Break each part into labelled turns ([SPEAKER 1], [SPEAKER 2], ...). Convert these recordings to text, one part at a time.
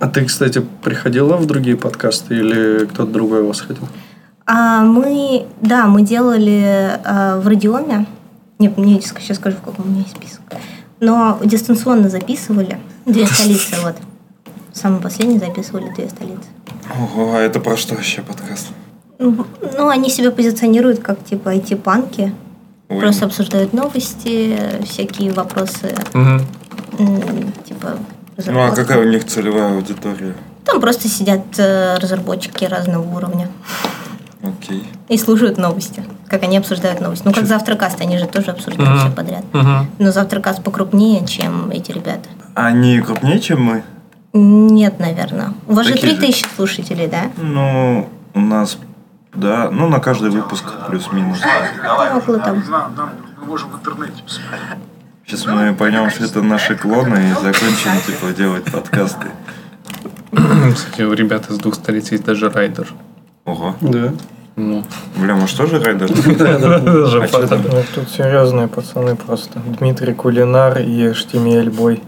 [SPEAKER 1] А ты, кстати, приходила в другие подкасты или кто-то другой вас ходил?
[SPEAKER 2] А мы, да, мы делали а, в Родиоме. Нет, мне сейчас скажу, в каком у меня есть список. Но дистанционно записывали две столицы, вот. Самый последний записывали две столицы.
[SPEAKER 3] Ого, а это про что вообще подкаст?
[SPEAKER 2] Ну, они себя позиционируют как типа IT-панки.
[SPEAKER 3] Ой,
[SPEAKER 2] Просто обсуждают новости, всякие вопросы,
[SPEAKER 4] Мгм.
[SPEAKER 2] м, типа
[SPEAKER 3] Ну а
[SPEAKER 2] разработки.
[SPEAKER 3] какая у них целевая аудитория?
[SPEAKER 2] Там просто сидят э, разработчики разного уровня
[SPEAKER 3] Окей.
[SPEAKER 2] и слушают новости, как они обсуждают новости. Ну, как завтракаст, они же тоже обсуждают
[SPEAKER 4] Мгм.
[SPEAKER 2] все подряд.
[SPEAKER 4] Мгм.
[SPEAKER 2] Но завтракаст покрупнее, чем эти ребята.
[SPEAKER 3] Они крупнее, чем мы?
[SPEAKER 2] Нет, наверное. У вас
[SPEAKER 3] Такие
[SPEAKER 2] же
[SPEAKER 3] же.
[SPEAKER 2] 3000 слушателей, да?
[SPEAKER 3] Ну, у нас, да, ну на каждый выпуск плюс-минус.
[SPEAKER 2] Ну, около того.
[SPEAKER 5] знаю, да, мы можем в интернете посмотреть.
[SPEAKER 3] Сейчас мы поймем, что это наши клоны и закончим, типа, делать подкасты.
[SPEAKER 4] Ну, Кстати, у ребят из двух столиц есть даже райдер.
[SPEAKER 3] Ого.
[SPEAKER 1] Да.
[SPEAKER 4] Ну,
[SPEAKER 3] Бля, мы что же райдер?
[SPEAKER 4] даже фото.
[SPEAKER 6] Ну, тут серьезные пацаны просто. Дмитрий Кулинар и HTML Бой.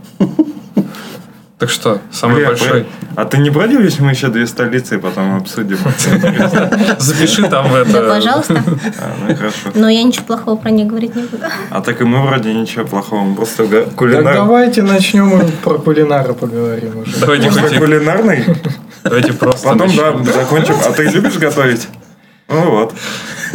[SPEAKER 4] Так что, самый
[SPEAKER 3] Бля,
[SPEAKER 4] большой.
[SPEAKER 3] бля, А ты не против, если мы еще две столицы и потом обсудим?
[SPEAKER 4] ну Запиши там в это.
[SPEAKER 2] Да, пожалуйста.
[SPEAKER 3] А, ну и хорошо.
[SPEAKER 2] Но я ничего плохого про них говорить не буду.
[SPEAKER 3] А так и мы вроде ничего плохого, мы просто га-
[SPEAKER 6] Так
[SPEAKER 3] кулинар...
[SPEAKER 6] давайте начнем и про кулинара поговорим уже.
[SPEAKER 4] Давайте
[SPEAKER 3] Просто
[SPEAKER 4] хоть и-
[SPEAKER 3] кулинарный,
[SPEAKER 4] давайте просто.
[SPEAKER 3] потом,
[SPEAKER 4] начнем.
[SPEAKER 3] да, закончим. А ты любишь готовить? Ну вот.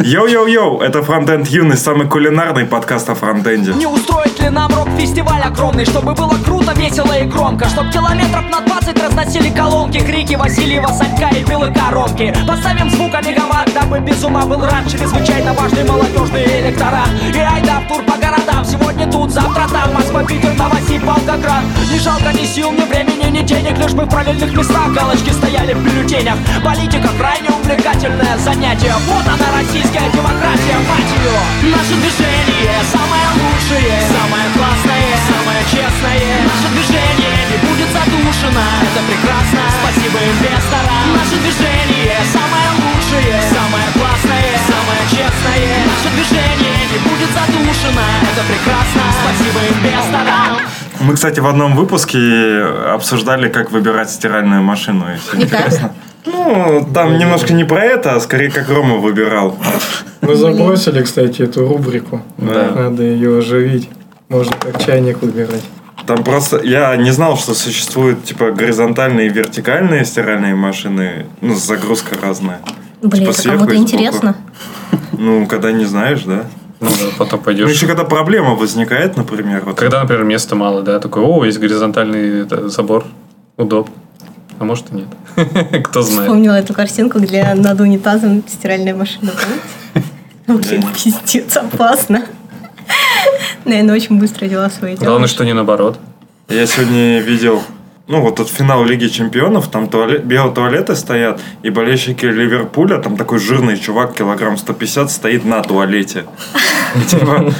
[SPEAKER 3] Йоу-йоу-йоу, это Фронтенд Юность, самый кулинарный подкаст о фронтенде.
[SPEAKER 7] Не устроить ли нам рок-фестиваль огромный Чтобы было круто, весело и громко Чтоб километров на 20 разносили колонки Крики Васильева, Санька и Белой коробки Поставим звука мегаватт, дабы без ума был рад Чрезвычайно важный молодежный электорат И айда в тур по городам Сегодня тут, завтра там Москва, Питер, Новосиб, Волгоград Не жалко ни сил, ни времени, ни денег Лишь бы в правильных местах галочки стояли в бюллетенях Политика крайне увлекательное занятие Вот она, российская демократия, мать ее Наше движение самое лучшее Самое классное, самое честное Наше движение не будет задушено Это прекрасно, спасибо инвесторам Наше движение самое лучшее Самое классное, самое честное Наше движение не будет задушено Это прекрасно, спасибо инвесторам
[SPEAKER 3] Мы, кстати, в одном выпуске обсуждали, как выбирать стиральную машину. и всё.
[SPEAKER 2] И как?
[SPEAKER 3] Ну, там немножко не про это, а скорее как Рома выбирал.
[SPEAKER 6] Вы забросили, кстати, эту рубрику. Надо ее оживить. Можно как чайник выбирать.
[SPEAKER 3] Там просто я не знал, что существуют типа горизонтальные и вертикальные стиральные машины. Ну, загрузка разная.
[SPEAKER 2] Блин,
[SPEAKER 3] Типа
[SPEAKER 2] это
[SPEAKER 3] сверху
[SPEAKER 2] кому-то
[SPEAKER 3] и сбоку.
[SPEAKER 2] интересно.
[SPEAKER 3] Ну, когда не знаешь, да?
[SPEAKER 4] Ну, да, потом
[SPEAKER 3] Ну,
[SPEAKER 4] пойдешь.
[SPEAKER 3] еще когда проблема возникает, например, вот
[SPEAKER 4] Когда, например, места мало, да, такой, о, есть горизонтальный это, забор, удобно. А может и нет. Кто знает.
[SPEAKER 2] Вспомнила эту картинку, где над унитазом стиральная машина. помните? Блин, пиздец, опасно. Наверное, очень быстро дела свои дела.
[SPEAKER 4] Главное, что не наоборот.
[SPEAKER 3] Я сегодня видел, ну, вот тот финал Лиги Чемпионов, там туалет, белые туалеты стоят, и болельщики Ливерпуля, там такой жирный чувак, килограмм 150, стоит на туалете. И типа,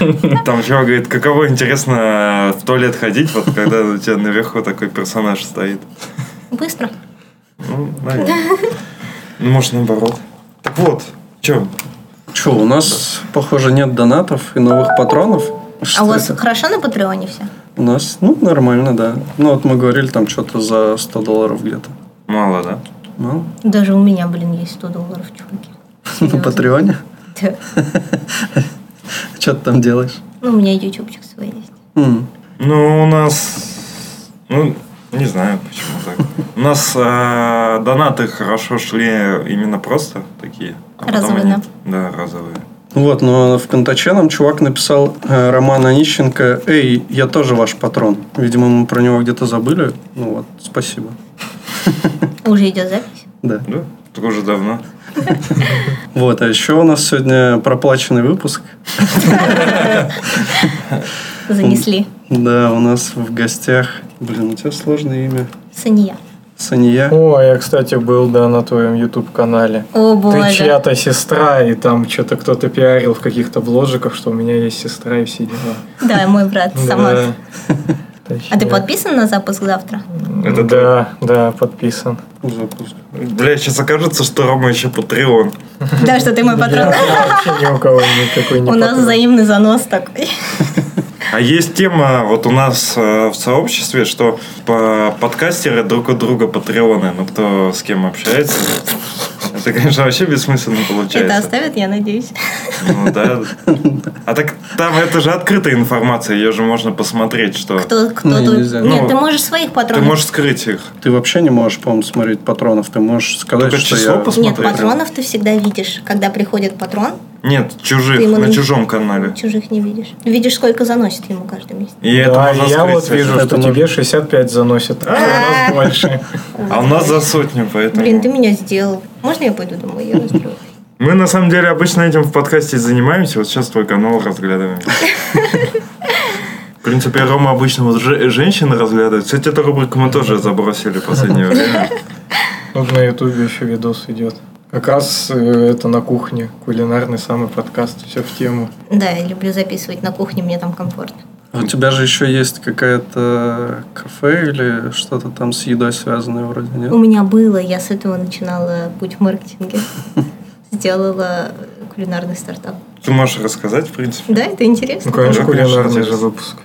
[SPEAKER 3] Там чувак говорит, каково интересно в туалет ходить, вот когда у тебя наверху такой персонаж стоит.
[SPEAKER 2] Быстро.
[SPEAKER 3] Ну, наверное. Ну, может, наоборот. Так вот, чё?
[SPEAKER 1] Че, у нас, похоже, нет донатов и новых патронов. Что
[SPEAKER 2] А у вас
[SPEAKER 1] это?
[SPEAKER 2] хорошо на Патреоне все?
[SPEAKER 1] У нас, ну, нормально, да. Ну, вот мы говорили, там что-то за 100 долларов где-то.
[SPEAKER 3] Мало, да?
[SPEAKER 1] Ну,
[SPEAKER 2] Даже у меня, блин, есть 100 долларов, чуваки.
[SPEAKER 1] на Патреоне.
[SPEAKER 2] Да.
[SPEAKER 1] Что ты там делаешь?
[SPEAKER 2] Ну, у меня ютубчик свой есть.
[SPEAKER 1] М,
[SPEAKER 3] Ну, у нас... Ну, не знаю, почему так. У нас э, донаты хорошо шли именно просто такие. а потом
[SPEAKER 2] Разовые,
[SPEAKER 3] они- Да, разовые.
[SPEAKER 1] Вот, но в Контаче нам чувак написал э, Роман Онищенко «Эй, я тоже ваш патрон». Видимо, мы про него где-то забыли. Ну вот, спасибо.
[SPEAKER 2] Уже идет запись.
[SPEAKER 1] Да.
[SPEAKER 3] Да? Так уже давно.
[SPEAKER 1] Вот, а еще у нас сегодня проплаченный выпуск.
[SPEAKER 2] Занесли.
[SPEAKER 1] Да, у нас в гостях... Блин, у тебя сложное имя.
[SPEAKER 2] Сания.
[SPEAKER 1] Сания.
[SPEAKER 6] О, я, кстати, был, да, на твоем YouTube-канале.
[SPEAKER 2] О,
[SPEAKER 6] Ты
[SPEAKER 2] боже.
[SPEAKER 6] чья-то сестра, и там что-то кто-то пиарил в каких-то бложиках, что у меня есть сестра и все дела.
[SPEAKER 2] Да, мой брат Самат.
[SPEAKER 6] Да.
[SPEAKER 2] А ты подписан на запуск завтра?
[SPEAKER 3] Это
[SPEAKER 6] да, да, подписан.
[SPEAKER 1] Запуск.
[SPEAKER 3] Бля, сейчас окажется, что Рома еще Патреон.
[SPEAKER 2] Да, что ты мой
[SPEAKER 6] Я
[SPEAKER 2] патрон.
[SPEAKER 6] вообще ни у кого никакой не
[SPEAKER 2] У нас
[SPEAKER 6] патрон.
[SPEAKER 2] взаимный занос такой.
[SPEAKER 3] А есть тема вот у нас э, в сообществе, что по- подкастеры друг от друга патреоны. Ну, кто с кем общается. Это, конечно, вообще бессмысленно
[SPEAKER 2] Это
[SPEAKER 3] получается.
[SPEAKER 2] оставят, я надеюсь.
[SPEAKER 3] Ну, да. А так там это же открытая информация, ее же можно посмотреть, что
[SPEAKER 2] Кто, кто
[SPEAKER 1] Не,
[SPEAKER 2] тут-
[SPEAKER 1] нельзя.
[SPEAKER 2] Нет,
[SPEAKER 3] Ну,
[SPEAKER 2] ты можешь своих
[SPEAKER 3] ты
[SPEAKER 2] патронов.
[SPEAKER 3] можешь скрыть их.
[SPEAKER 1] Ты вообще не можешь, по-моему, смотреть патронов. Ты можешь сказать,
[SPEAKER 3] Только
[SPEAKER 1] что
[SPEAKER 3] число
[SPEAKER 1] я...
[SPEAKER 3] пос-
[SPEAKER 2] Нет,
[SPEAKER 3] смотреть.
[SPEAKER 2] патронов ты всегда видишь. Когда приходит патрон,
[SPEAKER 3] Нет,
[SPEAKER 2] Ты
[SPEAKER 3] чужих,
[SPEAKER 2] ему
[SPEAKER 3] на
[SPEAKER 2] не-
[SPEAKER 3] чужом канале.
[SPEAKER 2] чужих не видишь. Видишь, сколько заносит ему каждый месяц.
[SPEAKER 3] И это
[SPEAKER 6] Да,
[SPEAKER 3] можно
[SPEAKER 6] я
[SPEAKER 3] скрыть
[SPEAKER 6] вот
[SPEAKER 3] совершенно.
[SPEAKER 6] вижу, что
[SPEAKER 1] Это можно.
[SPEAKER 6] тебе 65 заносит, а у нас больше.
[SPEAKER 3] А у нас за сотню, поэтому...
[SPEAKER 2] Блин, ты меня сделал. Можно я пойду домой? Я расстроилась.
[SPEAKER 3] Мы на самом деле обычно этим в подкасте занимаемся, вот сейчас твой канал разглядываем. В принципе, Рома обычно вот же- женщины разглядывает. Кстати, эту рубрику мы тоже забросили в последнее время.
[SPEAKER 6] Тут на Ютубе еще видос идет. Как раз э, это на кухне, кулинарный самый подкаст, все в тему.
[SPEAKER 2] Да, я люблю записывать на кухне, мне там комфортно.
[SPEAKER 1] У тебя же еще есть какая-то кафе или что-то там с едой связанное вроде,
[SPEAKER 2] У
[SPEAKER 1] нет?
[SPEAKER 2] меня было, я с этого начинала путь в маркетинге. Сделала кулинарный стартап.
[SPEAKER 3] Ты можешь рассказать, в принципе.
[SPEAKER 2] Да, это интересно.
[SPEAKER 6] Ну, конечно,
[SPEAKER 3] Да, конечно,
[SPEAKER 6] кулинарный
[SPEAKER 3] интересно.
[SPEAKER 6] же выпуск.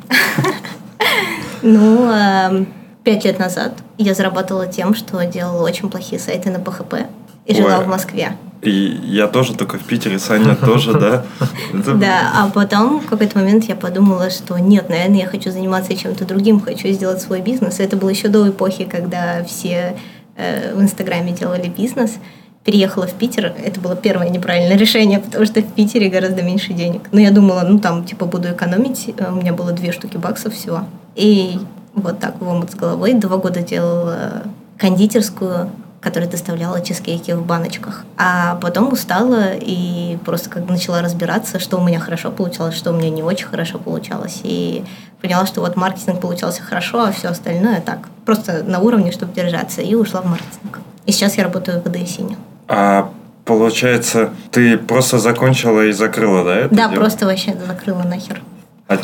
[SPEAKER 2] Ну, эм, пять лет назад я зарабатывала тем, что делала очень плохие сайты на ПХП и жила
[SPEAKER 3] Ой.
[SPEAKER 2] в Москве.
[SPEAKER 3] И я тоже только в Питере, Саня тоже, да? Это-
[SPEAKER 2] Да, а потом в какой-то момент я подумала, что нет, наверное, я хочу заниматься чем-то другим, хочу сделать свой бизнес. И Это было еще до эпохи, когда все э, в Инстаграме делали бизнес. Переехала в Питер, это было первое неправильное решение, потому что в Питере гораздо меньше денег. Но я думала, ну там типа буду экономить, Э, у меня было две штуки баксов всего. И вот так в омут с головой два года делала кондитерскую, которая доставляла чизкейки в баночках. А потом устала и просто как бы начала разбираться, что у меня хорошо получалось, что у меня не очень хорошо получалось. И поняла, что вот маркетинг получался хорошо, а все остальное так. Просто на уровне, чтобы держаться. И ушла в маркетинг. И сейчас я работаю в ВДСИНе.
[SPEAKER 3] А получается, ты просто закончила и закрыла, да? это
[SPEAKER 2] Да,
[SPEAKER 3] дело?
[SPEAKER 2] просто вообще закрыла нахер.
[SPEAKER 3] А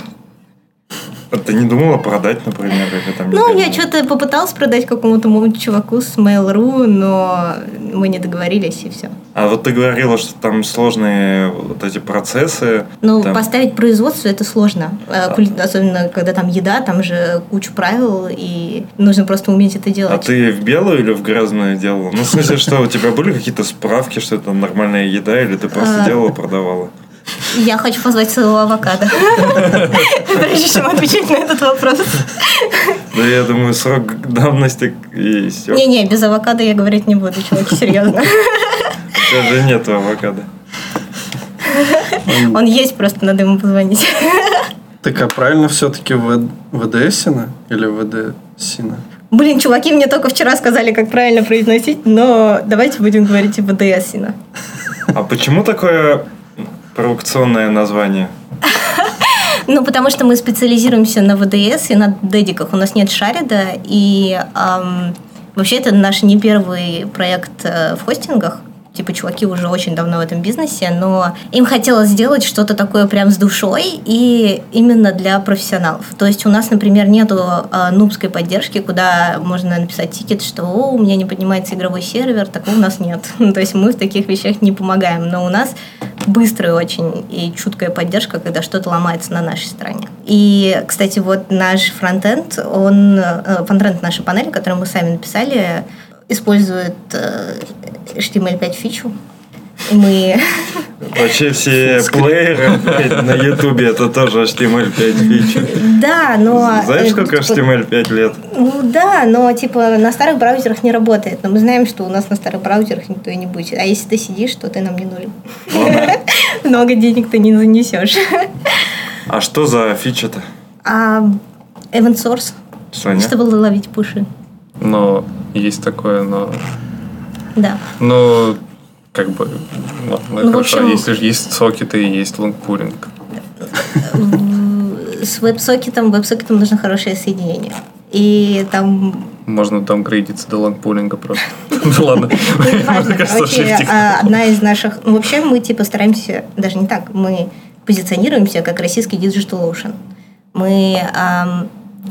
[SPEAKER 3] а ты не думала продать, например, или там?
[SPEAKER 2] Ну,
[SPEAKER 3] не
[SPEAKER 2] я что-то попыталась продать какому-то моему чуваку с Mail.ru, но мы не договорились, и все.
[SPEAKER 3] А вот ты говорила, что там сложные вот эти процессы.
[SPEAKER 2] Ну,
[SPEAKER 3] там- А
[SPEAKER 2] поставить производство это сложно. Э, кули- Особенно, когда там еда, там же куча правил, и нужно просто уметь это
[SPEAKER 3] А
[SPEAKER 2] делать.
[SPEAKER 3] ты в белую или в грязную делала? Ну, в смысле, что у тебя были какие-то справки, что это нормальная еда, или ты просто
[SPEAKER 2] А.
[SPEAKER 3] делала, продавала?
[SPEAKER 2] Я хочу позвать своего авокадо. Прежде чем отвечать на этот вопрос.
[SPEAKER 3] Да я думаю, срок давности и все.
[SPEAKER 2] Не-не, без авокадо я говорить не буду, чуваки, серьезно.
[SPEAKER 3] У тебя же нет авокадо.
[SPEAKER 2] Он есть, просто надо ему позвонить.
[SPEAKER 1] Так а правильно все-таки ВДСина или ВДСина?
[SPEAKER 2] Блин, чуваки мне только вчера сказали, как правильно произносить, но давайте будем говорить ВДСина.
[SPEAKER 3] А почему такое провокационное название?
[SPEAKER 2] Ну, потому что мы специализируемся на ВДС и на дедиках. У нас нет шарида, и ам, вообще это наш не первый проект э, в хостингах. Типа, чуваки уже очень давно в этом бизнесе, но им хотелось сделать что-то такое прям с душой и именно для профессионалов. То есть у нас, например, нету э, нубской поддержки, куда можно написать тикет, что «О, у меня не поднимается игровой сервер», такого у нас нет. Ну, То есть мы в таких вещах не помогаем, но у нас быстрая очень и чуткая поддержка, когда что-то ломается на нашей стороне. И, кстати, вот наш фронтенд, он, э, фронтенд нашей панели, которую мы сами написали, использует э, HTML5 фичу. И мы...
[SPEAKER 3] Вообще все плееры блядь, на Ютубе это тоже HTML5 фичи.
[SPEAKER 2] Да,
[SPEAKER 6] А,
[SPEAKER 2] но...
[SPEAKER 3] Знаешь,
[SPEAKER 2] э,
[SPEAKER 3] сколько
[SPEAKER 2] типа,
[SPEAKER 3] HTML5 лет?
[SPEAKER 2] Ну да, но типа на старых браузерах не работает. Но мы знаем, что у нас на старых браузерах никто и не будет. А если ты сидишь, то ты нам не нужен.
[SPEAKER 3] Ладно.
[SPEAKER 2] Много денег ты не занесешь.
[SPEAKER 3] А что за фича-то,
[SPEAKER 2] А event source,
[SPEAKER 3] Соня?
[SPEAKER 2] чтобы ловить пуши.
[SPEAKER 4] Но есть такое, но...
[SPEAKER 2] Да.
[SPEAKER 4] Ну, как бы... Ладно,
[SPEAKER 2] Ну, в
[SPEAKER 4] хорошо.
[SPEAKER 2] общем-
[SPEAKER 4] Если же есть сокеты и есть лонгпулинг.
[SPEAKER 2] С веб-сокетом, веб-сокетом нужно хорошее соединение. И там
[SPEAKER 4] Можно там грейдиться до лонгпулинга просто. Ну, ладно.
[SPEAKER 2] ну, неважно,
[SPEAKER 4] Мне кажется,
[SPEAKER 2] короче,
[SPEAKER 4] шрифтик.
[SPEAKER 2] а, одна из наших... Ну, вообще мы типа стараемся, даже не так, мы позиционируемся как российский Digital Ocean. Мы ам,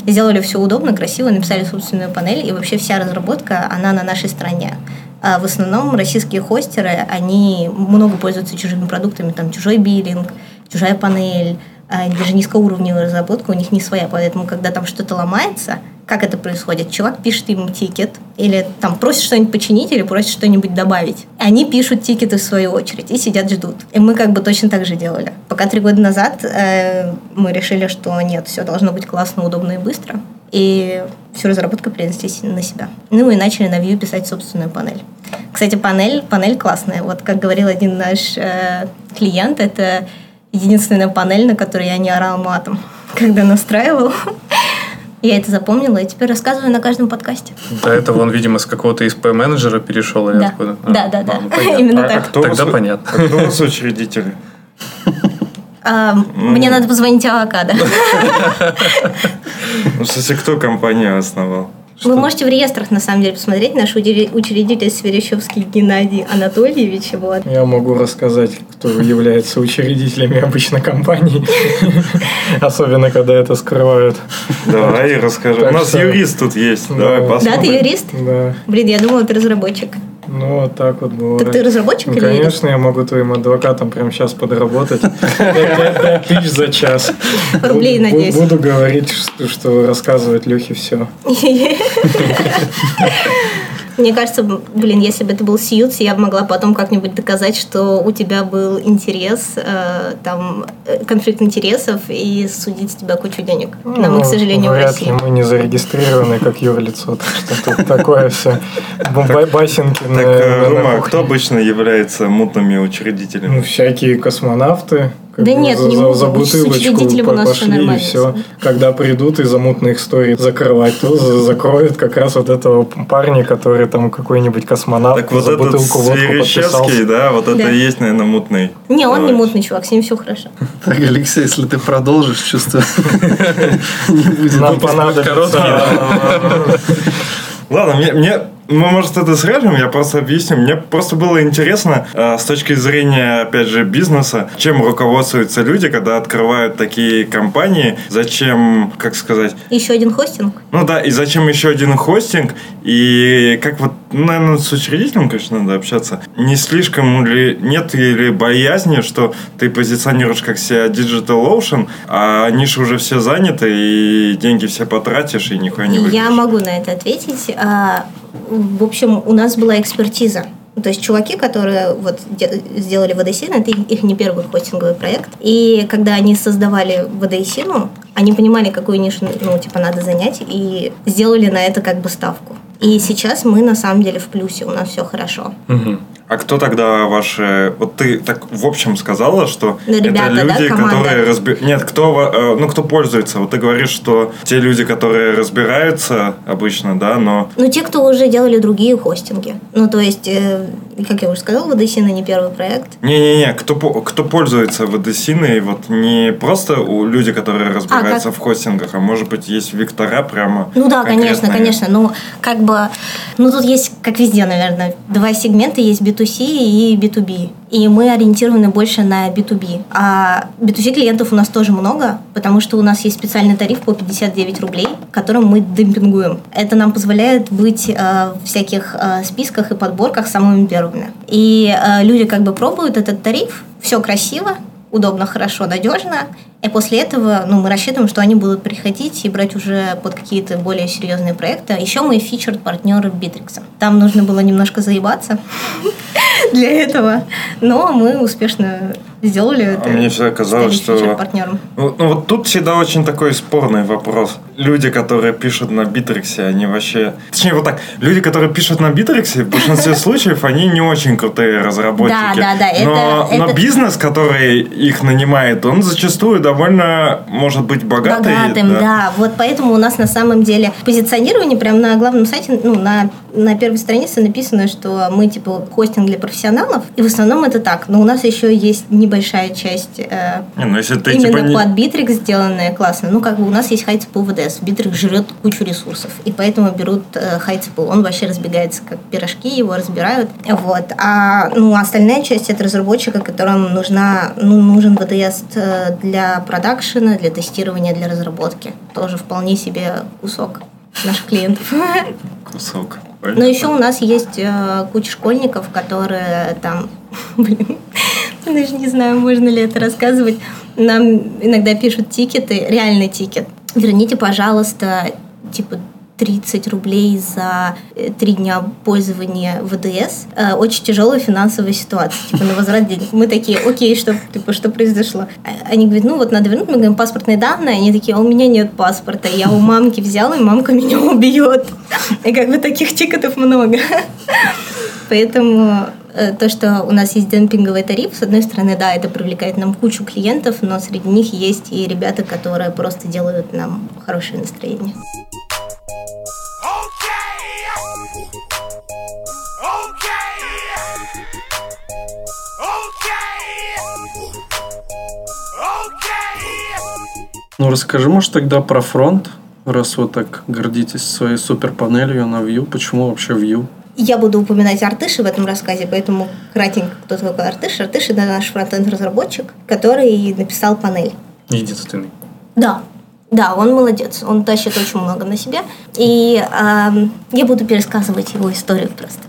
[SPEAKER 2] Сделали все удобно, красиво, написали собственную панель, и вообще вся разработка, она на нашей стороне. А в основном российские хостеры, они много пользуются чужими продуктами, там чужой биллинг, чужая панель, а даже низкоуровневая разработка у них не своя, поэтому когда там что-то ломается, как это происходит? Чувак пишет им тикет, или там просит что-нибудь починить, или просит что-нибудь добавить. Они пишут тикеты в свою очередь и сидят ждут. И мы как бы точно так же делали. Пока три года назад э, мы решили, что нет, все должно быть классно, удобно и быстро. И всю разработку перенесли с- на себя. Ну и начали на Vue писать собственную панель. Кстати, панель, панель классная. Вот как говорил один наш э, клиент, это единственная панель, на которой я не орал матом, когда настраивал. Я это запомнила и теперь рассказываю на каждом подкасте.
[SPEAKER 4] До этого он, видимо, с какого-то ИСП-менеджера перешел или
[SPEAKER 2] Да.
[SPEAKER 4] откуда?
[SPEAKER 2] Да, да, да.
[SPEAKER 4] ну, понятно.
[SPEAKER 2] Именно
[SPEAKER 3] А- а
[SPEAKER 2] так.
[SPEAKER 3] кто у вас-
[SPEAKER 4] Тогда понятно.
[SPEAKER 3] а кто у вас учредители?
[SPEAKER 2] А, Мне надо позвонить Авокадо.
[SPEAKER 3] Ну, в смысле, кто компанию основал?
[SPEAKER 2] Вы можете в реестрах, на самом деле, посмотреть. Наш уди- учредитель Сверещевский Геннадий Анатольевич. Вот.
[SPEAKER 6] Я могу рассказать, кто является учредителями обычно компаний. Особенно, когда это скрывают.
[SPEAKER 3] Давай расскажи. У
[SPEAKER 6] Так
[SPEAKER 3] нас
[SPEAKER 6] что- Ну,
[SPEAKER 3] юрист тут есть. Давай
[SPEAKER 6] Да.
[SPEAKER 2] Да, ты
[SPEAKER 3] посмотрим.
[SPEAKER 2] юрист?
[SPEAKER 6] Да.
[SPEAKER 2] Блин, я думала, ты разработчик.
[SPEAKER 6] Ну, вот так вот было.
[SPEAKER 2] Так ты разработчик
[SPEAKER 6] Ну,
[SPEAKER 2] или юрист?
[SPEAKER 6] конечно, я могу твоим адвокатом прямо сейчас подработать. Пять- Пять тысяч за час.
[SPEAKER 2] Рублей,
[SPEAKER 6] Бу- бу-
[SPEAKER 2] надеюсь.
[SPEAKER 6] Буду говорить, что- что рассказывать Лехе все.
[SPEAKER 2] Мне кажется, блин, если бы это был Сьюз, я бы могла потом как-нибудь доказать, что у тебя был интерес, э, там, э, конфликт интересов и судить с тебя кучу денег. Нам,
[SPEAKER 6] Ну,
[SPEAKER 2] к сожалению, в
[SPEAKER 6] вряд
[SPEAKER 2] России.
[SPEAKER 6] ли мы не зарегистрированы как юрлицо, так что тут такое все басенки на,
[SPEAKER 3] Так, э,
[SPEAKER 6] на- на
[SPEAKER 3] Рома,
[SPEAKER 6] кухне.
[SPEAKER 3] кто обычно является мутными
[SPEAKER 6] Ну,
[SPEAKER 3] учредителями?
[SPEAKER 6] всякие космонавты. как
[SPEAKER 2] Да
[SPEAKER 6] бы
[SPEAKER 2] нет,
[SPEAKER 6] за,
[SPEAKER 2] не
[SPEAKER 6] за-
[SPEAKER 2] могут
[SPEAKER 6] за
[SPEAKER 2] быть
[SPEAKER 6] бутылочку
[SPEAKER 2] учредители, у
[SPEAKER 6] по-
[SPEAKER 2] нас всё
[SPEAKER 6] пошли и
[SPEAKER 2] нормально.
[SPEAKER 6] все. Когда придут и за мутные истории закрывать, то за- закроют как раз вот этого парня, который там какой-нибудь космонавт
[SPEAKER 3] Так вот
[SPEAKER 6] за
[SPEAKER 3] этот
[SPEAKER 6] бутылку водку
[SPEAKER 3] Сверещевский,
[SPEAKER 6] подписался.
[SPEAKER 3] да, вот это
[SPEAKER 2] Да.
[SPEAKER 3] и есть, наверное, мутный.
[SPEAKER 2] Не, он не
[SPEAKER 3] товарищ.
[SPEAKER 2] мутный чувак, с ним все хорошо.
[SPEAKER 1] Так, Алексей, если ты продолжишь, чувство не будет.
[SPEAKER 4] Выпуск
[SPEAKER 6] Нам
[SPEAKER 4] будет
[SPEAKER 6] понадобится.
[SPEAKER 4] короткий.
[SPEAKER 3] Ладно, мне, мне мы, может, это срежем, я просто объясню. Мне просто было интересно э, с точки зрения, опять же, бизнеса, чем руководствуются люди, когда открывают такие компании, зачем, как сказать,
[SPEAKER 2] Еще один хостинг.
[SPEAKER 3] ну да, и зачем еще один хостинг, и как вот, наверное, с учредителем, конечно, надо общаться, не слишком ли, нет или боязни, что ты позиционируешь как себя Digital Ocean, а ниши уже все заняты, и деньги все потратишь, и нихуя не выйдешь.
[SPEAKER 2] Я могу на это ответить. А, В общем, у нас была экспертиза. Ну, То есть чуваки, которые вот де- сделали водосину, это их их не первый хостинговый проект. И когда они создавали водосину, они понимали, какую нишу, ну, типа, надо занять, и сделали на это как бы ставку. И сейчас мы на самом деле в плюсе, у нас все хорошо.
[SPEAKER 4] Мгм.
[SPEAKER 3] А кто тогда ваши... Вот ты так в общем сказала, что
[SPEAKER 2] Ну, ребята,
[SPEAKER 3] это люди,
[SPEAKER 2] да, команда.
[SPEAKER 3] которые разби- Нет, кто, во- э, ну, кто пользуется? Вот ты говоришь, что те люди, которые разбираются обычно, да, но...
[SPEAKER 2] Ну, те, кто уже делали другие хостинги. Ну, то есть, э, как я уже сказала, водосина не первый проект.
[SPEAKER 3] Не-не-не, кто, по- кто пользуется водосиной, вот не просто у люди, которые
[SPEAKER 2] А,
[SPEAKER 3] разбираются в хостингах, а может быть есть вектора прямо
[SPEAKER 2] Ну да, конечно,
[SPEAKER 3] конкретные.
[SPEAKER 2] конечно. Ну, как бы, ну тут есть, как везде, наверное, два сегмента, есть B2C и B2B. И мы ориентированы больше на B2B. А B2C клиентов у нас тоже много, потому что у нас есть специальный тариф по 59 рублей, которым мы демпингуем. Это нам позволяет быть э, в всяких э, списках и подборках самыми первыми. И э, люди как бы пробуют этот тариф, все красиво, удобно, хорошо, надежно. И после этого ну, мы рассчитываем, что они будут приходить и брать уже под какие-то более серьезные проекты. Еще мы фичерд партнеры Битрикса. Там нужно было немножко заебаться для этого, но мы успешно сделали это.
[SPEAKER 3] А мне всегда казалось,
[SPEAKER 2] стали
[SPEAKER 3] что
[SPEAKER 2] фичер-партнером.
[SPEAKER 3] Ну, ну вот тут всегда очень такой спорный вопрос. Люди, которые пишут на Битриксе, они вообще... Точнее, вот так. Люди, которые пишут на Битриксе, в большинстве случаев, они не очень крутые разработчики.
[SPEAKER 2] Да, да, да,
[SPEAKER 3] Но,
[SPEAKER 2] это-
[SPEAKER 3] но
[SPEAKER 2] это-
[SPEAKER 3] бизнес, который их нанимает, он зачастую довольно, может быть, богатый.
[SPEAKER 2] Богатым, да. Вот поэтому у нас на самом деле позиционирование прям на главном сайте, ну, на, на первой странице написано, что мы, типа, хостинг для профессионалов. И в основном это так. Но у нас еще есть небольшая часть э,
[SPEAKER 3] Не, ну если ты
[SPEAKER 2] Именно
[SPEAKER 3] типа... не-
[SPEAKER 2] под Битрикс сделанное классно. Ну, как бы у нас есть хайт по ВД. ХТС. Битрик жрет кучу ресурсов. И поэтому берут э, Хайтипл. Он вообще разбегается как пирожки, его разбирают. Вот. А ну, остальная часть это разработчика, которым нужна, ну, нужен VDS э, для продакшена, для тестирования, для разработки. Тоже вполне себе кусок наших клиентов.
[SPEAKER 3] Кусок.
[SPEAKER 2] Но еще у нас есть э, куча школьников, которые там, блин, я даже не знаю, можно ли это рассказывать. Нам иногда пишут тикеты, реальный тикет. Верните, пожалуйста, типа 30 рублей за э, три дня пользования ВДС. Э, Очень тяжелая финансовая ситуация. Типа на возврат денег. Мы такие, окей, что, типа, что произошло? А- Они говорят, ну вот надо вернуть. Мы говорим, паспортные данные. Они такие, а у меня нет паспорта. Я у мамки взяла, и мамка меня убьет. И как бы таких тикетов много. Поэтому э, то, что у нас есть демпинговый тариф, с одной стороны, да, это привлекает нам кучу клиентов, но среди них есть и ребята, которые просто делают нам хорошее настроение.
[SPEAKER 1] Ну, расскажи, может, тогда про фронт, раз вы так гордитесь своей супер панелью на Vue. Почему вообще Vue?
[SPEAKER 2] Я буду упоминать Артыши в этом рассказе, поэтому кратенько, кто такой Артыш. Артыш – это наш фронтенд-разработчик, который написал панель.
[SPEAKER 4] Единственный.
[SPEAKER 2] Да. Да, он молодец, он тащит очень много на себя. И эм, я буду пересказывать его историю просто.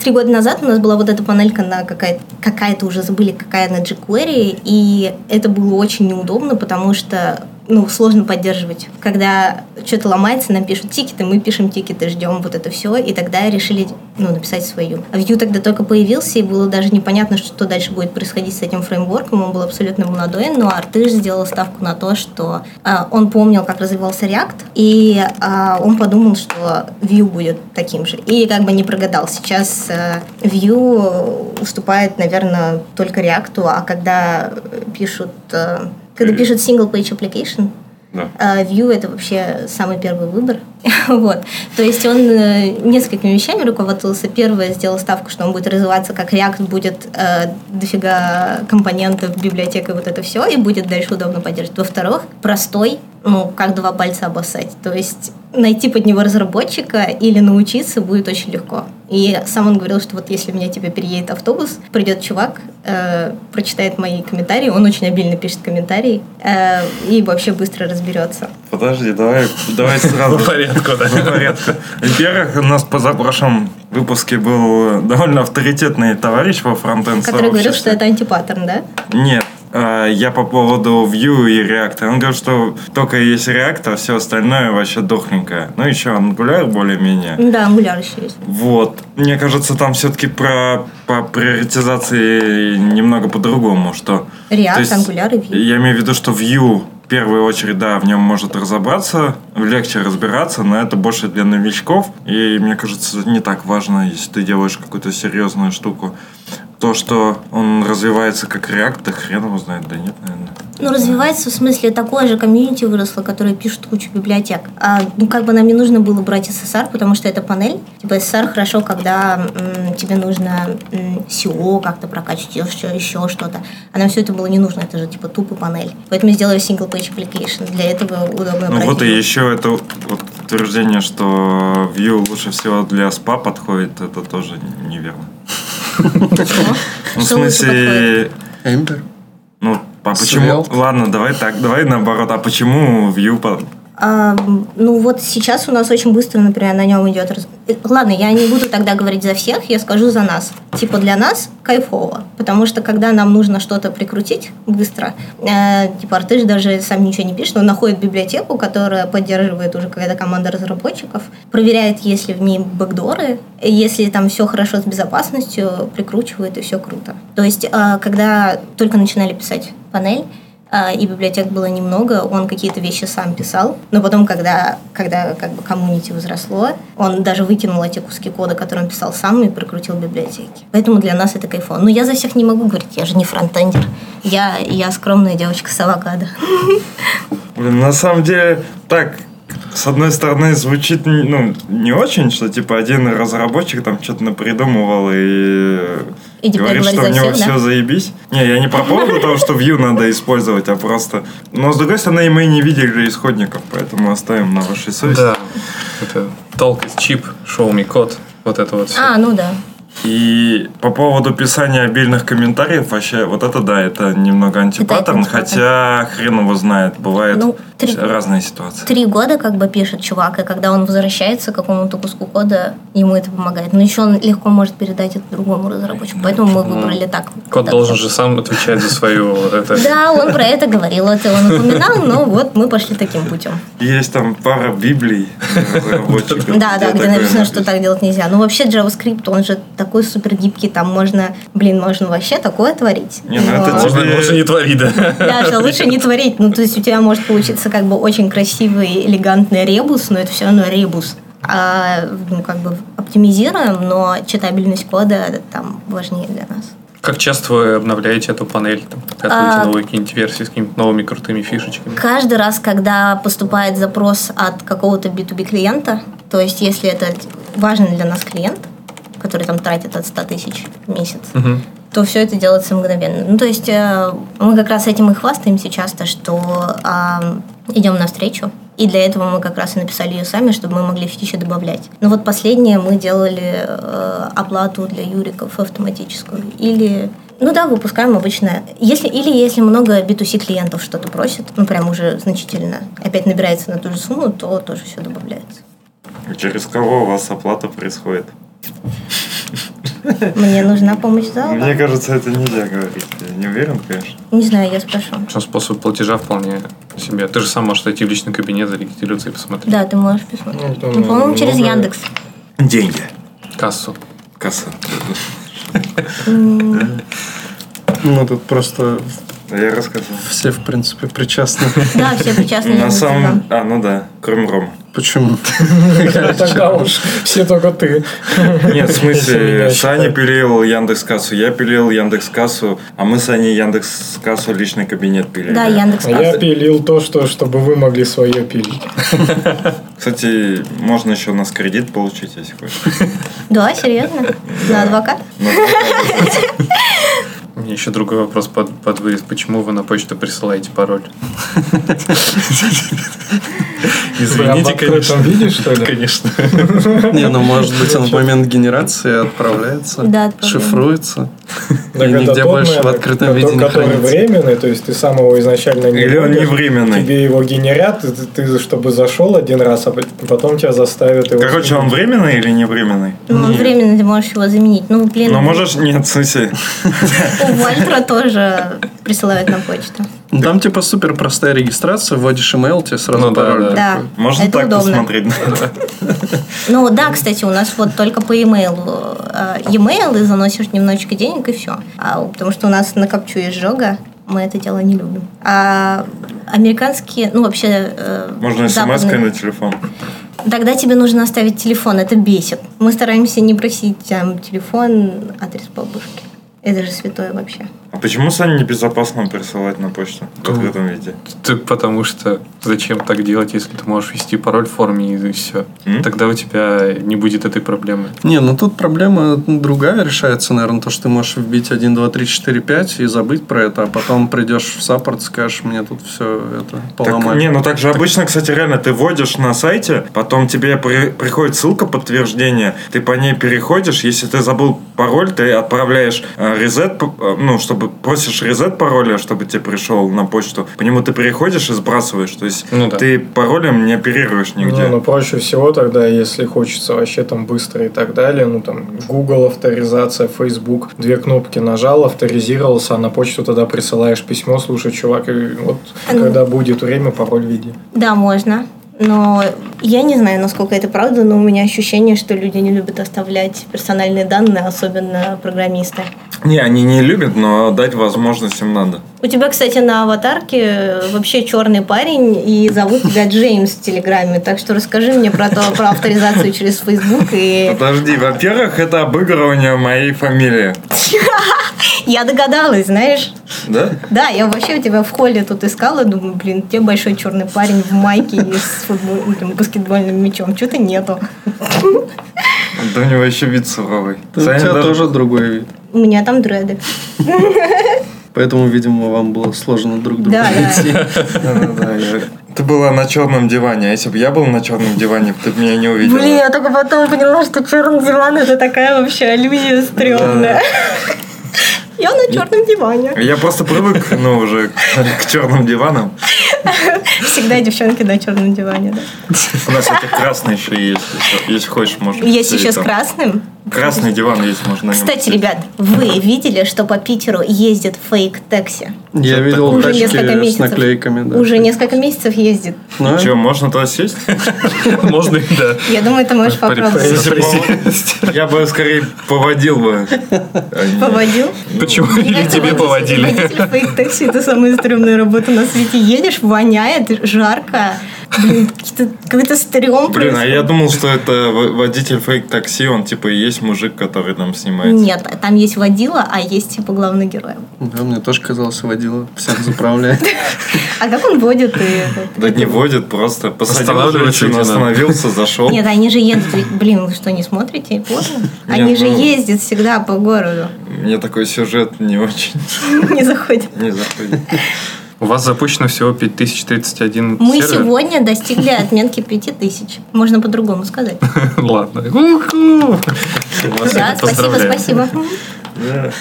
[SPEAKER 2] Три года назад у нас была вот эта панелька на какая-то, какая-то уже забыли, какая на jQuery, и это было очень неудобно, потому что ну, сложно поддерживать. Когда что-то ломается, нам пишут тикеты, мы пишем тикеты, ждем вот это все, и тогда решили ну, написать свою. А Vue тогда только появился, и было даже непонятно, что дальше будет происходить с этим фреймворком, он был абсолютно молодой, но Артыш сделал ставку на то, что а, он помнил, как развивался React, и а, он подумал, что Vue будет таким же, и как бы не прогадал. Сейчас э, Vue уступает, наверное, только React, а когда э, пишут... э, когда пишут single page application,
[SPEAKER 3] Да.
[SPEAKER 2] а Vue это вообще самый первый выбор. вот. То есть он э, несколькими вещами руководился. Первое, сделал ставку, что он будет развиваться как React, будет э, дофига компонентов, библиотек и вот это все, и будет дальше удобно поддерживать. Во-вторых, простой, ну, как два пальца обоссать. То есть найти под него разработчика или научиться будет очень легко. И сам он говорил, что вот если у меня тебе переедет автобус, придет чувак, э, прочитает мои комментарии, он очень обильно пишет комментарии э, и вообще быстро разберется.
[SPEAKER 3] Подожди, давай, давай сразу.
[SPEAKER 4] По порядку, да.
[SPEAKER 3] По порядку. Во-первых, у нас по запрошлом выпуске был довольно авторитетный товарищ во фронтенд
[SPEAKER 2] Который говорил, что
[SPEAKER 3] сообществе.
[SPEAKER 2] это антипаттерн, да?
[SPEAKER 3] Нет, а, я по поводу Vue и React. Он говорит, что только есть React, а все остальное вообще дохленькое. Ну, еще Angular более-менее.
[SPEAKER 2] Да, ангуляр еще есть.
[SPEAKER 3] Вот. Мне кажется, там все-таки про, по приоритизации немного по-другому, что...
[SPEAKER 2] React,
[SPEAKER 3] то есть
[SPEAKER 2] Angular и Vue.
[SPEAKER 3] Я имею в виду, что Vue в первую очередь, да, в нем может разобраться, легче разбираться, но это больше для новичков. И мне кажется, не так важно, если ты делаешь какую-то серьезную штуку. То, что он развивается как React, да хрен его знает, да нет, наверное.
[SPEAKER 2] Ну, развивается в смысле такое же комьюнити выросло, которое пишет кучу библиотек. А, ну, как бы нам не нужно было брать SSR, потому что это панель. Типа SSR хорошо, когда м, тебе нужно м, SEO как-то прокачивать, еще, еще что-то. А нам все это было не нужно, это же типа тупо панель. Поэтому сделали single page application. Для этого удобно
[SPEAKER 3] Ну
[SPEAKER 2] брать
[SPEAKER 3] вот и
[SPEAKER 2] ее.
[SPEAKER 3] еще это вот утверждение, что Vue лучше всего для спа подходит, это тоже н- неверно. Ну, в
[SPEAKER 2] Что лучше
[SPEAKER 3] смысле,
[SPEAKER 1] Эмбер?
[SPEAKER 3] ну, а почему?
[SPEAKER 1] Svelte.
[SPEAKER 3] Ладно, давай так, давай наоборот. А почему Vue по-
[SPEAKER 2] А, ну вот сейчас у нас очень быстро, например, на нем идет... раз- Э, Ладно, я не буду тогда говорить за всех, я скажу за нас. Типа для нас кайфово, потому что когда нам нужно что-то прикрутить быстро, э, типа Артыш даже сам ничего не пишет, он находит библиотеку, которая поддерживает уже какая-то команда разработчиков, проверяет, есть ли в ней бэкдоры, и если там все хорошо с безопасностью, прикручивает и все круто. То есть э, когда только начинали писать панель, а, и библиотек было немного, он какие-то вещи сам писал, но потом, когда, когда как бы коммунити возросло, он даже выкинул эти куски кода, которые он писал сам, и прокрутил библиотеки. Поэтому для нас это кайфово. Но я за всех не могу говорить, я же не фронтендер. Я, я скромная девочка с авокадо.
[SPEAKER 3] Блин, на самом деле, так, с одной стороны, звучит ну, не очень, что типа один разработчик там что-то напридумывал и,
[SPEAKER 2] И теперь
[SPEAKER 3] говорит,
[SPEAKER 2] говорит
[SPEAKER 3] что у
[SPEAKER 2] за
[SPEAKER 3] него
[SPEAKER 2] всех, да?
[SPEAKER 3] все заебись. Не, я не по поводу того, что Vue надо использовать, а просто... Но, с другой стороны, мы не видели исходников, поэтому оставим на вашей совести.
[SPEAKER 4] Да. Это толк из чип, show me код. Вот это вот все.
[SPEAKER 2] А, ну да.
[SPEAKER 3] И по поводу писания обильных комментариев, вообще, вот это да, это немного антипаттерн,
[SPEAKER 2] антипаттерн.
[SPEAKER 3] хотя хрен его знает, бывают
[SPEAKER 2] типа, Ну, три-
[SPEAKER 3] разные ситуации.
[SPEAKER 2] Три года как бы пишет чувак, и когда он возвращается к какому-то куску кода, ему это помогает. Но еще он легко может передать это другому разработчику, поэтому мы выбрали так.
[SPEAKER 4] ну, Код
[SPEAKER 2] Так.
[SPEAKER 4] должен же сам отвечать за свою... это.
[SPEAKER 2] А, Да, он про это говорил, это он упоминал, но вот мы пошли таким путем.
[SPEAKER 3] Есть там пара библий разработчиков.
[SPEAKER 2] Да, да,
[SPEAKER 3] где
[SPEAKER 2] где
[SPEAKER 3] такое
[SPEAKER 2] написано, что так делать нельзя. Ну, вообще, JavaScript, он же такой супер гибкий, там можно, блин, можно вообще такое творить.
[SPEAKER 3] Не, ну
[SPEAKER 2] Но-
[SPEAKER 3] это
[SPEAKER 4] А Можно
[SPEAKER 3] Тебе-
[SPEAKER 4] лучше не творить, да.
[SPEAKER 2] Да, что лучше не творить. Ну, то есть у тебя может получиться как бы очень красивый, элегантный ребус, но это все равно ребус. А, ну, как бы оптимизируем, но читабельность кода там важнее для нас.
[SPEAKER 4] Как часто вы обновляете эту панель? Там,
[SPEAKER 2] А.
[SPEAKER 4] Готовите новые какие-нибудь версии с какими-то новыми крутыми фишечками?
[SPEAKER 2] Каждый раз, когда поступает запрос от какого-то B2B клиента, то есть если это важный для нас клиент, который там тратит от 100 тысяч в месяц,
[SPEAKER 4] Мгм.
[SPEAKER 2] то все это делается мгновенно. Ну, то есть э, мы как раз этим и хвастаемся часто, что идем навстречу. И для этого мы как раз и написали ее сами, чтобы мы могли фичи добавлять. Ну вот последнее мы делали э, оплату для юриков автоматическую. Или, ну да, выпускаем обычно. Если, или если много B2C клиентов что-то просит, ну прям уже значительно, опять набирается на ту же сумму, то тоже все добавляется.
[SPEAKER 3] Через кого у вас оплата происходит?
[SPEAKER 2] Мне нужна помощь зала.
[SPEAKER 3] Мне кажется, это нельзя говорить. Я не уверен, конечно.
[SPEAKER 2] Не знаю, я спрошу.
[SPEAKER 4] Причем способ платежа вполне себе. Ты же сам можешь зайти в личный кабинет, зарегистрироваться и посмотреть
[SPEAKER 2] Да, ты можешь посмотреть.
[SPEAKER 6] Ну, да,
[SPEAKER 2] Ну, по-моему, через
[SPEAKER 6] много.
[SPEAKER 2] Яндекс.
[SPEAKER 3] Деньги.
[SPEAKER 4] кассу.
[SPEAKER 3] Касса.
[SPEAKER 1] Ну, тут просто
[SPEAKER 3] Я рассказал.
[SPEAKER 1] все, в принципе, причастны.
[SPEAKER 2] Да, все причастны.
[SPEAKER 3] На
[SPEAKER 2] к
[SPEAKER 3] самом...
[SPEAKER 2] деньгам.
[SPEAKER 3] А, ну да, кроме Рома.
[SPEAKER 1] Почему?
[SPEAKER 6] Тогда уж все только ты.
[SPEAKER 3] Нет, в
[SPEAKER 6] Если
[SPEAKER 3] смысле,
[SPEAKER 6] меня
[SPEAKER 3] Саня
[SPEAKER 6] считать.
[SPEAKER 3] пилил Яндекс Кассу, я пилил Яндекс Кассу, а мы с Аней Яндекс Кассу личный кабинет пилили.
[SPEAKER 2] Да, Яндекс.
[SPEAKER 6] А я пилил то, что, чтобы вы могли свое пилить.
[SPEAKER 3] Кстати, можно еще у нас кредит получить, если хочешь.
[SPEAKER 2] Да, серьезно? На адвокат?
[SPEAKER 3] Ну,
[SPEAKER 4] Мне еще другой вопрос под, под вырез. Почему вы на почту присылаете пароль?
[SPEAKER 6] Прям в
[SPEAKER 4] Извините,
[SPEAKER 6] открытом
[SPEAKER 4] конечно.
[SPEAKER 6] виде, что ли?
[SPEAKER 4] Конечно.
[SPEAKER 1] Не, ну, может быть, он в момент генерации отправляется,
[SPEAKER 2] Да, отправляем.
[SPEAKER 1] шифруется. И
[SPEAKER 6] Так это
[SPEAKER 1] нигде
[SPEAKER 6] тот
[SPEAKER 1] больше в
[SPEAKER 6] навык,
[SPEAKER 1] открытом
[SPEAKER 6] кото-
[SPEAKER 1] виде не
[SPEAKER 6] который
[SPEAKER 1] хранится.
[SPEAKER 6] временный, то есть ты самого изначально не
[SPEAKER 3] Или он не
[SPEAKER 6] вводишь,
[SPEAKER 3] временный?
[SPEAKER 6] Тебе его генерят, и ты, ты чтобы зашел один раз, а потом тебя заставят его...
[SPEAKER 3] Короче, он временный или не временный?
[SPEAKER 2] Ну, он временно ты можешь его заменить. Ну, блин,
[SPEAKER 3] Но можешь... Нет, в смысле,
[SPEAKER 2] у Вальтра тоже присылают на почту.
[SPEAKER 1] Ну, Там типа супер простая регистрация, вводишь email, тебе сразу
[SPEAKER 4] Ну да,
[SPEAKER 1] пароль.
[SPEAKER 4] да.
[SPEAKER 2] Да,
[SPEAKER 3] можно
[SPEAKER 2] это
[SPEAKER 3] так
[SPEAKER 2] удобно.
[SPEAKER 3] посмотреть на это?
[SPEAKER 2] Ну, да, кстати, у нас вот только по e-mail. э, E-mail, и заносишь немножечко денег, и все. потому что у нас на копчу изжога, мы это дело не любим. А американские, ну, вообще... э,
[SPEAKER 3] Можно смс
[SPEAKER 2] западные-
[SPEAKER 3] на телефон.
[SPEAKER 2] Тогда тебе нужно оставить телефон, это бесит. Мы стараемся не просить там телефон, адрес бабушки. Это же святое вообще.
[SPEAKER 3] А почему Саня небезопасно присылать на почту в открытом виде?
[SPEAKER 4] Ты- Потому что зачем так делать, если ты можешь ввести пароль в форме и все.
[SPEAKER 3] М?
[SPEAKER 4] Тогда у тебя не будет этой проблемы.
[SPEAKER 1] Не, ну тут проблема ну, другая решается, наверное, то, что ты можешь вбить 1, 2, 3, 4, 5 и забыть про это, а потом придешь в саппорт, скажешь, мне тут все это
[SPEAKER 3] Так,
[SPEAKER 1] поломали.
[SPEAKER 3] не, ну так же обычно, кстати, реально, ты вводишь на сайте, потом тебе при- приходит ссылка подтверждения, ты по ней переходишь, если ты забыл пароль, ты отправляешь э, резет, ну, чтобы просишь резет пароля, чтобы тебе пришел на почту, по нему ты переходишь и сбрасываешь, то есть
[SPEAKER 4] Ну да.
[SPEAKER 3] ты паролем не оперируешь нигде.
[SPEAKER 6] Не, ну проще всего тогда, если хочется вообще там быстро и так далее, ну там Google авторизация, Facebook, две кнопки нажал, авторизировался, а на почту тогда присылаешь письмо, слушай, чувак, и вот
[SPEAKER 2] Ну.
[SPEAKER 6] когда будет время, пароль введи.
[SPEAKER 2] Да, можно. Но я не знаю, насколько это правда, но у меня ощущение, что люди не любят оставлять персональные данные, особенно программисты.
[SPEAKER 4] ну.
[SPEAKER 3] Не, они не любят, но дать возможность им надо.
[SPEAKER 2] У тебя, кстати, на аватарке э, вообще черный парень, и зовут тебя Джеймс в Телеграме. Так что расскажи мне про, то, про авторизацию через Facebook. И
[SPEAKER 3] Подожди, во-первых, это обыгрывание моей фамилии.
[SPEAKER 2] я догадалась, знаешь?
[SPEAKER 3] Да?
[SPEAKER 2] Да, я вообще тебя в холле тут искала, думаю, блин, где большой черный парень в майке и с футбол- ну, там, баскетбольным мячом? Что-то нету.
[SPEAKER 3] Да у него еще вид суровый.
[SPEAKER 1] У
[SPEAKER 3] Саня
[SPEAKER 1] тебя
[SPEAKER 3] даже-
[SPEAKER 1] тоже другой вид.
[SPEAKER 2] У меня там дреды.
[SPEAKER 1] Поэтому, видимо, вам было сложно друг друга
[SPEAKER 2] Да,
[SPEAKER 1] найти.
[SPEAKER 2] да.
[SPEAKER 3] Да-да-да, я- Ты была на черном диване, а если бы я был на черном диване, ты бы меня не увидела.
[SPEAKER 2] Блин, я только потом поняла, что черный диван это такая вообще аллюзия стрёмная. Я на черном диване.
[SPEAKER 3] Я просто привык, ну, уже к черным диванам.
[SPEAKER 2] Всегда девчонки на черном диване, да.
[SPEAKER 3] У нас это красный еще есть. если- Если хочешь, можно.
[SPEAKER 2] Есть еще с красным.
[SPEAKER 3] Красный диван есть, можно. на нем
[SPEAKER 2] Кстати,
[SPEAKER 3] сидеть.
[SPEAKER 2] ребят, вы видели, что по Питеру ездит фейк-такси?
[SPEAKER 1] Я видел
[SPEAKER 2] Уже несколько
[SPEAKER 1] тачки с
[SPEAKER 2] месяцев.
[SPEAKER 1] наклейками. да. Ну,
[SPEAKER 2] Уже несколько месяцев ездит.
[SPEAKER 1] Но
[SPEAKER 3] Че, можно туда сесть?
[SPEAKER 4] Можно и да.
[SPEAKER 2] Я думаю, ты можешь попробовать.
[SPEAKER 3] Если бы он- Я бы скорее поводил бы. а не-
[SPEAKER 2] Поводил?
[SPEAKER 4] Ну, Почему
[SPEAKER 2] Мне
[SPEAKER 4] или
[SPEAKER 2] кажется,
[SPEAKER 4] тебе
[SPEAKER 2] водитель-
[SPEAKER 4] поводили?
[SPEAKER 2] Водитель фейк-такси – это самая стрёмная работа на свете. Едешь, воняет, жарко. Блин, какие-то- какой-то стрём
[SPEAKER 3] Блин, а я
[SPEAKER 2] происходит.
[SPEAKER 3] думал, что это во- водитель фейк-такси, он типа и есть мужик, который там снимается.
[SPEAKER 2] Нет, а там есть водила, а есть типа главный герой.
[SPEAKER 1] Да, мне тоже казалось, водила всех заправляет.
[SPEAKER 2] А как он водит и этот?
[SPEAKER 3] Да не водит, просто посадил
[SPEAKER 4] Останавливается
[SPEAKER 3] женщину,
[SPEAKER 4] лейтенант.
[SPEAKER 3] остановился, зашел.
[SPEAKER 2] Нет, они же едут, ведь, блин, вы что, не смотрите? Поздно. Они
[SPEAKER 3] Нет,
[SPEAKER 2] же
[SPEAKER 3] ну-
[SPEAKER 2] ездят всегда по городу.
[SPEAKER 3] Мне такой сюжет не очень
[SPEAKER 2] Не заходят.
[SPEAKER 3] не заходит.
[SPEAKER 4] У вас запущено всего 5031
[SPEAKER 2] Мы
[SPEAKER 4] сервер.
[SPEAKER 2] сегодня достигли отметки 5000. Можно по-другому сказать.
[SPEAKER 4] Ладно. У-ху! Вас
[SPEAKER 2] Да,
[SPEAKER 4] это
[SPEAKER 2] спасибо,
[SPEAKER 4] поздравляю.
[SPEAKER 2] спасибо.
[SPEAKER 3] Да.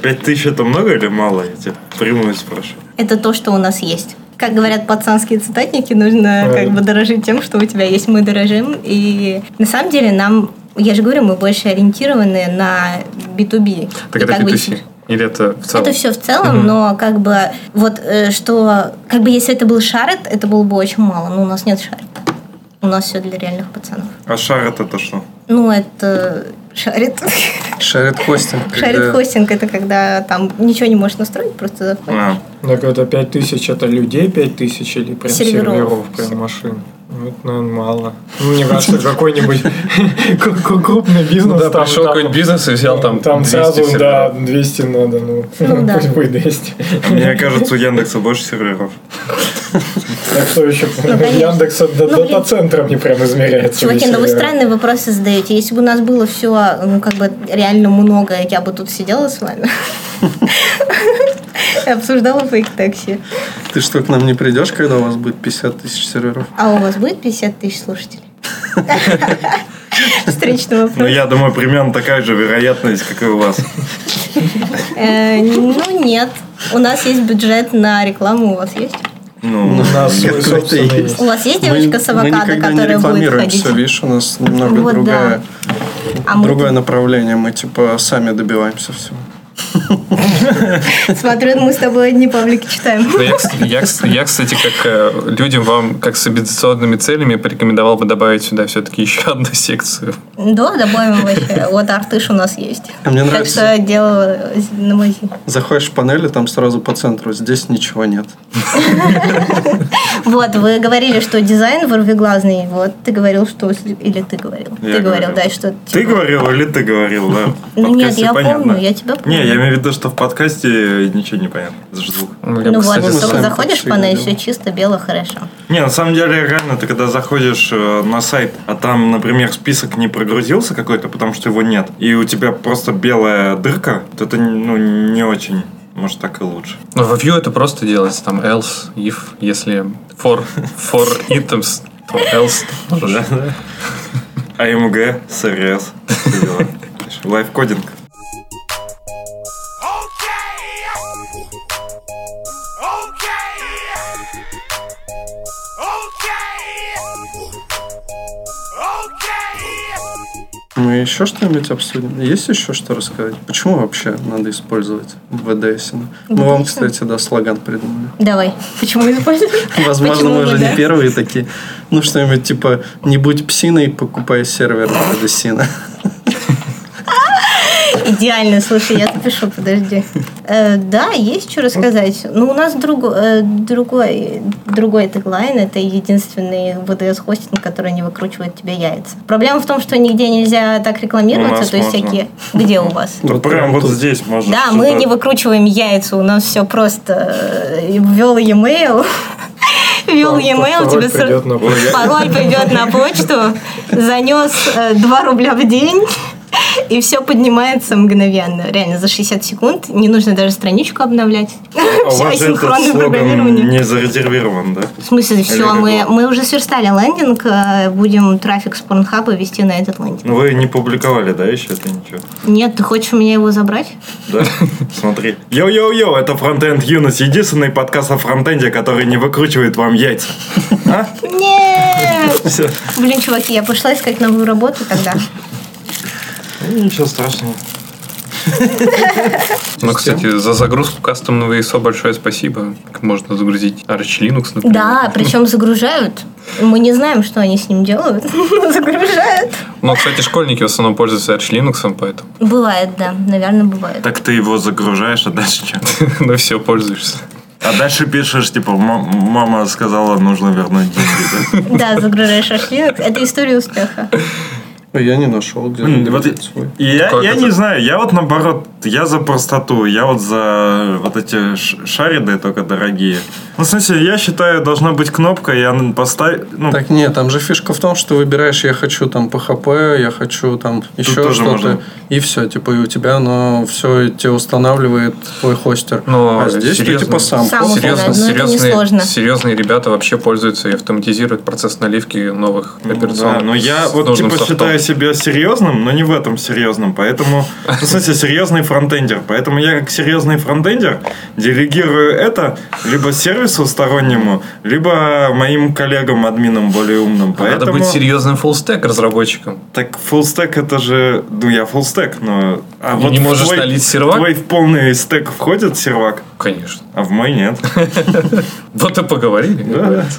[SPEAKER 3] Пять тысяч это много или мало? Я тебя прямую спрашиваю.
[SPEAKER 2] Это то, что у нас есть. Как говорят пацанские цитатники, нужно как бы дорожить тем, что у тебя есть. Мы дорожим. И на самом деле нам, я же говорю, мы больше ориентированы на B2B.
[SPEAKER 4] Так
[SPEAKER 2] И
[SPEAKER 4] это
[SPEAKER 2] как бы
[SPEAKER 4] B2C. Или это в целом?
[SPEAKER 2] Это все в целом, но как бы вот э, что, как бы если это был шарит, это было бы очень мало. Но у нас нет шарит. У нас все для реальных пацанов.
[SPEAKER 3] А шар это то что?
[SPEAKER 2] Ну, это шарит.
[SPEAKER 1] Шарит хостинг.
[SPEAKER 2] Шарит
[SPEAKER 1] когда-
[SPEAKER 2] хостинг это когда там ничего не можешь настроить, просто заходишь.
[SPEAKER 3] А,
[SPEAKER 6] Так это 5000 это людей 5000 или прям
[SPEAKER 2] Серверов.
[SPEAKER 6] серверов, прям машин? Ну, это, наверное, мало. Ну, мне кажется, какой-нибудь ку- крупный бизнес
[SPEAKER 4] Да,
[SPEAKER 6] там...
[SPEAKER 4] пришел
[SPEAKER 6] там-
[SPEAKER 4] какой-нибудь бизнес и взял там
[SPEAKER 6] Там
[SPEAKER 4] 200
[SPEAKER 6] сразу, да,
[SPEAKER 4] серверов.
[SPEAKER 6] 200 надо, ну,
[SPEAKER 2] Ну да.
[SPEAKER 6] пусть будет 200.
[SPEAKER 3] мне кажется, у Яндекса больше серверов.
[SPEAKER 6] Так что еще
[SPEAKER 2] конечно.
[SPEAKER 6] Яндекс от
[SPEAKER 2] Ну, блин.
[SPEAKER 6] дата-центрами прям измеряется.
[SPEAKER 2] Чуваки,
[SPEAKER 6] весь э,
[SPEAKER 2] ну вы
[SPEAKER 1] э,
[SPEAKER 6] сервер.
[SPEAKER 2] странные вопросы задаете. Если бы у нас было все, ну, как бы реально много, я бы тут сидела с вами. И обсуждала фейк-такси.
[SPEAKER 1] Ты что, к нам не придешь, когда у вас будет 50 тысяч серверов?
[SPEAKER 2] А у вас будет 50 тысяч слушателей? Встречный
[SPEAKER 3] Но
[SPEAKER 2] вопрос.
[SPEAKER 3] Ну, я думаю, примерно такая же вероятность, как и у вас.
[SPEAKER 2] Э, Ну, нет. У нас есть бюджет на рекламу, у вас есть?
[SPEAKER 3] Ну,
[SPEAKER 6] У нас свой
[SPEAKER 1] Какой-то
[SPEAKER 6] собственный
[SPEAKER 1] есть.
[SPEAKER 2] У вас есть
[SPEAKER 1] Мы-
[SPEAKER 2] девочка
[SPEAKER 1] Мы
[SPEAKER 2] с авокадо,
[SPEAKER 1] никогда не
[SPEAKER 2] которая будет
[SPEAKER 1] рекламируем
[SPEAKER 2] ходить?
[SPEAKER 1] все, видишь, у нас немного
[SPEAKER 2] Вот
[SPEAKER 1] другая,
[SPEAKER 2] А мы
[SPEAKER 1] другое направление. Мы типа сами добиваемся всего.
[SPEAKER 2] смотрю, мы с тобой одни паблики читаем.
[SPEAKER 4] Ну, я, кс- я кс- я, кстати, как э, людям вам, как с обязательными целями, порекомендовал бы добавить сюда все-таки еще одну секцию.
[SPEAKER 2] Да, добавим вообще. Вот артыш у нас есть.
[SPEAKER 1] А мне
[SPEAKER 2] Так
[SPEAKER 1] нравится.
[SPEAKER 2] что я делала на мази.
[SPEAKER 1] Заходишь в панели, там сразу по центру. Здесь ничего нет.
[SPEAKER 2] Вот, вы говорили, что дизайн вырвиглазный. Вот, ты говорил, что... Или ты говорил.
[SPEAKER 3] Я
[SPEAKER 2] ты говорил,
[SPEAKER 3] говорил.
[SPEAKER 2] да, что... типа-
[SPEAKER 3] ты говорил или ты говорил, да? В
[SPEAKER 2] Ну нет,
[SPEAKER 3] подкасте
[SPEAKER 2] я
[SPEAKER 3] понятно.
[SPEAKER 2] помню, я тебя помню.
[SPEAKER 3] Не, я имею в виду, что в подкасте ничего не понятно. Это же звук.
[SPEAKER 4] Я бы,
[SPEAKER 2] Ну вот,
[SPEAKER 4] кстати,
[SPEAKER 1] с-
[SPEAKER 2] только
[SPEAKER 1] сам
[SPEAKER 2] заходишь в
[SPEAKER 1] пошли,
[SPEAKER 2] панель,
[SPEAKER 1] да.
[SPEAKER 2] все чисто, бело, хорошо.
[SPEAKER 3] Не, на самом деле, реально, ты когда заходишь э, на сайт, а там, например, список не прогрузился какой-то, потому что его нет, и у тебя просто белая дырка, то это ну, не очень. Может, так и лучше.
[SPEAKER 4] Ну, в Vue это просто делается, там else, if, если for, for items, то else. ты можешь.
[SPEAKER 3] А АМГ, СРС. все дела. Знаешь, Лайфкодинг.
[SPEAKER 1] Мы еще что-нибудь обсудим? Есть еще что рассказать? Почему вообще надо использовать ВДС? Ну, Мы вам, кстати, да, слоган придумали.
[SPEAKER 2] Давай. Почему используешь?
[SPEAKER 1] Возможно,
[SPEAKER 2] Почему
[SPEAKER 1] мы
[SPEAKER 2] не,
[SPEAKER 1] уже
[SPEAKER 2] да?
[SPEAKER 1] не первые такие. Ну, что-нибудь типа «Не будь псиной, покупай сервер ВДСина».
[SPEAKER 2] Идеально, слушай, я запишу, подожди. Э, да, есть что рассказать. Ну, у нас друго- э, другой, другой теглайн, это единственный ВДС-хостинг, который не выкручивает тебе яйца. Проблема в том, что нигде нельзя так
[SPEAKER 3] У нас
[SPEAKER 2] рекламироваться, то есть
[SPEAKER 3] можно.
[SPEAKER 2] всякие... Где у вас?
[SPEAKER 3] Вот прям вот здесь можно. А
[SPEAKER 2] Да, мы не выкручиваем яйца, у нас все просто ввел e-mail, вел e-mail, тебе сра-
[SPEAKER 6] придет на проект.
[SPEAKER 2] пароль придет на почту, занес э, 2 рубля в день, и все поднимается мгновенно. Реально, за 60 секунд. Не нужно даже страничку обновлять.
[SPEAKER 3] А у
[SPEAKER 2] Все
[SPEAKER 3] вас же этот
[SPEAKER 2] асинхронное
[SPEAKER 3] слоган
[SPEAKER 2] программирование.
[SPEAKER 3] не зарезервирован, да?
[SPEAKER 2] В смысле, все,
[SPEAKER 3] Или
[SPEAKER 2] мы,
[SPEAKER 3] как?
[SPEAKER 2] мы уже сверстали лендинг, э, будем трафик с порнхаба вести на этот лендинг.
[SPEAKER 3] Ну вы не публиковали, да, еще это ничего?
[SPEAKER 2] Нет, ты хочешь у меня его забрать?
[SPEAKER 3] Да? Смотри. Йо-йо-йо, это Frontend Юность, единственный подкаст о фронтенде, который не выкручивает вам яйца.
[SPEAKER 2] Нет!
[SPEAKER 3] Все.
[SPEAKER 2] Блин, чуваки, я пошла искать новую работу тогда.
[SPEAKER 3] Ничего страшного.
[SPEAKER 4] Ну, кстати, за загрузку кастомного ISO большое спасибо. Можно загрузить Arch Linux, например.
[SPEAKER 2] Да, причем загружают. Мы не знаем, что они с ним делают. но Загружают.
[SPEAKER 4] Но, Ну, кстати, школьники в основном пользуются Arch Linux, поэтому
[SPEAKER 2] Бывает, да. Наверное, бывает.
[SPEAKER 3] Так ты его загружаешь, а дальше что?
[SPEAKER 4] на все ну, пользуешься.
[SPEAKER 3] А дальше пишешь, типа, «Ма- мама сказала, нужно вернуть деньги.
[SPEAKER 2] Да, загружаешь шашлинок. Это история успеха.
[SPEAKER 1] Ну, Я не нашел, где
[SPEAKER 3] Блин,
[SPEAKER 1] он
[SPEAKER 3] вот
[SPEAKER 1] лежит свой.
[SPEAKER 3] И Я,
[SPEAKER 4] Как
[SPEAKER 3] я
[SPEAKER 4] это?
[SPEAKER 3] не знаю, я вот наоборот, я за простоту, я вот за вот эти ш- шариды только дорогие. Ну, в смысле, я считаю, должна быть кнопка, я поставь, ну,
[SPEAKER 1] Так нет, там же фишка в том, что ты выбираешь, я хочу там PHP, я хочу там еще
[SPEAKER 3] тоже
[SPEAKER 1] что-то,
[SPEAKER 3] можно.
[SPEAKER 1] и все, типа, и у тебя оно все тебе устанавливает твой хостер.
[SPEAKER 3] Ну,
[SPEAKER 4] Но
[SPEAKER 1] а здесь ты
[SPEAKER 4] серьезно,
[SPEAKER 1] типа сам.
[SPEAKER 2] Сам
[SPEAKER 1] хост-
[SPEAKER 2] устанавливает.
[SPEAKER 4] серьезно,
[SPEAKER 2] ну, это
[SPEAKER 4] серьезные,
[SPEAKER 2] несложно.
[SPEAKER 4] серьезные ребята вообще пользуются и автоматизируют процесс наливки новых
[SPEAKER 3] Ну
[SPEAKER 4] операционных.
[SPEAKER 3] да, но я
[SPEAKER 4] с
[SPEAKER 3] вот
[SPEAKER 4] нужным
[SPEAKER 3] типа
[SPEAKER 4] софтом.
[SPEAKER 3] считаю себя серьезным, но не в этом серьезном, поэтому, ну, в смысле, серьезный фронтендер. Поэтому я как серьезный фронтендер делегирую это либо сервису стороннему, либо моим коллегам-админам более умным.
[SPEAKER 4] А Надо
[SPEAKER 3] Поэтому
[SPEAKER 4] быть серьезным фуллстек разработчиком.
[SPEAKER 3] так фуллстек это же, ну я фуллстек, но а
[SPEAKER 4] И не
[SPEAKER 3] в
[SPEAKER 4] можешь налить сервак?
[SPEAKER 3] Твой в полный стек входит сервак,
[SPEAKER 4] Конечно.
[SPEAKER 3] а в мой нет.
[SPEAKER 4] Вот и поговорили. как
[SPEAKER 3] Да.
[SPEAKER 4] говорится.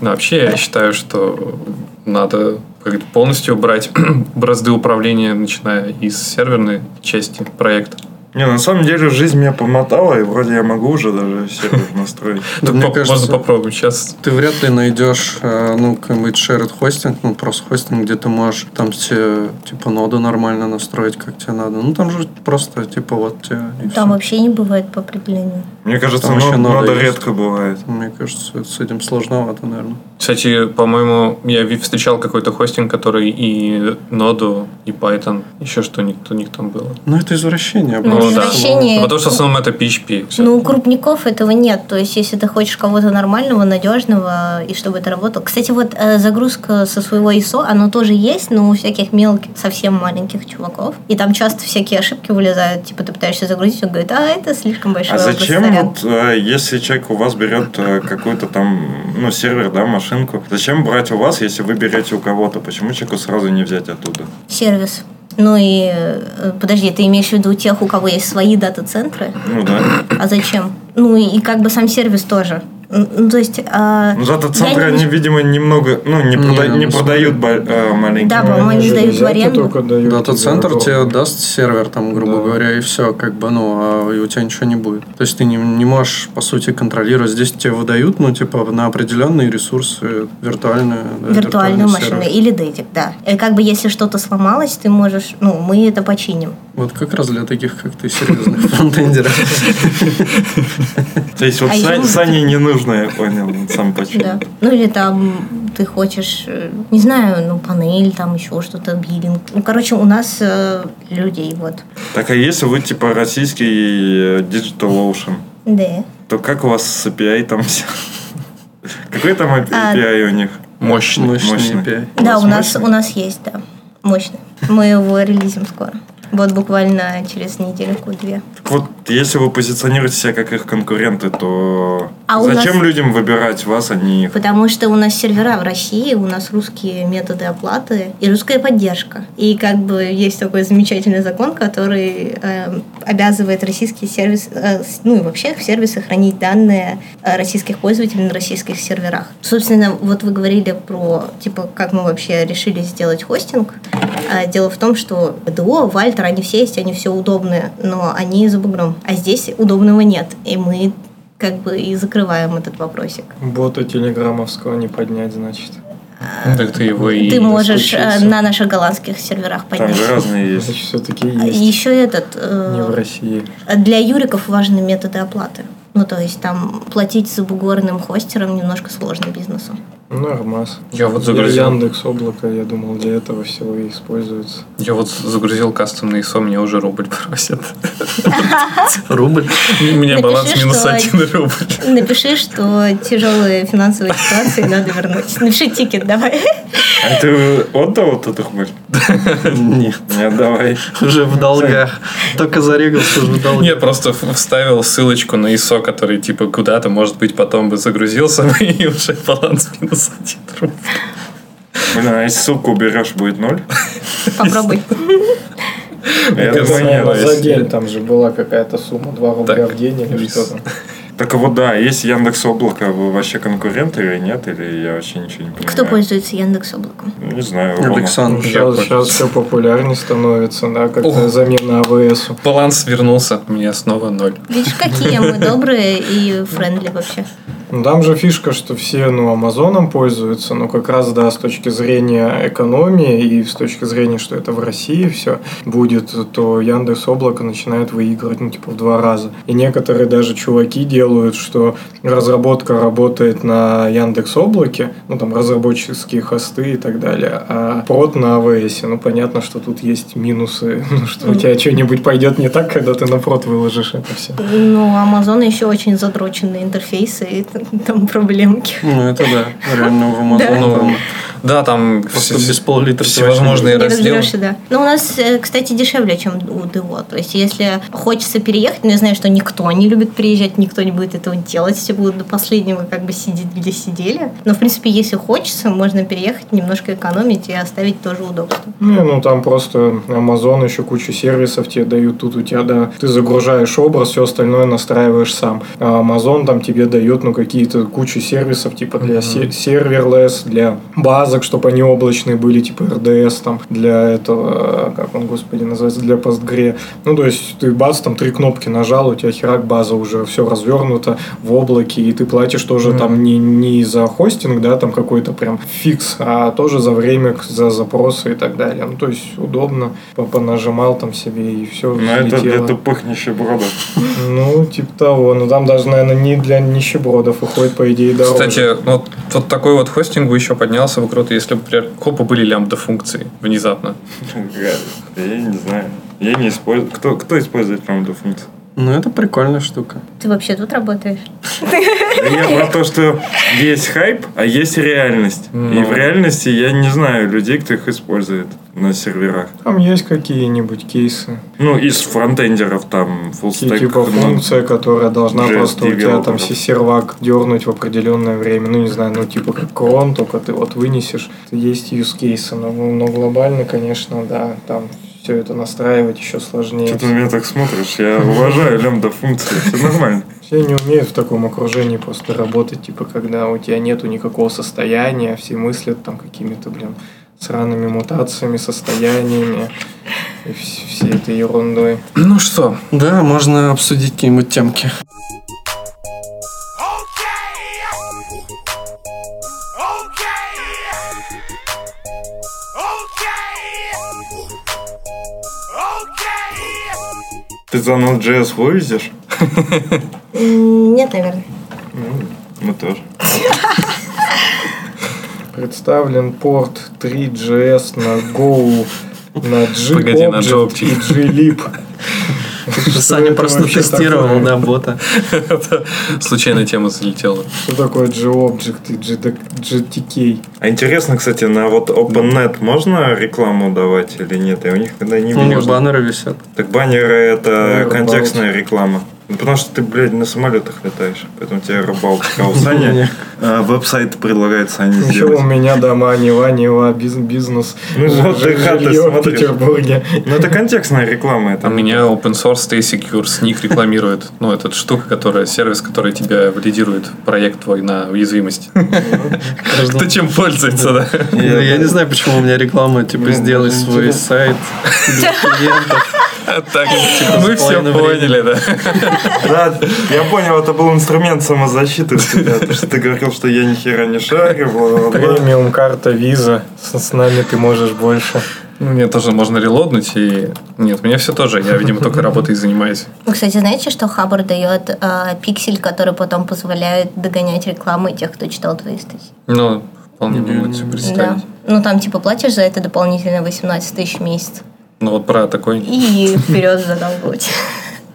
[SPEAKER 4] Но вообще я считаю, что надо как говорит, полностью брать бразды управления, начиная из серверной части проекта.
[SPEAKER 3] Не, на самом деле жизнь меня помотала, и вроде я могу уже даже сервер настроить.
[SPEAKER 1] Да,
[SPEAKER 4] Тут
[SPEAKER 1] мне
[SPEAKER 4] по-
[SPEAKER 1] кажется,
[SPEAKER 4] можно попробовать сейчас.
[SPEAKER 1] Ты вряд ли найдешь, э, ну, какой-нибудь shared хостинг, ну, просто хостинг, где ты можешь там все, типа, ноду нормально настроить, как тебе надо. Ну, там же просто, типа, вот тебе и
[SPEAKER 2] Там
[SPEAKER 1] всё.
[SPEAKER 2] вообще не бывает по определению.
[SPEAKER 3] Мне кажется,
[SPEAKER 1] Там еще
[SPEAKER 3] но-
[SPEAKER 1] нода
[SPEAKER 3] нода
[SPEAKER 1] есть.
[SPEAKER 3] редко бывает.
[SPEAKER 1] Мне кажется, с этим сложновато, наверное.
[SPEAKER 4] Кстати, по-моему, я ви- встречал какой-то хостинг, который и ноду, и Python, еще что-нибудь у них там было.
[SPEAKER 1] Ну, это извращение.
[SPEAKER 2] Ну,
[SPEAKER 1] просто.
[SPEAKER 4] да.
[SPEAKER 2] извращение.
[SPEAKER 4] Ну, Потому что в основном это PHP. всё.
[SPEAKER 2] Но Ну, у крупников этого нет. То есть, если ты хочешь кого-то нормального, надежного, и чтобы это работало. Кстати, вот э, загрузка со своего ISO, оно тоже есть, но у всяких мелких, совсем маленьких чуваков. И там часто всякие ошибки вылезают. Типа, ты пытаешься загрузить, он говорит, а это слишком большой
[SPEAKER 3] А
[SPEAKER 2] вопрос,
[SPEAKER 3] зачем
[SPEAKER 2] сорян».
[SPEAKER 3] вот, э, если человек у вас берет э, какую-то там, ну, сервер, да, машинку, зачем брать у вас, если вы берете у кого-то? Почему человеку сразу не взять оттуда?
[SPEAKER 2] Сервис. Ну и, э, подожди, ты имеешь в виду тех, у кого есть свои дата-центры?
[SPEAKER 3] Ну, да.
[SPEAKER 2] А зачем? Ну и, и как бы сам сервис тоже. Н- Ну, то есть... а,
[SPEAKER 3] Ну, зато
[SPEAKER 2] я
[SPEAKER 3] центры,
[SPEAKER 2] не-
[SPEAKER 3] они, видимо, немного, ну, не,
[SPEAKER 1] Не,
[SPEAKER 3] прода- не
[SPEAKER 1] ну,
[SPEAKER 3] продают ба- э,
[SPEAKER 2] Да,
[SPEAKER 3] маленьким.
[SPEAKER 2] по-моему, они
[SPEAKER 6] Же
[SPEAKER 2] сдают в
[SPEAKER 6] нельзя, ты
[SPEAKER 2] аренду.
[SPEAKER 6] только даёшь
[SPEAKER 1] Дата-центр
[SPEAKER 6] игроку.
[SPEAKER 1] тебе даст сервер, там, грубо
[SPEAKER 6] Да.
[SPEAKER 1] говоря, и все, как бы, ну, а и у тебя ничего не будет. То есть ты не, не можешь, по сути, контролировать. Здесь тебе выдают, ну, типа, на определенные ресурсы виртуальные. да, виртуальный
[SPEAKER 2] Э, виртуальную машину
[SPEAKER 1] сервер.
[SPEAKER 2] или дедик, да. И как бы если что-то сломалось, ты можешь, ну, мы это починим.
[SPEAKER 1] Вот как раз для таких, как ты, серьезных фронтендеров.
[SPEAKER 3] То есть вот
[SPEAKER 2] А
[SPEAKER 3] Са-
[SPEAKER 2] ему-
[SPEAKER 3] Сане не нужно, я понял, он сам почему.
[SPEAKER 2] Да. Ну или там ты хочешь, э, не знаю, ну, панель, там еще что-то, биллинг. Ну, короче, у нас э, людей вот.
[SPEAKER 3] Так, а если вы, типа, российский э, Digital Ocean,
[SPEAKER 2] Да.
[SPEAKER 3] то как у вас с API там все? Какой там
[SPEAKER 2] А-
[SPEAKER 3] API у них?
[SPEAKER 4] Мощный.
[SPEAKER 1] Мощный
[SPEAKER 3] Мощный.
[SPEAKER 1] API.
[SPEAKER 2] Да, у нас,
[SPEAKER 3] мощный?
[SPEAKER 2] у нас есть, да. Мощный. Мы его релизим скоро. Вот буквально через недельку-две.
[SPEAKER 3] Так вот, Если вы позиционируете себя как их конкуренты, то
[SPEAKER 2] А у
[SPEAKER 3] зачем
[SPEAKER 2] нас-
[SPEAKER 3] людям выбирать вас, а не их?
[SPEAKER 2] Потому что у нас сервера в России, у нас русские методы оплаты и русская поддержка. И как бы есть такой замечательный закон, который э, обязывает российские сервисы, э, с- ну и вообще сервисы хранить данные э, российских пользователей на российских серверах. Собственно, вот вы говорили про, типа, как мы вообще решили сделать хостинг. А Дело в том, что ДО, Вальтер, они все есть, они все удобные, но они за бугром. А здесь удобного нет, и мы как бы и закрываем этот вопросик.
[SPEAKER 6] Бота телеграммовского не поднять, значит.
[SPEAKER 4] Ну, так ты его и...
[SPEAKER 2] Ты можешь э,
[SPEAKER 6] случится.
[SPEAKER 2] на наших голландских серверах
[SPEAKER 3] Там
[SPEAKER 2] поднять.
[SPEAKER 3] же разные есть.
[SPEAKER 6] Значит, все-таки
[SPEAKER 2] А
[SPEAKER 6] есть.
[SPEAKER 2] Еще этот
[SPEAKER 6] Не в
[SPEAKER 2] э,
[SPEAKER 6] России.
[SPEAKER 2] для юриков важны методы оплаты. Ну, то есть там платить за бугорным хостером немножко сложно бизнесу.
[SPEAKER 6] Ну, Нормас.
[SPEAKER 4] Я вот
[SPEAKER 6] Я
[SPEAKER 4] загрузил
[SPEAKER 6] Яндекс облако, я думал, для этого всего и используется.
[SPEAKER 4] Я вот загрузил кастомный ISO, мне уже рубль просят.
[SPEAKER 1] Рубль.
[SPEAKER 4] У меня
[SPEAKER 2] Напиши,
[SPEAKER 4] баланс минус
[SPEAKER 2] что-
[SPEAKER 4] один рубль.
[SPEAKER 2] Напиши, что тяжелые финансовые ситуации надо вернуть. Напиши тикет, давай.
[SPEAKER 3] А ты отдал вот эту хмыль?
[SPEAKER 1] Нет.
[SPEAKER 3] Нет, давай.
[SPEAKER 1] Уже в долгах. Только зарегался уже в долгах.
[SPEAKER 4] Я просто в- вставил ссылочку на ISO, который типа куда-то, может быть, потом бы загрузился, и уже баланс минус один рубль.
[SPEAKER 3] Блин, а если ссылку уберешь, будет ноль?
[SPEAKER 2] Попробуй.
[SPEAKER 3] Я
[SPEAKER 4] Это
[SPEAKER 3] думаю, нет.
[SPEAKER 4] самое.
[SPEAKER 6] За гель там же была какая-то сумма, 2 рубля
[SPEAKER 4] Так.
[SPEAKER 6] в день или
[SPEAKER 4] Вис.
[SPEAKER 6] что там.
[SPEAKER 3] Так вот, да, есть Яндекс Облако, вы вообще конкуренты или нет, или я вообще ничего не понимаю.
[SPEAKER 2] Кто пользуется Яндекс облаком?
[SPEAKER 3] Не знаю. Рома.
[SPEAKER 1] Александр.
[SPEAKER 6] Сейчас,
[SPEAKER 4] понял.
[SPEAKER 6] все популярнее становится, да,
[SPEAKER 4] Ого.
[SPEAKER 6] как-то замена АВСу.
[SPEAKER 4] Баланс вернулся, у меня снова ноль.
[SPEAKER 2] Видишь, какие мы добрые и френдли вообще.
[SPEAKER 6] Ну, там же фишка, что все, ну, Амазоном пользуются, но как раз, да, с точки зрения экономии и с точки зрения, что это в России все будет, то Яндекс Облако начинает выигрывать, ну, типа, в два раза. И некоторые даже чуваки делают, что разработка работает на Яндекс Облаке, ну, там, разработческие хосты и так далее, а прод на АВСе. Ну, понятно, что тут есть минусы, ну, что у тебя что-нибудь пойдет не так, когда ты на прод выложишь это все.
[SPEAKER 2] Ну, Амазон еще очень задроченные интерфейсы, и там- там проблемки.
[SPEAKER 1] Ну, это да. Реально в Амазон.
[SPEAKER 4] Ну,
[SPEAKER 1] там
[SPEAKER 4] да, там
[SPEAKER 1] Просто
[SPEAKER 4] вс-
[SPEAKER 1] без пол-литра
[SPEAKER 4] всевозможные
[SPEAKER 2] Не
[SPEAKER 4] разделы.
[SPEAKER 2] разберешься, да. Но у нас, э, кстати, дешевле, чем у ДО. То есть, если хочется переехать, но я знаю, что никто не любит переезжать, никто не будет этого делать, все будут до последнего как бы сидеть, где сидели. Но, в принципе, если хочется, можно переехать, немножко экономить и оставить тоже удобство.
[SPEAKER 6] Не, ну там просто Amazon еще кучу сервисов тебе дают. Тут у тебя, да, ты загружаешь образ, все остальное настраиваешь сам. А Amazon там тебе дает, ну, какие-то кучу сервисов, типа для се- серверлес, для базок, чтобы они облачные были, типа RDS, там, для этого, э, как он, господи, называется, для Postgre. Ну, то есть, ты бац, там три кнопки нажал, у тебя херак база уже все развернуто в облаке, и ты платишь тоже там не, не за хостинг, да, там какой-то прям фикс, а тоже за время, к- за запросы и так далее. Ну, то есть, удобно, По- понажимал там себе и все
[SPEAKER 3] Но Ну, это для тупых нищебродов.
[SPEAKER 6] Ну, типа того. Ну, там даже, наверное, не для нищебродов выходит, по идее, дороже.
[SPEAKER 4] Кстати, вот, вот такой вот хостинг бы еще поднялся бы круто, если бы, например, хопа были лямбда-функции внезапно.
[SPEAKER 3] Я не знаю. Я не использую. Кто, кто использует прям эту функцию?
[SPEAKER 1] Ну, это прикольная штука.
[SPEAKER 2] Ты вообще тут работаешь?
[SPEAKER 3] Да Я про то, что есть хайп, а есть реальность. И
[SPEAKER 4] Ну.
[SPEAKER 3] в реальности я не знаю людей, кто их использует на серверах.
[SPEAKER 6] Там есть какие-нибудь кейсы.
[SPEAKER 3] Ну, из фронтендеров там, ну,
[SPEAKER 6] И,
[SPEAKER 3] фуллстек.
[SPEAKER 6] типа функция, которая должна
[SPEAKER 3] JS
[SPEAKER 6] просто у тебя там
[SPEAKER 3] девелопера.
[SPEAKER 6] сервак дернуть в определенное время. Ну, не знаю, ну типа как крон, только ты вот вынесешь. Есть use кейсы, но, но глобально, конечно, да, там все это настраивать еще сложнее.
[SPEAKER 3] Что ты на меня так смотришь? Я уважаю лямбда функции, все нормально.
[SPEAKER 6] Все не умеют в таком окружении просто работать, типа когда у тебя нету никакого состояния, все мыслят там какими-то, блин, сраными мутациями, состояниями и вс- всей этой ерундой.
[SPEAKER 4] Ну что,
[SPEAKER 1] Да, можно обсудить какие-нибудь темки.
[SPEAKER 3] Ты за Node.js вывезешь?
[SPEAKER 2] М, Нет, наверное.
[SPEAKER 3] Мы тоже.
[SPEAKER 6] Представлен порт 3GS на Go, на
[SPEAKER 4] Погоди, на
[SPEAKER 6] G-Object
[SPEAKER 4] G-Object.
[SPEAKER 6] и G-Lib. Что
[SPEAKER 8] Саня
[SPEAKER 6] это
[SPEAKER 8] просто
[SPEAKER 6] вообще
[SPEAKER 8] тестировал
[SPEAKER 6] такое?
[SPEAKER 8] на бота.
[SPEAKER 4] Это Случайная тема залетела.
[SPEAKER 6] Что такое G-Object и GTK?
[SPEAKER 3] А интересно, кстати, на вот OpenNet можно рекламу давать или нет? Я у них когда не
[SPEAKER 1] Ну, у них
[SPEAKER 3] видел.
[SPEAKER 1] баннеры висят.
[SPEAKER 3] Так баннеры это
[SPEAKER 6] Ну,
[SPEAKER 3] контекстная реклама. Ну, потому что ты, блядь, на самолетах летаешь. Поэтому тебе рыбалка. А у Сани э, веб-сайт предлагает Сане
[SPEAKER 6] Еще
[SPEAKER 3] сделать.
[SPEAKER 6] у меня дома, Нева, Нева, биз- бизнес.
[SPEAKER 3] Ну, вот ты хаты
[SPEAKER 6] Жилье в
[SPEAKER 3] смотришь.
[SPEAKER 6] Петербурге.
[SPEAKER 3] Ну, это контекстная реклама.
[SPEAKER 4] А
[SPEAKER 3] Это
[SPEAKER 4] меня open source Stay Secure Sneak рекламирует. Ну, этот штука, которая, сервис, который тебя валидирует, проект твой на уязвимость. Кто чем пользуется, да?
[SPEAKER 1] Ну, Я, я не знаю, почему у меня реклама, типа,
[SPEAKER 3] Блин,
[SPEAKER 1] сделай
[SPEAKER 3] даже
[SPEAKER 6] ну,
[SPEAKER 1] свой
[SPEAKER 3] интересно.
[SPEAKER 1] сайт для клиентов.
[SPEAKER 4] А Так, мы все
[SPEAKER 1] половиной
[SPEAKER 4] поняли, да.
[SPEAKER 3] Да, я понял, это был инструмент самозащиты у тебя. Потому что ты говорил, что я ни хера не шарю. бла-бла-бла.
[SPEAKER 6] Премиум карта, виза. С с нами ты можешь больше.
[SPEAKER 4] Ну, Мне тоже можно релоднуть и... Нет, у меня все тоже. Я, видимо, только работой занимаюсь.
[SPEAKER 2] Ну, Кстати, знаете, что Хабр дает э, пиксель, который потом позволяет догонять рекламы тех, кто читал твои статьи?
[SPEAKER 4] Ну, вполне могу себе
[SPEAKER 2] Да.
[SPEAKER 4] представить.
[SPEAKER 2] Ну, там типа платишь за это дополнительно 18 тысяч в месяц.
[SPEAKER 4] Ну, вот про такой...
[SPEAKER 2] И вперед задолбать.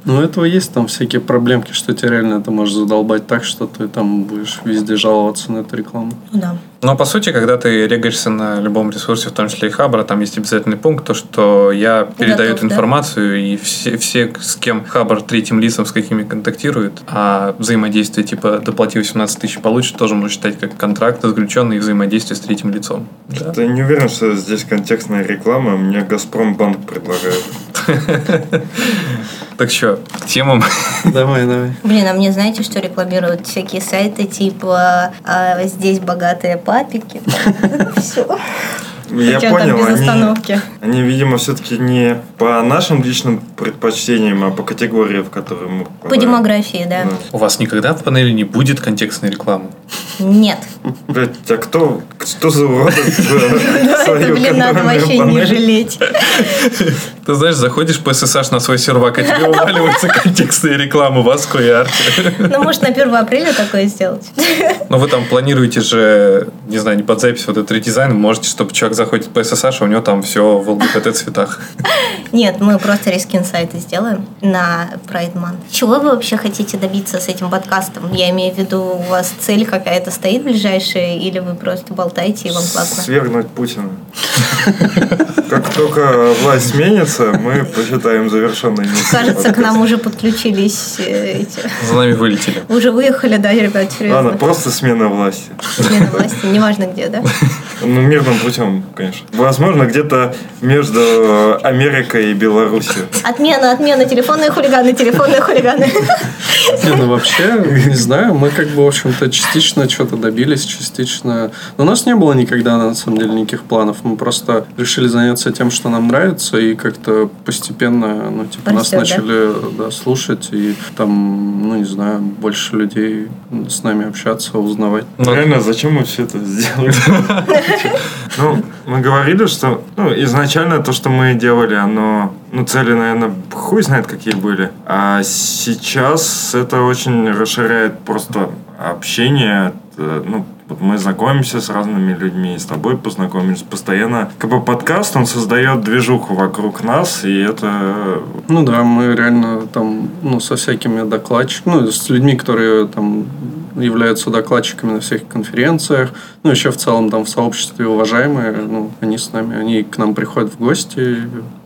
[SPEAKER 1] Ну, у этого есть там всякие проблемки, что тебе реально это можешь задолбать так, что ты там будешь везде жаловаться на эту рекламу.
[SPEAKER 2] Ну Да.
[SPEAKER 4] Но, по сути, когда ты регаешься на любом ресурсе, в том числе и Хабра, там есть обязательный пункт, то, что я передаю
[SPEAKER 2] Готов,
[SPEAKER 4] эту
[SPEAKER 2] да?
[SPEAKER 4] информацию, и все, все, с кем Хабр третьим лицом, с какими контактирует, а взаимодействие типа доплати 18 тысяч получишь, тоже можно считать как контракт, заключенный и взаимодействие с третьим лицом. Да.
[SPEAKER 3] Я не уверен, что здесь контекстная реклама. а Мне Газпромбанк предлагает.
[SPEAKER 4] Так что, к темам.
[SPEAKER 1] Давай, давай.
[SPEAKER 2] Блин, а мне знаете, что рекламируют всякие сайты, типа э, здесь богатые папики. Все.
[SPEAKER 3] Ну, Я понял,
[SPEAKER 2] без
[SPEAKER 3] они,
[SPEAKER 2] остановки.
[SPEAKER 3] они, видимо, все-таки не по нашим личным предпочтениям, а по категории, в которую мы
[SPEAKER 2] По
[SPEAKER 3] попадаем.
[SPEAKER 2] демографии, да.
[SPEAKER 4] У вас никогда в панели не будет контекстной рекламы.
[SPEAKER 3] Ну.
[SPEAKER 2] Нет.
[SPEAKER 3] Да. Блядь, а кто, кто за уроды свою
[SPEAKER 2] Ну, Это, блин, надо
[SPEAKER 3] контрольную
[SPEAKER 2] вообще не
[SPEAKER 3] панель?
[SPEAKER 2] жалеть.
[SPEAKER 4] Ты знаешь, заходишь по SSH на свой сервак, а тебе уваливается контекстная реклама Васко и Арти.
[SPEAKER 2] Ну, может, на 1 апреля такое сделать.
[SPEAKER 4] Но Ну, вы там планируете же, не знаю, не под запись вот этот редизайн, можете, чтобы человек заходит по SSH, а у него там все в ЛГБТ цветах.
[SPEAKER 2] Нет, мы просто рискин сайты сделаем на Pride Month. Чего вы вообще хотите добиться с этим подкастом? Я имею в виду, у вас цель какая-то стоит ближайшая, или вы просто болтаете и вам классно?
[SPEAKER 3] Свергнуть Путина. Как только власть сменится, мы посчитаем завершенной миссией.
[SPEAKER 2] Кажется, к нам уже подключились э, эти.
[SPEAKER 4] За нами вылетели.
[SPEAKER 2] Уже выехали, да, ребят, серьезно.
[SPEAKER 3] Ладно, просто смена власти.
[SPEAKER 2] Смена власти, неважно где, да?
[SPEAKER 3] Ну, мирным путем, конечно. Возможно, где-то между Америкой и Белоруссией.
[SPEAKER 2] Отмена, отмена, телефонные хулиганы, телефонные хулиганы.
[SPEAKER 1] Не, ну вообще, не знаю, мы как бы, в общем-то, частично что-то добились, частично... Но у нас не было никогда, на самом деле, никаких планов. Мы просто решили заняться тем, что нам нравится, и как-то постепенно, ну, типа, нас
[SPEAKER 2] Растёт, да?
[SPEAKER 1] начали да, слушать, и там, ну, не знаю, больше людей с нами общаться, узнавать.
[SPEAKER 4] Ну,
[SPEAKER 3] Реально, зачем мы все это сделали? Ну, мы говорили, что ну, изначально то, что мы делали, оно... Ну, цели, наверное, хуй знает, какие были. А сейчас это очень расширяет просто общение. э, Ну, вот мы знакомимся с разными людьми, с тобой познакомились постоянно. Как бы подкаст, он создает движуху вокруг нас, и это...
[SPEAKER 1] Ну да, мы реально там, ну, со всякими докладчиками, ну, с людьми, которые там являются докладчиками на всех конференциях, ну, еще в целом там в сообществе уважаемые, ну, они с нами, они к нам приходят в гости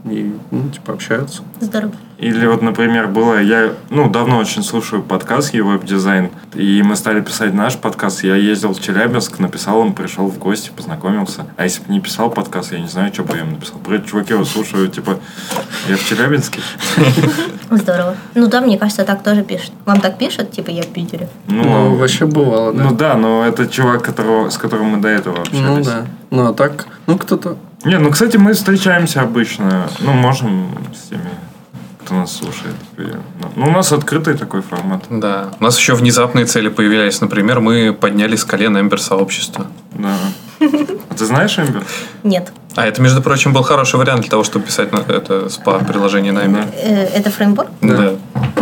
[SPEAKER 1] и, ну, типа, общаются.
[SPEAKER 2] Здорово.
[SPEAKER 3] Или вот, например, было, я, ну, давно очень слушаю подкаст «Его дизайн», и мы стали писать наш подкаст. Я ездил в Челябинск, написал им, пришел в гости, познакомился. А если бы не писал подкаст, я не знаю, что бы я им написал. Привет, чуваки, я вас слушаю, типа, я в Челябинске.
[SPEAKER 2] Здорово. Ну да, мне кажется, так тоже пишут. Вам так пишут, типа я в Питере?
[SPEAKER 1] Ну, вообще бывало, да.
[SPEAKER 3] ну да, но это чувак, которого, с которым мы до этого общались.
[SPEAKER 1] Ну, да. Ну, а так, ну, кто-то...
[SPEAKER 3] Не, ну, кстати, мы встречаемся обычно. Ну, можем с теми, кто нас слушает. Ну, у нас открытый такой формат.
[SPEAKER 4] Да. У нас еще внезапные цели появлялись. Например, мы подняли с колен Эмбер сообщество.
[SPEAKER 3] Да. А ты знаешь, Эмбер?
[SPEAKER 2] Нет.
[SPEAKER 4] А это, между прочим, был хороший вариант для того, чтобы писать на это спа-приложение на Эмбер.
[SPEAKER 2] Э, Это фреймворк?
[SPEAKER 4] Да.
[SPEAKER 2] Я
[SPEAKER 3] Он,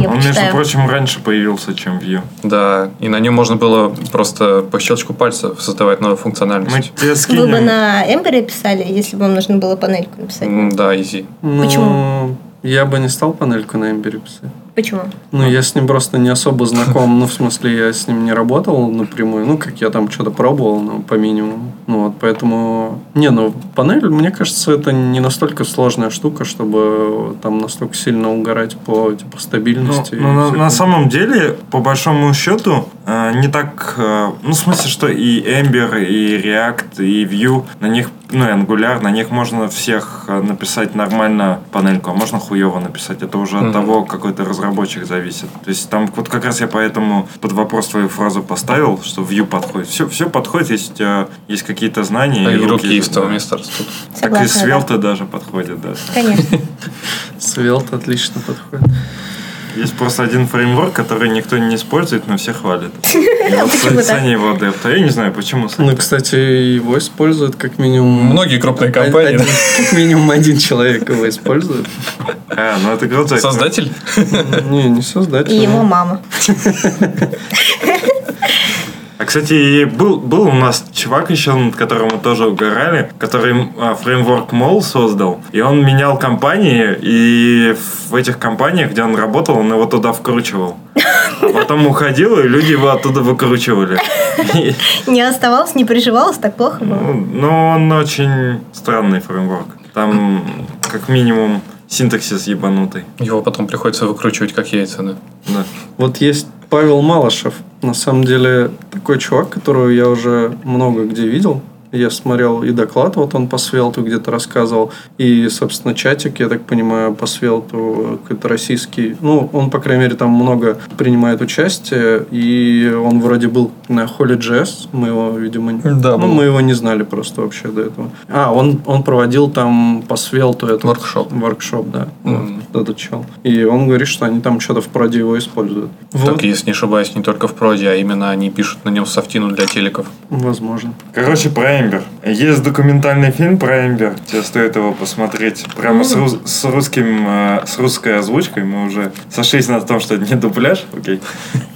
[SPEAKER 3] Ну, между
[SPEAKER 2] почитаю.
[SPEAKER 3] прочим, раньше появился, чем Vue.
[SPEAKER 4] Да. И на нем можно было просто по щелчку пальцев создавать новую
[SPEAKER 3] Мы
[SPEAKER 4] функциональность.
[SPEAKER 3] тебе
[SPEAKER 2] Вы бы
[SPEAKER 3] скинем.
[SPEAKER 2] на Эмбере писали, если бы вам нужно было панельку написать.
[SPEAKER 4] М, Да, изи.
[SPEAKER 1] Ну,
[SPEAKER 2] Почему?
[SPEAKER 1] Я бы не стал панельку на Эмбере писать.
[SPEAKER 2] Почему?
[SPEAKER 1] Ну, я с ним просто не особо знаком. Ну, в смысле, я с ним не работал напрямую. Ну, как я там что-то пробовал, но по минимуму. Ну, вот, поэтому... Не, ну, панель, мне кажется, это не настолько сложная штука, чтобы там настолько сильно угорать по, типа,
[SPEAKER 3] Ну,
[SPEAKER 1] стабильности. и
[SPEAKER 3] ну, на,
[SPEAKER 1] всякому.
[SPEAKER 3] на самом деле, по большому счету, э, не так... э, ну, в смысле, что и Ember, и React, и Vue, на них, ну, и Angular, на них можно всех э, написать нормально панельку, а можно хуево написать. Это уже от
[SPEAKER 4] Мгм.
[SPEAKER 3] того, какой ты разработчик зависит. То есть там вот как раз я поэтому под вопрос твою фразу поставил, что Vue подходит. Все, все подходит, если у тебя есть какие-то знания.
[SPEAKER 4] И руки
[SPEAKER 3] есть,
[SPEAKER 4] из того
[SPEAKER 3] да.
[SPEAKER 4] места растут.
[SPEAKER 3] Так и
[SPEAKER 2] Согласна, да.
[SPEAKER 3] Svelte даже подходит, да.
[SPEAKER 2] Конечно.
[SPEAKER 1] Svelte отлично подходит.
[SPEAKER 3] Есть просто один фреймворк, который никто не использует, но все хвалят. И вот
[SPEAKER 2] Почему так?
[SPEAKER 3] Саня его адепт. А Я не знаю, почему Саня.
[SPEAKER 1] Ну, кстати, его используют как минимум...
[SPEAKER 4] Многие крупные компании.
[SPEAKER 1] Один- Как минимум один человек его использует. Ну,
[SPEAKER 3] А, ну это круто.
[SPEAKER 4] Создатель?
[SPEAKER 1] Не, не
[SPEAKER 2] И
[SPEAKER 1] создатель.
[SPEAKER 2] его мама.
[SPEAKER 3] А, кстати, и был, был у нас чувак еще, над которым мы тоже угорали, который а, фреймворк Мол создал, и он менял компании, и в этих компаниях, где он работал, он его туда вкручивал. А потом уходил, и люди его оттуда выкручивали. И,
[SPEAKER 2] Не оставалось, не приживалось, так плохо было.
[SPEAKER 3] ну, Но он очень странный фреймворк. Там, как минимум, синтаксис ебанутый.
[SPEAKER 4] Его потом приходится выкручивать как яйца, да.
[SPEAKER 3] Да.
[SPEAKER 1] Вот есть Павел Малышев. На самом деле такой чувак, которого я уже много где видел. Я смотрел и доклад, вот он по Свелту где-то рассказывал, и, собственно, чатик, я так понимаю, по Свелту какой-то российский. Ну, он, по крайней мере, там много принимает участие, и он вроде был на Holy Jazz, мы его, видимо, не-
[SPEAKER 4] Да,
[SPEAKER 1] ну,
[SPEAKER 4] был.
[SPEAKER 1] мы его не знали просто вообще до этого. А, он, он проводил там по Свелту этот
[SPEAKER 4] Воркшоп.
[SPEAKER 1] Воркшоп, да.
[SPEAKER 4] Мгм.
[SPEAKER 1] Вот этот чел. И он говорит, что они там что-то в проде его используют. Вот,
[SPEAKER 4] Так, если не ошибаюсь, не только в проде, а именно они пишут на нем софтину для телеков.
[SPEAKER 1] возможно.
[SPEAKER 3] Короче, про Эмбер. Есть документальный фильм про Эмбер. Тебе стоит его посмотреть. Прямо с, рус- с русским, э, с русской озвучкой. Мы уже сошлись на том, что это не дубляж. Окей.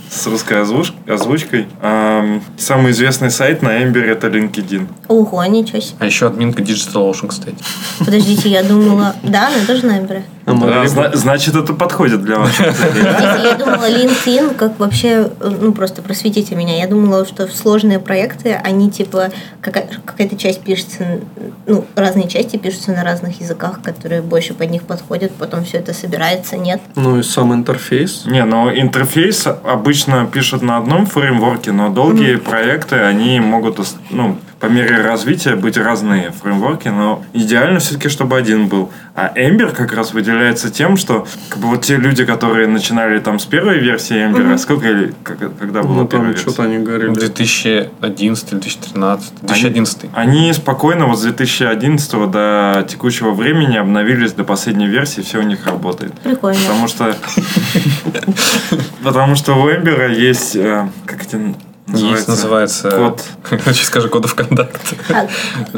[SPEAKER 3] С русской озвуч- озвучкой. Ам, самый известный сайт на Эмбер это LinkedIn.
[SPEAKER 2] Ого, ничего себе.
[SPEAKER 4] А еще админка Digital Ocean, кстати.
[SPEAKER 2] Подождите, я думала... Да, она тоже на Эмбре.
[SPEAKER 1] А могли
[SPEAKER 3] Да,
[SPEAKER 1] бы-
[SPEAKER 3] зна- значит, это подходит для вас.
[SPEAKER 2] Я думала, LinkedIn, как вообще, э, ну просто просветите меня. Я думала, что сложные проекты, они типа, какая- какая-то часть пишется, н- ну, разные части пишутся на разных языках, которые больше под них подходят, потом все это собирается, нет.
[SPEAKER 1] Ну и сам интерфейс.
[SPEAKER 3] Не, ну интерфейс обычно пишут на одном фреймворке, но долгие проекты, они могут, ос- ну, по мере развития быть разные фреймворки, но идеально все-таки, чтобы один был. А Ember как раз выделяется тем, что как бы вот те люди, которые начинали там с первой версии Ember, а сколько или как- когда была
[SPEAKER 1] Ну
[SPEAKER 3] первая
[SPEAKER 1] там
[SPEAKER 3] версия?
[SPEAKER 1] что-то они говорили.
[SPEAKER 4] 2011, 2013, 2011.
[SPEAKER 3] Они спокойно вот с 2011 до текущего времени обновились до последней версии, все у них работает.
[SPEAKER 2] Прикольно.
[SPEAKER 3] Потому что... Потому что у Эмбера есть... э, Как это
[SPEAKER 4] Есть, называется...
[SPEAKER 3] Код.
[SPEAKER 4] Сейчас скажу кодов контакт.
[SPEAKER 2] А,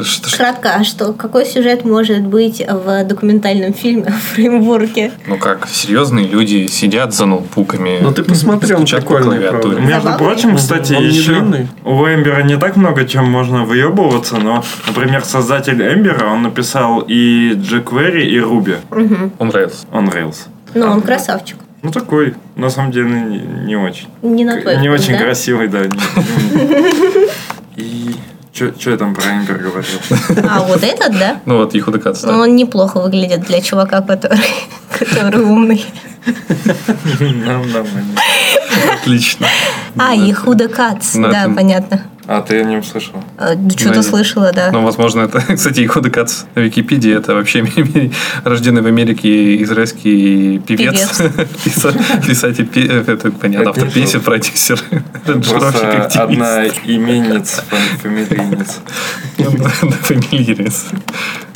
[SPEAKER 4] Что ж-
[SPEAKER 2] кратко, а что, какой сюжет может быть в документальном фильме о фреймворке?
[SPEAKER 4] Ну как, серьезные люди сидят за ноутбуками.
[SPEAKER 1] Ну ты посмотри, он
[SPEAKER 4] Стучат по
[SPEAKER 1] прикольный,
[SPEAKER 4] клавиатуре.
[SPEAKER 1] правда.
[SPEAKER 3] Между
[SPEAKER 2] Забавно.
[SPEAKER 3] прочим, кстати,
[SPEAKER 1] Он не
[SPEAKER 3] еще
[SPEAKER 1] длинный.
[SPEAKER 3] у Эмбера не так много чем можно выебываться, но, например, создатель Эмбера, он написал и jQuery, и Ruby.
[SPEAKER 4] Он Rails.
[SPEAKER 3] Он Rails.
[SPEAKER 2] Ну, он красавчик.
[SPEAKER 3] Ну, такой, на самом деле, не, не очень.
[SPEAKER 2] Не на твой
[SPEAKER 3] не
[SPEAKER 2] вкус,
[SPEAKER 3] очень
[SPEAKER 2] да?
[SPEAKER 3] красивый, да. не- И... Что я там про Эмбер говорил?
[SPEAKER 2] А вот этот, да?
[SPEAKER 4] Ну вот, их удекаться.
[SPEAKER 2] Ну, он неплохо выглядит для чувака, который, который умный.
[SPEAKER 3] Нам нормально.
[SPEAKER 4] Отлично.
[SPEAKER 2] А,
[SPEAKER 4] Ну,
[SPEAKER 2] и
[SPEAKER 4] это-
[SPEAKER 2] Худа Кац,
[SPEAKER 4] ну,
[SPEAKER 2] да,
[SPEAKER 4] это-
[SPEAKER 2] понятно.
[SPEAKER 3] А, ты о нем слышал?
[SPEAKER 2] Э, Что-то
[SPEAKER 4] Ну,
[SPEAKER 2] слышала, да.
[SPEAKER 4] Ну, возможно, это, кстати, и Худа Кац на Википедии, это вообще ми- рожденный в Америке израильский певец, Писа- писатель, пе- э, это, понятно, автор
[SPEAKER 3] Конечно.
[SPEAKER 4] песен, продюсер, аранжировщик,
[SPEAKER 3] Просто
[SPEAKER 4] активист.
[SPEAKER 3] одна именец, фам- фамилийница.
[SPEAKER 4] Да, фамильярец.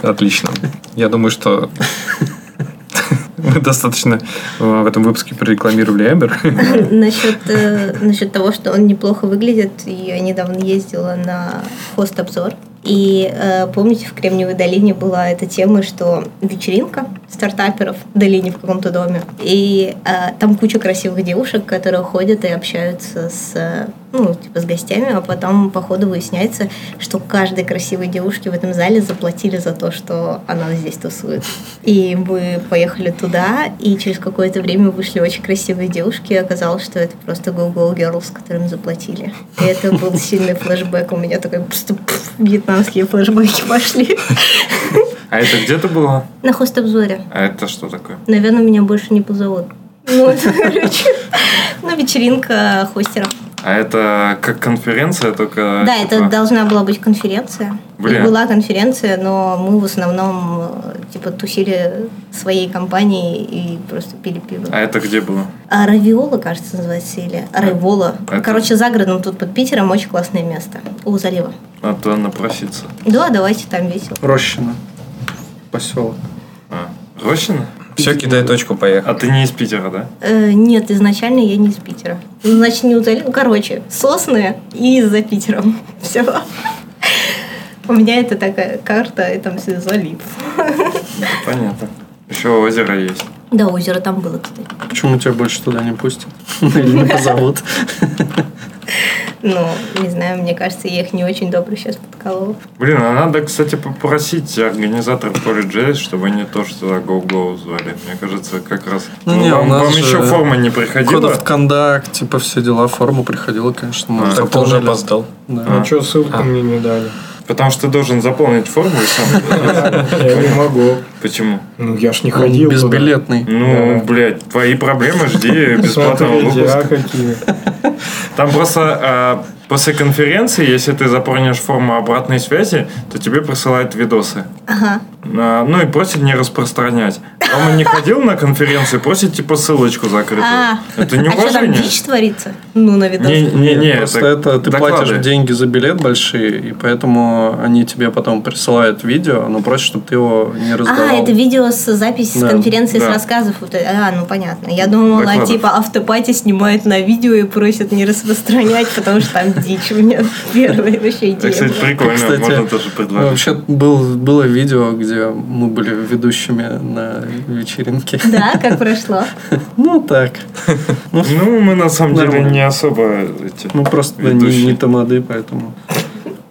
[SPEAKER 4] Отлично. Я думаю, что мы достаточно э, в этом выпуске прорекламировали Эмбер.
[SPEAKER 2] Насчет, э, насчет того, что он неплохо выглядит, и я недавно ездила на хост-обзор, И э, помните, в Кремниевой долине была эта тема, что вечеринка стартаперов в долине в каком-то доме. И э, там куча красивых девушек, которые ходят и общаются с, э, ну, типа с гостями, а потом, походу, выясняется, что каждой красивой девушке в этом зале заплатили за то, что она здесь тусует. И мы поехали туда, и через какое-то время вышли очень красивые девушки, и оказалось, что это просто Google Girls, которым заплатили. И это был сильный флешбэк. У меня такой просто пф, вьетнамские флешбеки пошли.
[SPEAKER 3] А это где то было?
[SPEAKER 2] На хостобзоре.
[SPEAKER 3] А это что такое?
[SPEAKER 2] Наверное, меня больше не позовут. Ну, это, короче, ну, вечеринка хостеров.
[SPEAKER 3] А это как конференция, только...
[SPEAKER 2] Да, это
[SPEAKER 3] типа,
[SPEAKER 2] должна была быть конференция. И
[SPEAKER 3] Блин.
[SPEAKER 2] была конференция, но мы в основном э, типа тусили своей компанией и просто пили пиво.
[SPEAKER 3] А это где было?
[SPEAKER 2] А Равиола, кажется, называется, или Райвола.
[SPEAKER 3] Это-
[SPEAKER 2] Короче, за городом тут под Питером очень классное место. У залива.
[SPEAKER 3] Надо туда напроситься.
[SPEAKER 2] Да, давайте там весело.
[SPEAKER 1] Рощина. Поселок.
[SPEAKER 3] А, Рощина?
[SPEAKER 4] Все, кидай точку, поехали.
[SPEAKER 3] А ты не из Питера, да?
[SPEAKER 2] Э, нет, изначально я не из Питера. Ну, Значит, не у залива. Короче, сосны и за Питером. Все. У меня это такая карта, и там все залив.
[SPEAKER 3] Понятно. Еще озеро есть.
[SPEAKER 2] Да, озеро там было, кстати.
[SPEAKER 1] Почему тебя больше туда не пустят? Или не позовут?
[SPEAKER 2] Ну, не знаю, мне кажется, я их не очень добро сейчас подколола.
[SPEAKER 3] Блин, а надо, кстати, попросить организаторов колледжа, чтобы они тоже туда GoGo звали. Мне кажется, как раз...
[SPEAKER 1] Ну, не,
[SPEAKER 3] вам,
[SPEAKER 1] у нас
[SPEAKER 3] вам
[SPEAKER 1] же
[SPEAKER 3] еще форма не
[SPEAKER 1] Код
[SPEAKER 3] приходила?
[SPEAKER 1] of Conduct, типа все дела, форма приходила, конечно. мы
[SPEAKER 4] Так ты уже
[SPEAKER 1] заполнили.
[SPEAKER 4] опоздал.
[SPEAKER 1] Да.
[SPEAKER 6] Ну что, ссылку
[SPEAKER 4] А.
[SPEAKER 6] мне не дали.
[SPEAKER 3] Потому что ты должен заполнить форму и сам.
[SPEAKER 6] Я не могу.
[SPEAKER 3] Почему?
[SPEAKER 6] Ну я ж не
[SPEAKER 1] Он
[SPEAKER 6] ходил. туда.
[SPEAKER 1] безбилетный.
[SPEAKER 3] Ну,
[SPEAKER 6] Да.
[SPEAKER 3] блядь, твои проблемы, жди бесплатного
[SPEAKER 6] Смотрите, а
[SPEAKER 3] выпуска.
[SPEAKER 6] какие.
[SPEAKER 3] Там просто а, после конференции, если ты заполнишь форму обратной связи, то тебе присылают видосы.
[SPEAKER 2] Ага.
[SPEAKER 3] А, ну и просят не распространять. Рома не ходил на конференции, просит типа ссылочку закрытую.
[SPEAKER 2] А.
[SPEAKER 3] Это не
[SPEAKER 2] а что там
[SPEAKER 3] уважение.
[SPEAKER 2] дичь творится? Ну, на видос.
[SPEAKER 3] Не, не, не,
[SPEAKER 1] Просто это ты
[SPEAKER 3] доклады.
[SPEAKER 1] платишь деньги за билет большие, и поэтому они тебе потом присылают видео, но просят, чтобы ты его не раздавал.
[SPEAKER 2] А, это видео с записи
[SPEAKER 1] Да,
[SPEAKER 2] с конференции,
[SPEAKER 3] да.
[SPEAKER 2] с рассказов. Вот это- А, ну понятно. Я думала,
[SPEAKER 3] Докладов.
[SPEAKER 2] типа автопати снимают на видео и просят не распространять, потому что там дичь. У меня первая вообще
[SPEAKER 3] Это,
[SPEAKER 2] идея.
[SPEAKER 3] кстати,
[SPEAKER 2] была.
[SPEAKER 3] прикольно,
[SPEAKER 1] Кстати,
[SPEAKER 3] можно тоже предложить.
[SPEAKER 1] Вообще был, было видео, где мы были ведущими на вечеринке.
[SPEAKER 2] Да, как прошло.
[SPEAKER 1] Ну так.
[SPEAKER 3] Ну, мы на самом деле
[SPEAKER 1] Нормально.
[SPEAKER 3] не особо эти.
[SPEAKER 1] Ну просто не,
[SPEAKER 3] Ведущий.
[SPEAKER 1] не тамады, поэтому.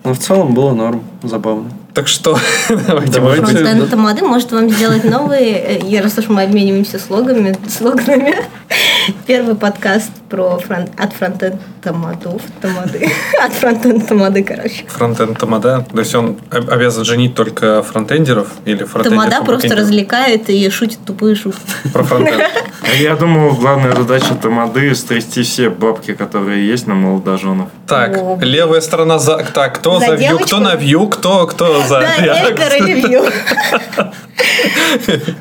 [SPEAKER 1] Но в целом было норм, забавно.
[SPEAKER 4] Так что, давайте,
[SPEAKER 1] Давайте.
[SPEAKER 4] может быть,
[SPEAKER 2] Просто
[SPEAKER 1] да.
[SPEAKER 2] Тамады может вам сделать новые, э, я- раз уж мы обмениваемся слогами, слоганами. Первый подкаст про фрон- от фронтенд Тамадов, Тамады. От фронтенд Тамады, короче.
[SPEAKER 4] фронтенд Тамада. То есть он об- обязан женить только фронтендеров или фронтендеров?
[SPEAKER 2] Тамада просто развлекает и шутит тупые шутки.
[SPEAKER 4] Про фронтенд.
[SPEAKER 3] А Я думал, главная задача тамады стрясти все бабки, которые есть на молодоженов.
[SPEAKER 4] Так,
[SPEAKER 2] О.
[SPEAKER 4] левая сторона за... Так, кто
[SPEAKER 2] За
[SPEAKER 4] за вью, кто
[SPEAKER 2] девочку?
[SPEAKER 4] на вью, кто, кто за
[SPEAKER 2] Да,
[SPEAKER 4] React.
[SPEAKER 2] Эдгар ревью.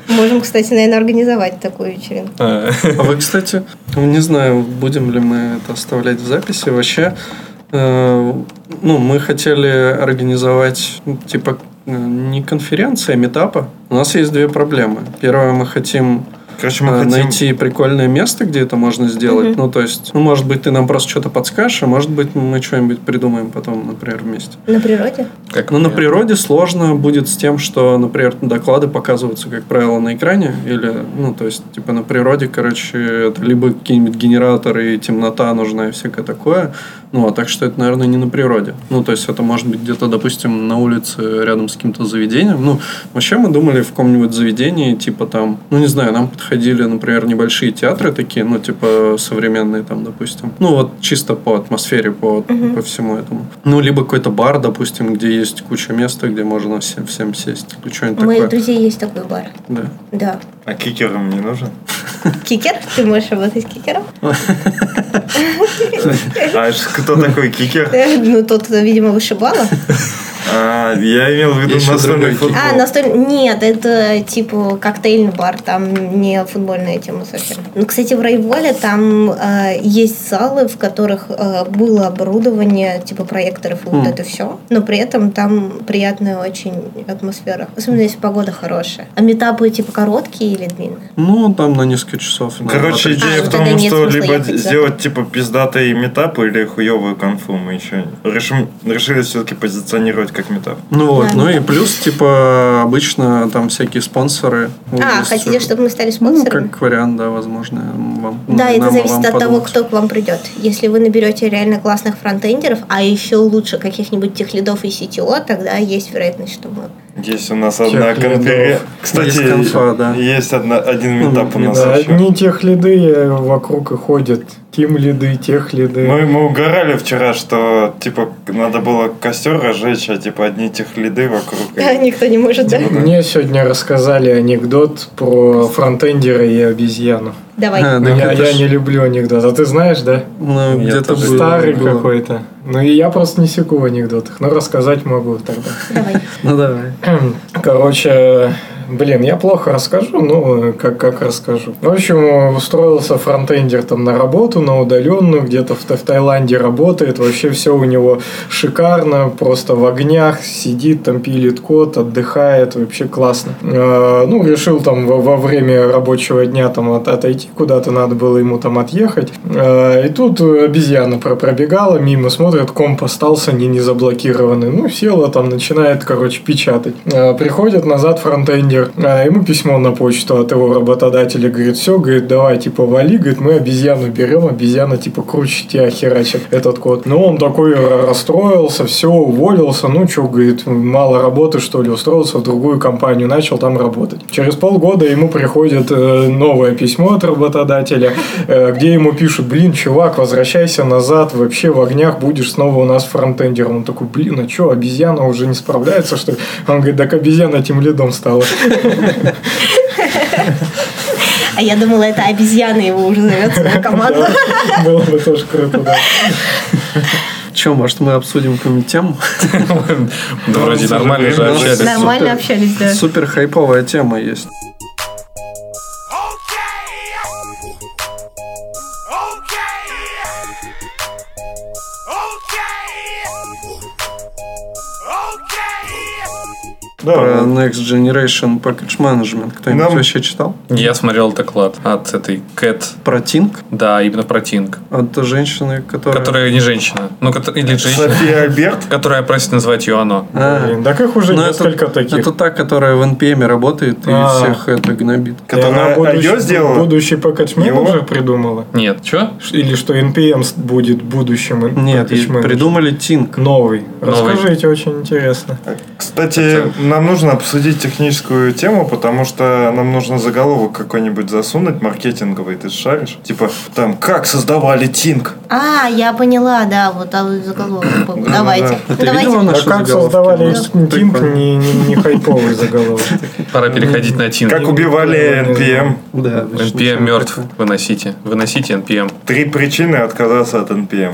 [SPEAKER 2] Можем, кстати, наверное, организовать такую вечеринку.
[SPEAKER 4] А,
[SPEAKER 1] А вы, кстати, не знаю, будем ли мы это оставлять в записи вообще. э, Ну, мы хотели организовать, ну, типа, э, не конференция, а метапа. У нас есть две проблемы. Первое, мы хотим
[SPEAKER 3] Короче, мы
[SPEAKER 1] э,
[SPEAKER 3] хотим...
[SPEAKER 1] найти прикольное место, где это можно сделать. Ну, то есть, ну, может быть, ты нам просто что-то подскажешь, а может быть, мы что-нибудь придумаем потом, например, вместе.
[SPEAKER 2] На природе?
[SPEAKER 4] как
[SPEAKER 1] Ну, на
[SPEAKER 4] мне.
[SPEAKER 1] природе сложно будет с тем, что, например, доклады показываются, как правило, на экране. Или, ну, то есть, типа, на природе, короче, это либо какие-нибудь генераторы, и темнота нужна и всякое такое. Ну, а так что это, наверное, не на природе. Ну, то есть, это может быть где-то, допустим, на улице рядом с каким-то заведением. Ну, вообще мы думали в каком-нибудь заведении, типа, там, ну, не знаю, нам подходили, например, небольшие театры такие, ну, типа, современные там, допустим. Ну, вот чисто по атмосфере, по, по всему этому. Ну, либо какой-то бар, допустим, где есть куча места, где можно всем, всем сесть. Или что-нибудь
[SPEAKER 2] У моих
[SPEAKER 1] такое.
[SPEAKER 2] друзей есть такой бар.
[SPEAKER 1] Да.
[SPEAKER 2] Да.
[SPEAKER 3] А кикером не нужен?
[SPEAKER 2] Кикер? Ты можешь работать кикером?
[SPEAKER 3] А ж кто такой кикер?
[SPEAKER 2] Э, Ну, тот, кто, видимо, вышибала.
[SPEAKER 3] А, я имел в виду
[SPEAKER 1] Еще
[SPEAKER 3] настольный
[SPEAKER 1] другой кикер.
[SPEAKER 3] футбол.
[SPEAKER 2] А, настольный... Нет, это типа коктейльный бар, там не футбольная тема совсем. Ну, кстати, в Райволе там э, есть залы, в которых э, было оборудование, типа проекторов и вот
[SPEAKER 1] М.
[SPEAKER 2] это все. Но при этом там приятная очень атмосфера. Особенно, если погода хорошая. А метапы типа короткие или длинные?
[SPEAKER 1] Ну, там на несколько часов. наверное,
[SPEAKER 4] А,
[SPEAKER 3] Короче,
[SPEAKER 1] отлично.
[SPEAKER 3] идея
[SPEAKER 2] ну
[SPEAKER 3] в
[SPEAKER 2] тогда
[SPEAKER 3] том,
[SPEAKER 2] нет
[SPEAKER 3] что
[SPEAKER 2] смысла
[SPEAKER 3] либо
[SPEAKER 2] ехать, да.
[SPEAKER 3] сделать типа пиздатый метап или хуевую конфу. Мы еще решим, решили все-таки позиционировать как метап.
[SPEAKER 1] Ну вот,
[SPEAKER 2] Да.
[SPEAKER 1] ну и плюс, типа, обычно там всякие спонсоры.
[SPEAKER 2] А,
[SPEAKER 1] Ну, есть,
[SPEAKER 2] хотите, чтобы мы
[SPEAKER 1] Ну,
[SPEAKER 2] стали спонсорами?
[SPEAKER 1] как вариант, да, возможно, вам.
[SPEAKER 2] Да, это
[SPEAKER 1] нам,
[SPEAKER 2] зависит
[SPEAKER 1] вам
[SPEAKER 2] от того,
[SPEAKER 1] подумать.
[SPEAKER 2] кто к вам придет. Если вы наберете реально классных фронтендеров, а еще лучше каких-нибудь техлидов и CTO, тогда есть вероятность, что мы...
[SPEAKER 3] Есть у нас одна
[SPEAKER 6] Тех лидов.
[SPEAKER 3] конференция. Кстати,
[SPEAKER 1] Есть конфа, да.
[SPEAKER 3] есть одна, один
[SPEAKER 1] Ну,
[SPEAKER 3] метап у нас
[SPEAKER 6] Да,
[SPEAKER 3] еще.
[SPEAKER 6] одни тех лиды вокруг и ходят. Тим лиды, тех лиды.
[SPEAKER 3] Мы, мы угорали вчера, что типа надо было костер разжечь, а типа одни тех лиды вокруг.
[SPEAKER 2] Да, никто не может, да?
[SPEAKER 6] Мне сегодня рассказали анекдот про фронтендера и обезьяну.
[SPEAKER 1] А,
[SPEAKER 2] Давай.
[SPEAKER 1] да,
[SPEAKER 6] я
[SPEAKER 1] это
[SPEAKER 6] я
[SPEAKER 1] ж-
[SPEAKER 6] не люблю анекдот, а ты знаешь, да?
[SPEAKER 1] Ну,
[SPEAKER 3] Я
[SPEAKER 1] где-то
[SPEAKER 3] тоже.
[SPEAKER 1] было-
[SPEAKER 6] Старый
[SPEAKER 1] было.
[SPEAKER 6] какой-то. Ну и я просто не секу в анекдотах, но рассказать могу тогда.
[SPEAKER 2] Давай.
[SPEAKER 1] Ну, давай.
[SPEAKER 6] Короче, блин, я плохо расскажу, ну, как, как расскажу. В общем, устроился фронтендер там на работу, на удаленную, где-то в, Та- в Таиланде работает, вообще все у него шикарно, просто в огнях, сидит там, пилит код, отдыхает, вообще классно. Э, ну, решил там во, во время рабочего дня там от- отойти куда-то, надо было ему там отъехать. Э, и тут обезьяна про- пробегала мимо, смотрит, комп остался не, не заблокированный. Ну, села там, начинает, короче, печатать. Э, Приходит назад фронтендер, э, ему письмо на почту от его работодателя, говорит, все, говорит, давай, типа, вали, говорит, мы обезьяну берем, обезьяна, типа, круче тебя херачит этот код. Ну, он такой ра- расстроился, все, уволился, ну, что, говорит, мало работы, что ли, устроился в другую компанию, начал там работать. Через полгода ему приходит э, новое письмо от работодателя, э, где ему пишут, блин, чувак, возвращайся назад, вообще в огнях будешь снова у нас фронтендером. Он такой, блин, а что, обезьяна уже не справляется, что ли? Он говорит, так обезьяна тем лидом стала.
[SPEAKER 2] А я думала, это обезьяна его уже зовет в свою команду.
[SPEAKER 6] Было бы тоже круто, да.
[SPEAKER 1] Че, может, мы обсудим какую-нибудь тему?
[SPEAKER 4] Да вроде нормально же общались.
[SPEAKER 2] Нормально общались, да.
[SPEAKER 1] Супер хайповая тема есть. Про
[SPEAKER 3] Да,
[SPEAKER 1] Next Generation Package Management. Кто-нибудь
[SPEAKER 3] Нам-
[SPEAKER 1] вообще читал?
[SPEAKER 4] Я смотрел доклад от этой Кэт,
[SPEAKER 1] Про Тинг
[SPEAKER 4] да, именно про Тинг,
[SPEAKER 1] от женщины, которая...
[SPEAKER 4] которая не женщина, ну, кото- или женщина,
[SPEAKER 3] София Альберт.
[SPEAKER 4] которая просит назвать ее оно.
[SPEAKER 1] А,
[SPEAKER 6] Блин, так их уже
[SPEAKER 1] ну,
[SPEAKER 6] несколько
[SPEAKER 1] это,
[SPEAKER 6] таких.
[SPEAKER 1] это та, которая в NPM работает и
[SPEAKER 6] А.
[SPEAKER 1] всех это гнобит.
[SPEAKER 6] И она
[SPEAKER 3] Которая ее
[SPEAKER 6] будущий-
[SPEAKER 3] сделала?
[SPEAKER 6] Будущий пакет
[SPEAKER 3] Его?
[SPEAKER 6] менеджер придумала.
[SPEAKER 4] Нет, что?
[SPEAKER 6] Или что NPM будет будущим
[SPEAKER 1] Нет, и
[SPEAKER 6] package manager.
[SPEAKER 1] придумали Тинг.
[SPEAKER 6] Новый.
[SPEAKER 4] Новый.
[SPEAKER 6] Расскажите, очень интересно.
[SPEAKER 3] Кстати, нам нужно обсудить техническую тему, потому что нам нужно заголовок какой-нибудь засунуть, маркетинговый, ты ж шаришь. Типа, там, как создавали Тинг.
[SPEAKER 2] А, я поняла, да, вот а вот заголовок был.
[SPEAKER 3] Да,
[SPEAKER 2] Давайте.
[SPEAKER 1] Э, А ты видела
[SPEAKER 2] Давайте.
[SPEAKER 6] А
[SPEAKER 1] наши
[SPEAKER 6] как
[SPEAKER 1] заголовки?
[SPEAKER 6] создавали
[SPEAKER 1] Ну,
[SPEAKER 6] Тинг
[SPEAKER 1] прикольно.
[SPEAKER 6] не, не, не хайповый заголовок?
[SPEAKER 4] Пора переходить на Тинг.
[SPEAKER 3] Как убивали NPM.
[SPEAKER 1] Да, обычно
[SPEAKER 4] NPM
[SPEAKER 1] всем
[SPEAKER 4] мертв.
[SPEAKER 1] такое.
[SPEAKER 4] Выносите. Выносите NPM.
[SPEAKER 3] Три причины отказаться от NPM.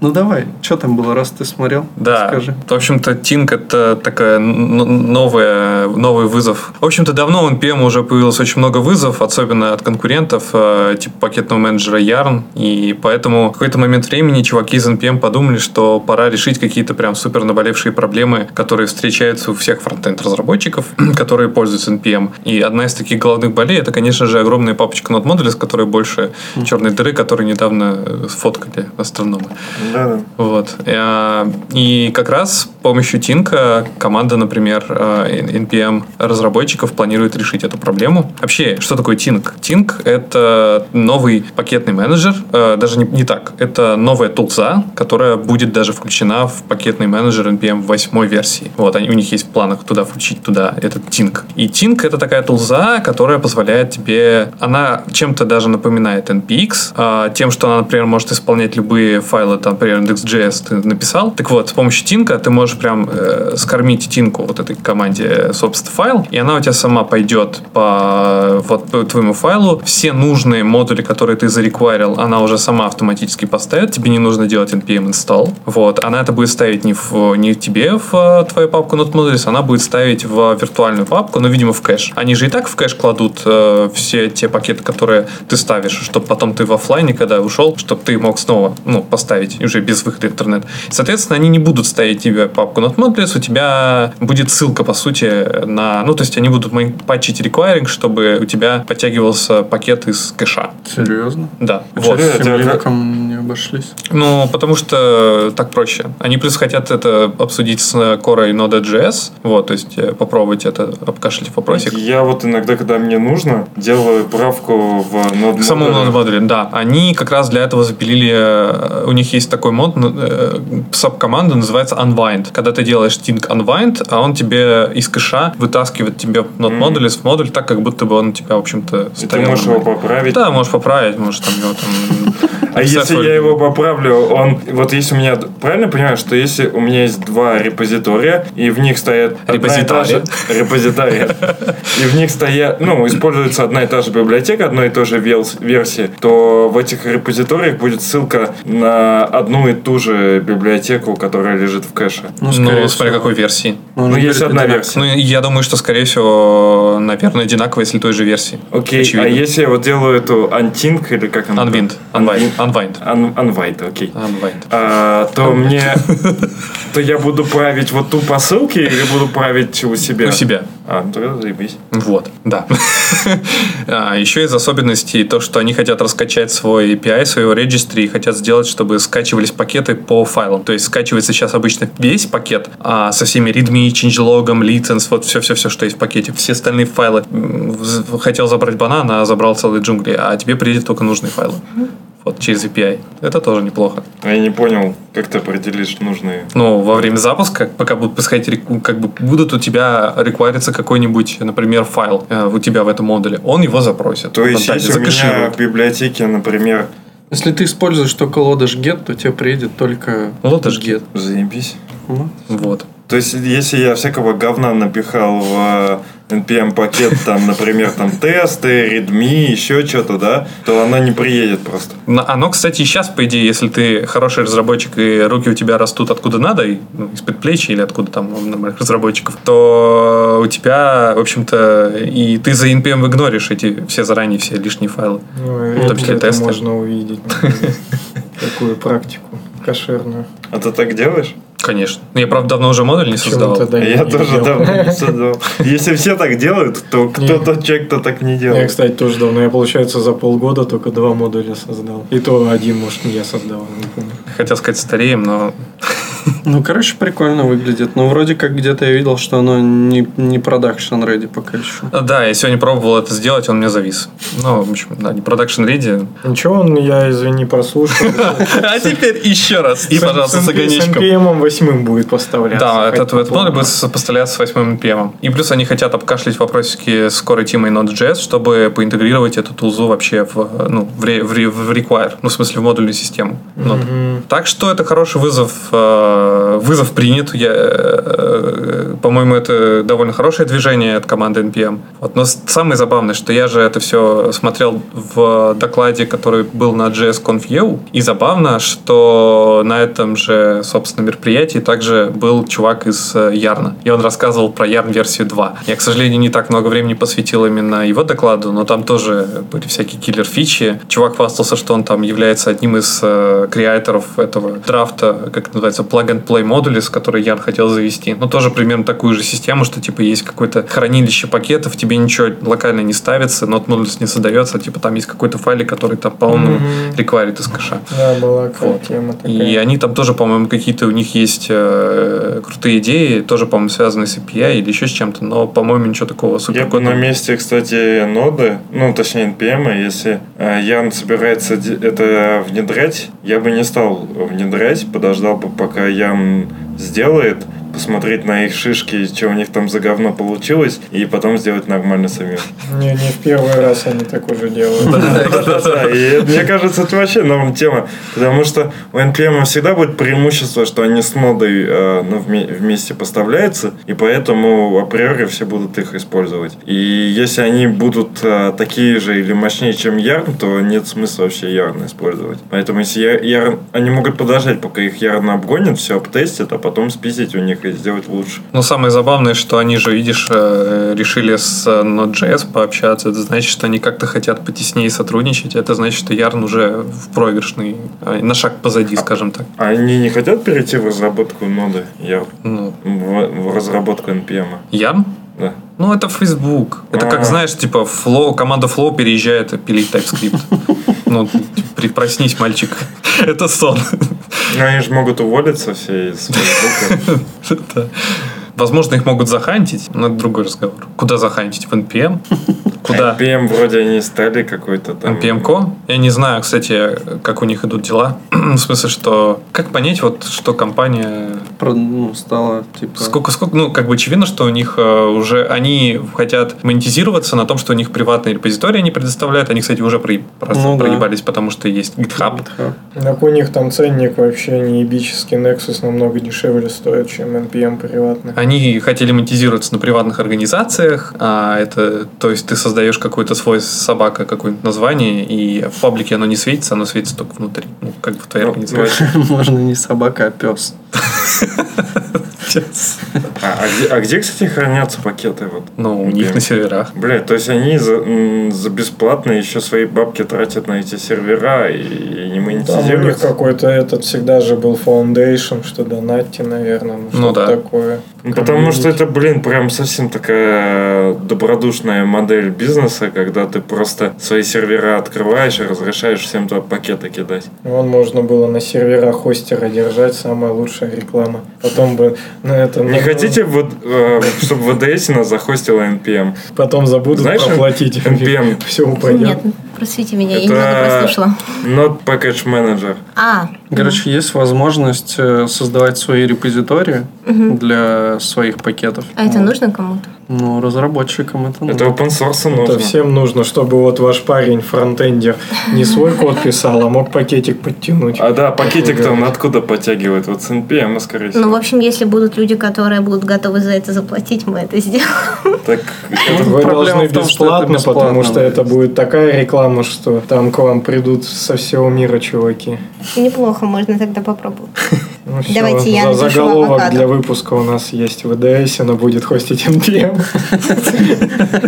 [SPEAKER 1] Ну давай, что там было, раз ты смотрел?
[SPEAKER 4] Да.
[SPEAKER 1] Скажи.
[SPEAKER 4] В общем-то, Тинг это такая н- н- новая, новый вызов. В общем-то, давно у NPM уже появилось очень много вызовов, особенно от конкурентов, э, типа пакетного менеджера Yarn. И поэтому в какой-то момент времени чуваки из NPM подумали, что пора решить какие-то прям супер наболевшие проблемы, которые встречаются у всех фронтенд-разработчиков, которые пользуются NPM. И одна из таких головных болей это, конечно же, огромная папочка Node Modules, которая больше черной дыры, которую недавно э, сфоткали астрономы.
[SPEAKER 3] Да,
[SPEAKER 4] Вот. Э, И как раз с помощью Тинка команда, например, э, NPM разработчиков планирует решить эту проблему. Вообще, что такое Тинк? Тинк — это новый пакетный менеджер, э, даже не, не так, это новая тулза, которая будет даже включена в пакетный менеджер NPM 8 версии. Вот, они, у них есть в планах туда включить туда этот Тинк. И Тинк — это такая тулза, которая позволяет тебе... Она чем-то даже напоминает NPX, а, тем, что она, например, может исполнять любые файлы, там, например, index.js ты написал. Так вот, с помощью Тинка ты можешь прям э, скормить Тинку вот этой команде, э, собственно, файл, и она у тебя сама пойдет по, вот, по твоему файлу. Все нужные модули, которые ты зарекварил, она уже сама автоматически поставит. Тебе не нужно делать npm install. Вот. Она это будет ставить не, в, не тебе в э, твою папку NodeModules, она будет ставить в виртуальную папку, ну, видимо, в кэш. Они же и так в кэш кладут э, все те пакеты, которые ты ставишь, чтобы потом ты в оффлайне, когда ушел, чтобы ты мог снова ну, поставить и уже без выхода в интернет. Соответственно, они не будут ставить тебе папку NodeModules, у тебя будет ссылка, по сути, на... Ну, то есть они будут мон- патчить реквайринг, чтобы у тебя подтягивался пакет из кэша.
[SPEAKER 1] Серьезно?
[SPEAKER 4] Да.
[SPEAKER 1] А чё
[SPEAKER 4] Вот.
[SPEAKER 1] с
[SPEAKER 3] Серьезно?
[SPEAKER 1] Тимлинком не обошлись?
[SPEAKER 4] Ну, потому что так проще. Они плюс хотят это обсудить с корой Node.js, вот, то есть э, попробовать это обкашлять в вопросик.
[SPEAKER 3] Я вот иногда, когда мне нужно, делаю правку в Node
[SPEAKER 4] К самому
[SPEAKER 3] Modeler.
[SPEAKER 4] Node Modeler, да. Они как раз для этого запилили... э, У них есть такой мод, ну, э, саб-команда называется Unwind. Когда ты делаешь Tink Unwind, а он тебе из кэша вытаскивает тебе Node Modeler в модуль так, как будто бы он у тебя, в общем-то,
[SPEAKER 3] И ты можешь его поправить.
[SPEAKER 4] Да, можешь поправить, можешь там его там...
[SPEAKER 3] А если
[SPEAKER 4] написать
[SPEAKER 3] я его поправлю, он... Вот если у меня... Правильно понимаю, что если у меня есть два репозитория, и в них стоят... одна и та же- Репозитория. И в них стоят... Ну, используется одна и та же библиотека, одной и той же велс- версии, то в этих репозиториях будет ссылка на одну и ту же библиотеку, которая лежит в кэше.
[SPEAKER 1] Ну, скорее
[SPEAKER 4] Ну, смотря
[SPEAKER 1] всего.
[SPEAKER 4] какой версии.
[SPEAKER 1] Он
[SPEAKER 3] Ну,
[SPEAKER 1] же
[SPEAKER 3] есть
[SPEAKER 1] говорит,
[SPEAKER 3] одна
[SPEAKER 1] «Одинаково».
[SPEAKER 3] версия.
[SPEAKER 4] Ну, я думаю, что, скорее всего, наверное, одинаково, если той же версии.
[SPEAKER 3] Окей,
[SPEAKER 4] Очевидно.
[SPEAKER 3] а если я вот делаю эту антинг или как она?
[SPEAKER 4] Unwind. Unwind. Unwind.
[SPEAKER 3] Анвайт, окей.
[SPEAKER 4] Unwind.
[SPEAKER 3] А, то мне... То я буду править вот ту по ссылке или буду править у себя?
[SPEAKER 4] У себя.
[SPEAKER 3] А, ну тогда заебись.
[SPEAKER 4] Вот, да. А, Еще из особенностей то, что они хотят раскачать свой API, своего регистри, и хотят сделать, чтобы скачивались пакеты по файлам. То есть скачивается сейчас обычно весь пакет а, со всеми readme, changelog, license, вот все-все-все, что есть в пакете. Все остальные файлы. М, вз- Хотел забрать банан, а забрал целые джунгли. А тебе приедет только нужные файлы. Вот через API. Это тоже неплохо.
[SPEAKER 3] А Я не понял, как ты определишь нужные...
[SPEAKER 4] Ну, во время запуска, пока будут происходить, рек- ну, как бы будут у тебя реквариться какой-нибудь, например, файл э, у тебя в этом модуле, он его запросит.
[SPEAKER 3] То есть,
[SPEAKER 4] Вот так,
[SPEAKER 3] если у меня
[SPEAKER 4] закэширует.
[SPEAKER 3] в библиотеке, например...
[SPEAKER 1] Если ты используешь только лодыш get, то тебе приедет только
[SPEAKER 4] Лодыш
[SPEAKER 1] get.
[SPEAKER 3] Заебись.
[SPEAKER 1] Ну,
[SPEAKER 4] Вот.
[SPEAKER 3] То есть, если я всякого говна напихал в э, NPM-пакет, там, например, там тесты, readme, еще что-то, да, то она не приедет просто.
[SPEAKER 4] Но оно, кстати, и сейчас, по идее, если ты хороший разработчик и руки у тебя растут откуда надо, и, ну, из-под плечи или откуда там у нормальных разработчиков, то у тебя, в общем-то, и ты за NPM игноришь эти все заранее все лишние файлы.
[SPEAKER 6] Ну,
[SPEAKER 4] Ну, там
[SPEAKER 6] редко
[SPEAKER 4] все
[SPEAKER 6] это
[SPEAKER 4] тесты.
[SPEAKER 6] можно увидеть. например, Такую практику кошерную.
[SPEAKER 3] А ты так делаешь?
[SPEAKER 4] Конечно. Ну, я, правда, давно уже модуль не создавал.
[SPEAKER 6] Почему-то, да,
[SPEAKER 3] Я
[SPEAKER 6] не
[SPEAKER 3] тоже
[SPEAKER 6] видел.
[SPEAKER 3] давно не создавал. Если все так делают, то кто
[SPEAKER 6] Не.
[SPEAKER 3] тот человек, кто так не
[SPEAKER 6] Я,
[SPEAKER 3] делает?
[SPEAKER 6] кстати, тоже давно. Я, получается, за полгода только два модуля создал. И то один, может, не я создавал, не помню.
[SPEAKER 4] Хотел сказать стареем, но
[SPEAKER 1] Ну, короче, прикольно выглядит. Но вроде как где-то я видел, что оно не, не продакшн ready пока еще.
[SPEAKER 4] Да, я сегодня пробовал это сделать, он у меня завис. Ну, в общем, да, не продакшн реди.
[SPEAKER 6] Ничего, он, я, извини, прослушал.
[SPEAKER 4] А теперь еще раз. И,
[SPEAKER 6] С-
[SPEAKER 4] пожалуйста,
[SPEAKER 6] с
[SPEAKER 4] с
[SPEAKER 6] NPM
[SPEAKER 4] огонечком.
[SPEAKER 6] восьмым будет поставляться.
[SPEAKER 4] Да, этот
[SPEAKER 6] Хоть
[SPEAKER 4] этот
[SPEAKER 6] попробуй.
[SPEAKER 4] модуль будет сопоставляться с 8 NPM. И плюс они хотят обкашлять вопросики с Core Team и Node.js, чтобы поинтегрировать эту тулзу вообще в, ну, в, ре- в, ре- в require, ну, в смысле, в модульную систему. Node. Так что это хороший вызов. э, Вызов принят. Я, э, по-моему, это довольно хорошее движение от команды NPM. Вот. Но с- самое забавное, что я же это все смотрел в докладе, который был на JSConf.eu. И забавно, что на этом же, собственно, мероприятии также был чувак из э, Ярна. И он рассказывал про Ярн версию 2. Я, к сожалению, не так много времени посвятил именно его докладу, но там тоже были всякие киллер-фичи. Чувак хвастался, что он там является одним из э, креаторов этого драфта, как это называется, plug-and-play модуля, с который Ян хотел завести. Ну, тоже примерно такую же систему, что типа есть какое-то хранилище пакетов, тебе ничего локально не ставится, нот модуль не создается, типа там есть какой-то файлик, который там, по-моему, рекварит из кэша.
[SPEAKER 6] Да, была какая тема
[SPEAKER 4] И
[SPEAKER 6] такая.
[SPEAKER 4] они там тоже, по-моему, какие-то у них есть э, крутые идеи, тоже, по-моему, связанные с API или еще с чем-то, но, по-моему, ничего такого супер
[SPEAKER 3] Я бы на месте, кстати, ноды, ну, точнее, NPM, если э, Ян собирается де- это внедрять, я бы не стал внедрять, подождал бы, пока Ян сделает, посмотреть на их шишки, что у них там за говно получилось, и потом сделать нормально самим.
[SPEAKER 6] Не, не в первый раз они так уже делают.
[SPEAKER 3] Да-да-да, и это, мне кажется, это вообще норм тема, потому что у NPM всегда будет преимущество, что они с нодой э, ну, вме- вместе поставляются, и поэтому априори все будут их использовать. И если они будут э, такие же или мощнее, чем Yarn, то нет смысла вообще Yarn использовать. Поэтому если я- Yarn, они могут подождать, пока их Yarn обгонят, все обтестят, а потом спиздить у них и сделать лучше.
[SPEAKER 4] Ну, самое забавное, что они же, видишь, э, решили с э, Node.js пообщаться. Это значит, что они как-то хотят потеснее сотрудничать. Это значит, что Ярн уже в проигрышный, э, на шаг позади, скажем так.
[SPEAKER 3] А они не хотят перейти в разработку ноды Yarn?
[SPEAKER 4] Ну,
[SPEAKER 3] В, в разработку NPM?
[SPEAKER 4] Ярн?
[SPEAKER 3] а, Да.
[SPEAKER 4] Ну, это Facebook. Это
[SPEAKER 3] А.
[SPEAKER 4] как, знаешь, типа, Flow, команда Flow переезжает и пилит TypeScript. Ну, при- проснись, мальчик. Это сон.
[SPEAKER 3] Ну, они же могут уволиться все из Фейсбука.
[SPEAKER 4] Да. Возможно, их могут захантить, но это другой разговор. Куда захантить? В NPM? Куда?
[SPEAKER 3] NPM Эм вроде они стали какой-то
[SPEAKER 1] Эм.
[SPEAKER 4] А
[SPEAKER 3] там...
[SPEAKER 4] NPM.co? Я не знаю, кстати, как у них идут дела. В смысле, что... Как понять, вот, что компания
[SPEAKER 1] Про- ну, стало типа...
[SPEAKER 4] Сколько, сколько, ну, как бы очевидно, что у них э, уже они хотят монетизироваться на том, что у них приватные репозитории они предоставляют. Они, кстати, уже проеб- просто
[SPEAKER 1] Ну да.
[SPEAKER 4] проебались, потому что есть GitHub.
[SPEAKER 1] GitHub.
[SPEAKER 6] Так у них там ценник вообще не ебический. Nexus намного дешевле стоит, чем NPM приватный.
[SPEAKER 4] Они хотели монетизироваться на приватных организациях. а это, то есть ты создаешь какой-то свой собака, какое-нибудь название, и в паблике оно не светится, оно светится только внутри. Ну, как бы в твоей
[SPEAKER 3] Ну,
[SPEAKER 4] организации.
[SPEAKER 1] Можно не собака, а пес.
[SPEAKER 3] А, а где, а где, кстати, хранятся пакеты? Вот? Эм?
[SPEAKER 4] Ну, у них на серверах.
[SPEAKER 3] Бля, то есть они за, м, за бесплатно еще свои бабки тратят на эти сервера и, и не
[SPEAKER 6] Там у них
[SPEAKER 3] монетизируются?
[SPEAKER 6] какой-то этот всегда же был Foundation, что донатьте, наверное, ну, что
[SPEAKER 4] да.
[SPEAKER 6] такое.
[SPEAKER 3] Ну, Потому что это, блин, прям совсем такая добродушная модель бизнеса, когда ты просто свои сервера открываешь и разрешаешь всем туда пакеты кидать.
[SPEAKER 6] Вон можно было на серверах хостера держать, самая лучшая реклама. Потом бы на этом...
[SPEAKER 3] Не хотите, вот, э, чтобы в ВДС нас захостила NPM?
[SPEAKER 6] Потом забудут
[SPEAKER 3] Знаешь,
[SPEAKER 6] проплатить.
[SPEAKER 3] NPM?
[SPEAKER 6] Все
[SPEAKER 2] Нет,
[SPEAKER 6] упадет.
[SPEAKER 2] просвите меня, я
[SPEAKER 3] Это-
[SPEAKER 2] немного прослушала.
[SPEAKER 3] Not Package Manager.
[SPEAKER 2] А,
[SPEAKER 1] Короче, есть возможность э, создавать свои репозитории для своих пакетов.
[SPEAKER 2] а это
[SPEAKER 1] Вот.
[SPEAKER 2] нужно кому-то?
[SPEAKER 1] Ну, разработчикам это нужно.
[SPEAKER 3] Это open source нужно.
[SPEAKER 6] Это всем нужно, чтобы вот ваш парень, фронтендер, не свой код писал, а мог пакетик подтянуть.
[SPEAKER 3] А да, пакетик там откуда подтягивает? Вот с NPM, скорее всего.
[SPEAKER 2] Ну, в общем, если будут люди, которые будут готовы за это заплатить, мы это сделаем.
[SPEAKER 3] Так, это-
[SPEAKER 6] Вы
[SPEAKER 1] Проблема
[SPEAKER 6] должны
[SPEAKER 1] в том, что это
[SPEAKER 6] бесплатно,
[SPEAKER 1] бесплатно,
[SPEAKER 6] потому что
[SPEAKER 1] да.
[SPEAKER 6] это будет такая реклама, что там к вам придут со всего мира чуваки.
[SPEAKER 2] Неплохо, можно тогда попробовать.
[SPEAKER 6] Ну, всё,
[SPEAKER 2] Давайте я
[SPEAKER 6] за
[SPEAKER 2] напишу
[SPEAKER 6] заголовок
[SPEAKER 2] авокадо.
[SPEAKER 6] для выпуска у нас есть в ВДС, она будет хостить NPM.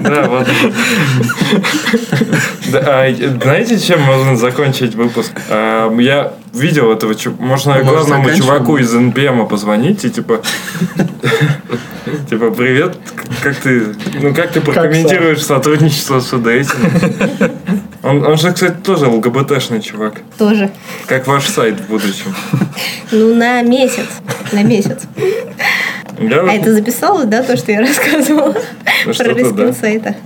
[SPEAKER 3] да, вот. Да, а, знаете, чем можно закончить выпуск? А, Я видел этого чу- Можно
[SPEAKER 1] Может,
[SPEAKER 3] главному
[SPEAKER 1] заканчиваем?
[SPEAKER 3] чуваку из NPM позвонить и типа... Типа, привет, как ты, ну как ты прокомментируешь сотрудничество с УДС? Он, он же, кстати, тоже ЛГБТшный чувак.
[SPEAKER 2] Тоже.
[SPEAKER 3] Как ваш сайт в будущем.
[SPEAKER 2] Ну, на месяц. На месяц.
[SPEAKER 3] Я
[SPEAKER 2] А это записалось, да, то, что я рассказывала
[SPEAKER 3] Ну,
[SPEAKER 2] про
[SPEAKER 3] что-то
[SPEAKER 2] рискин
[SPEAKER 3] да.
[SPEAKER 2] сайта?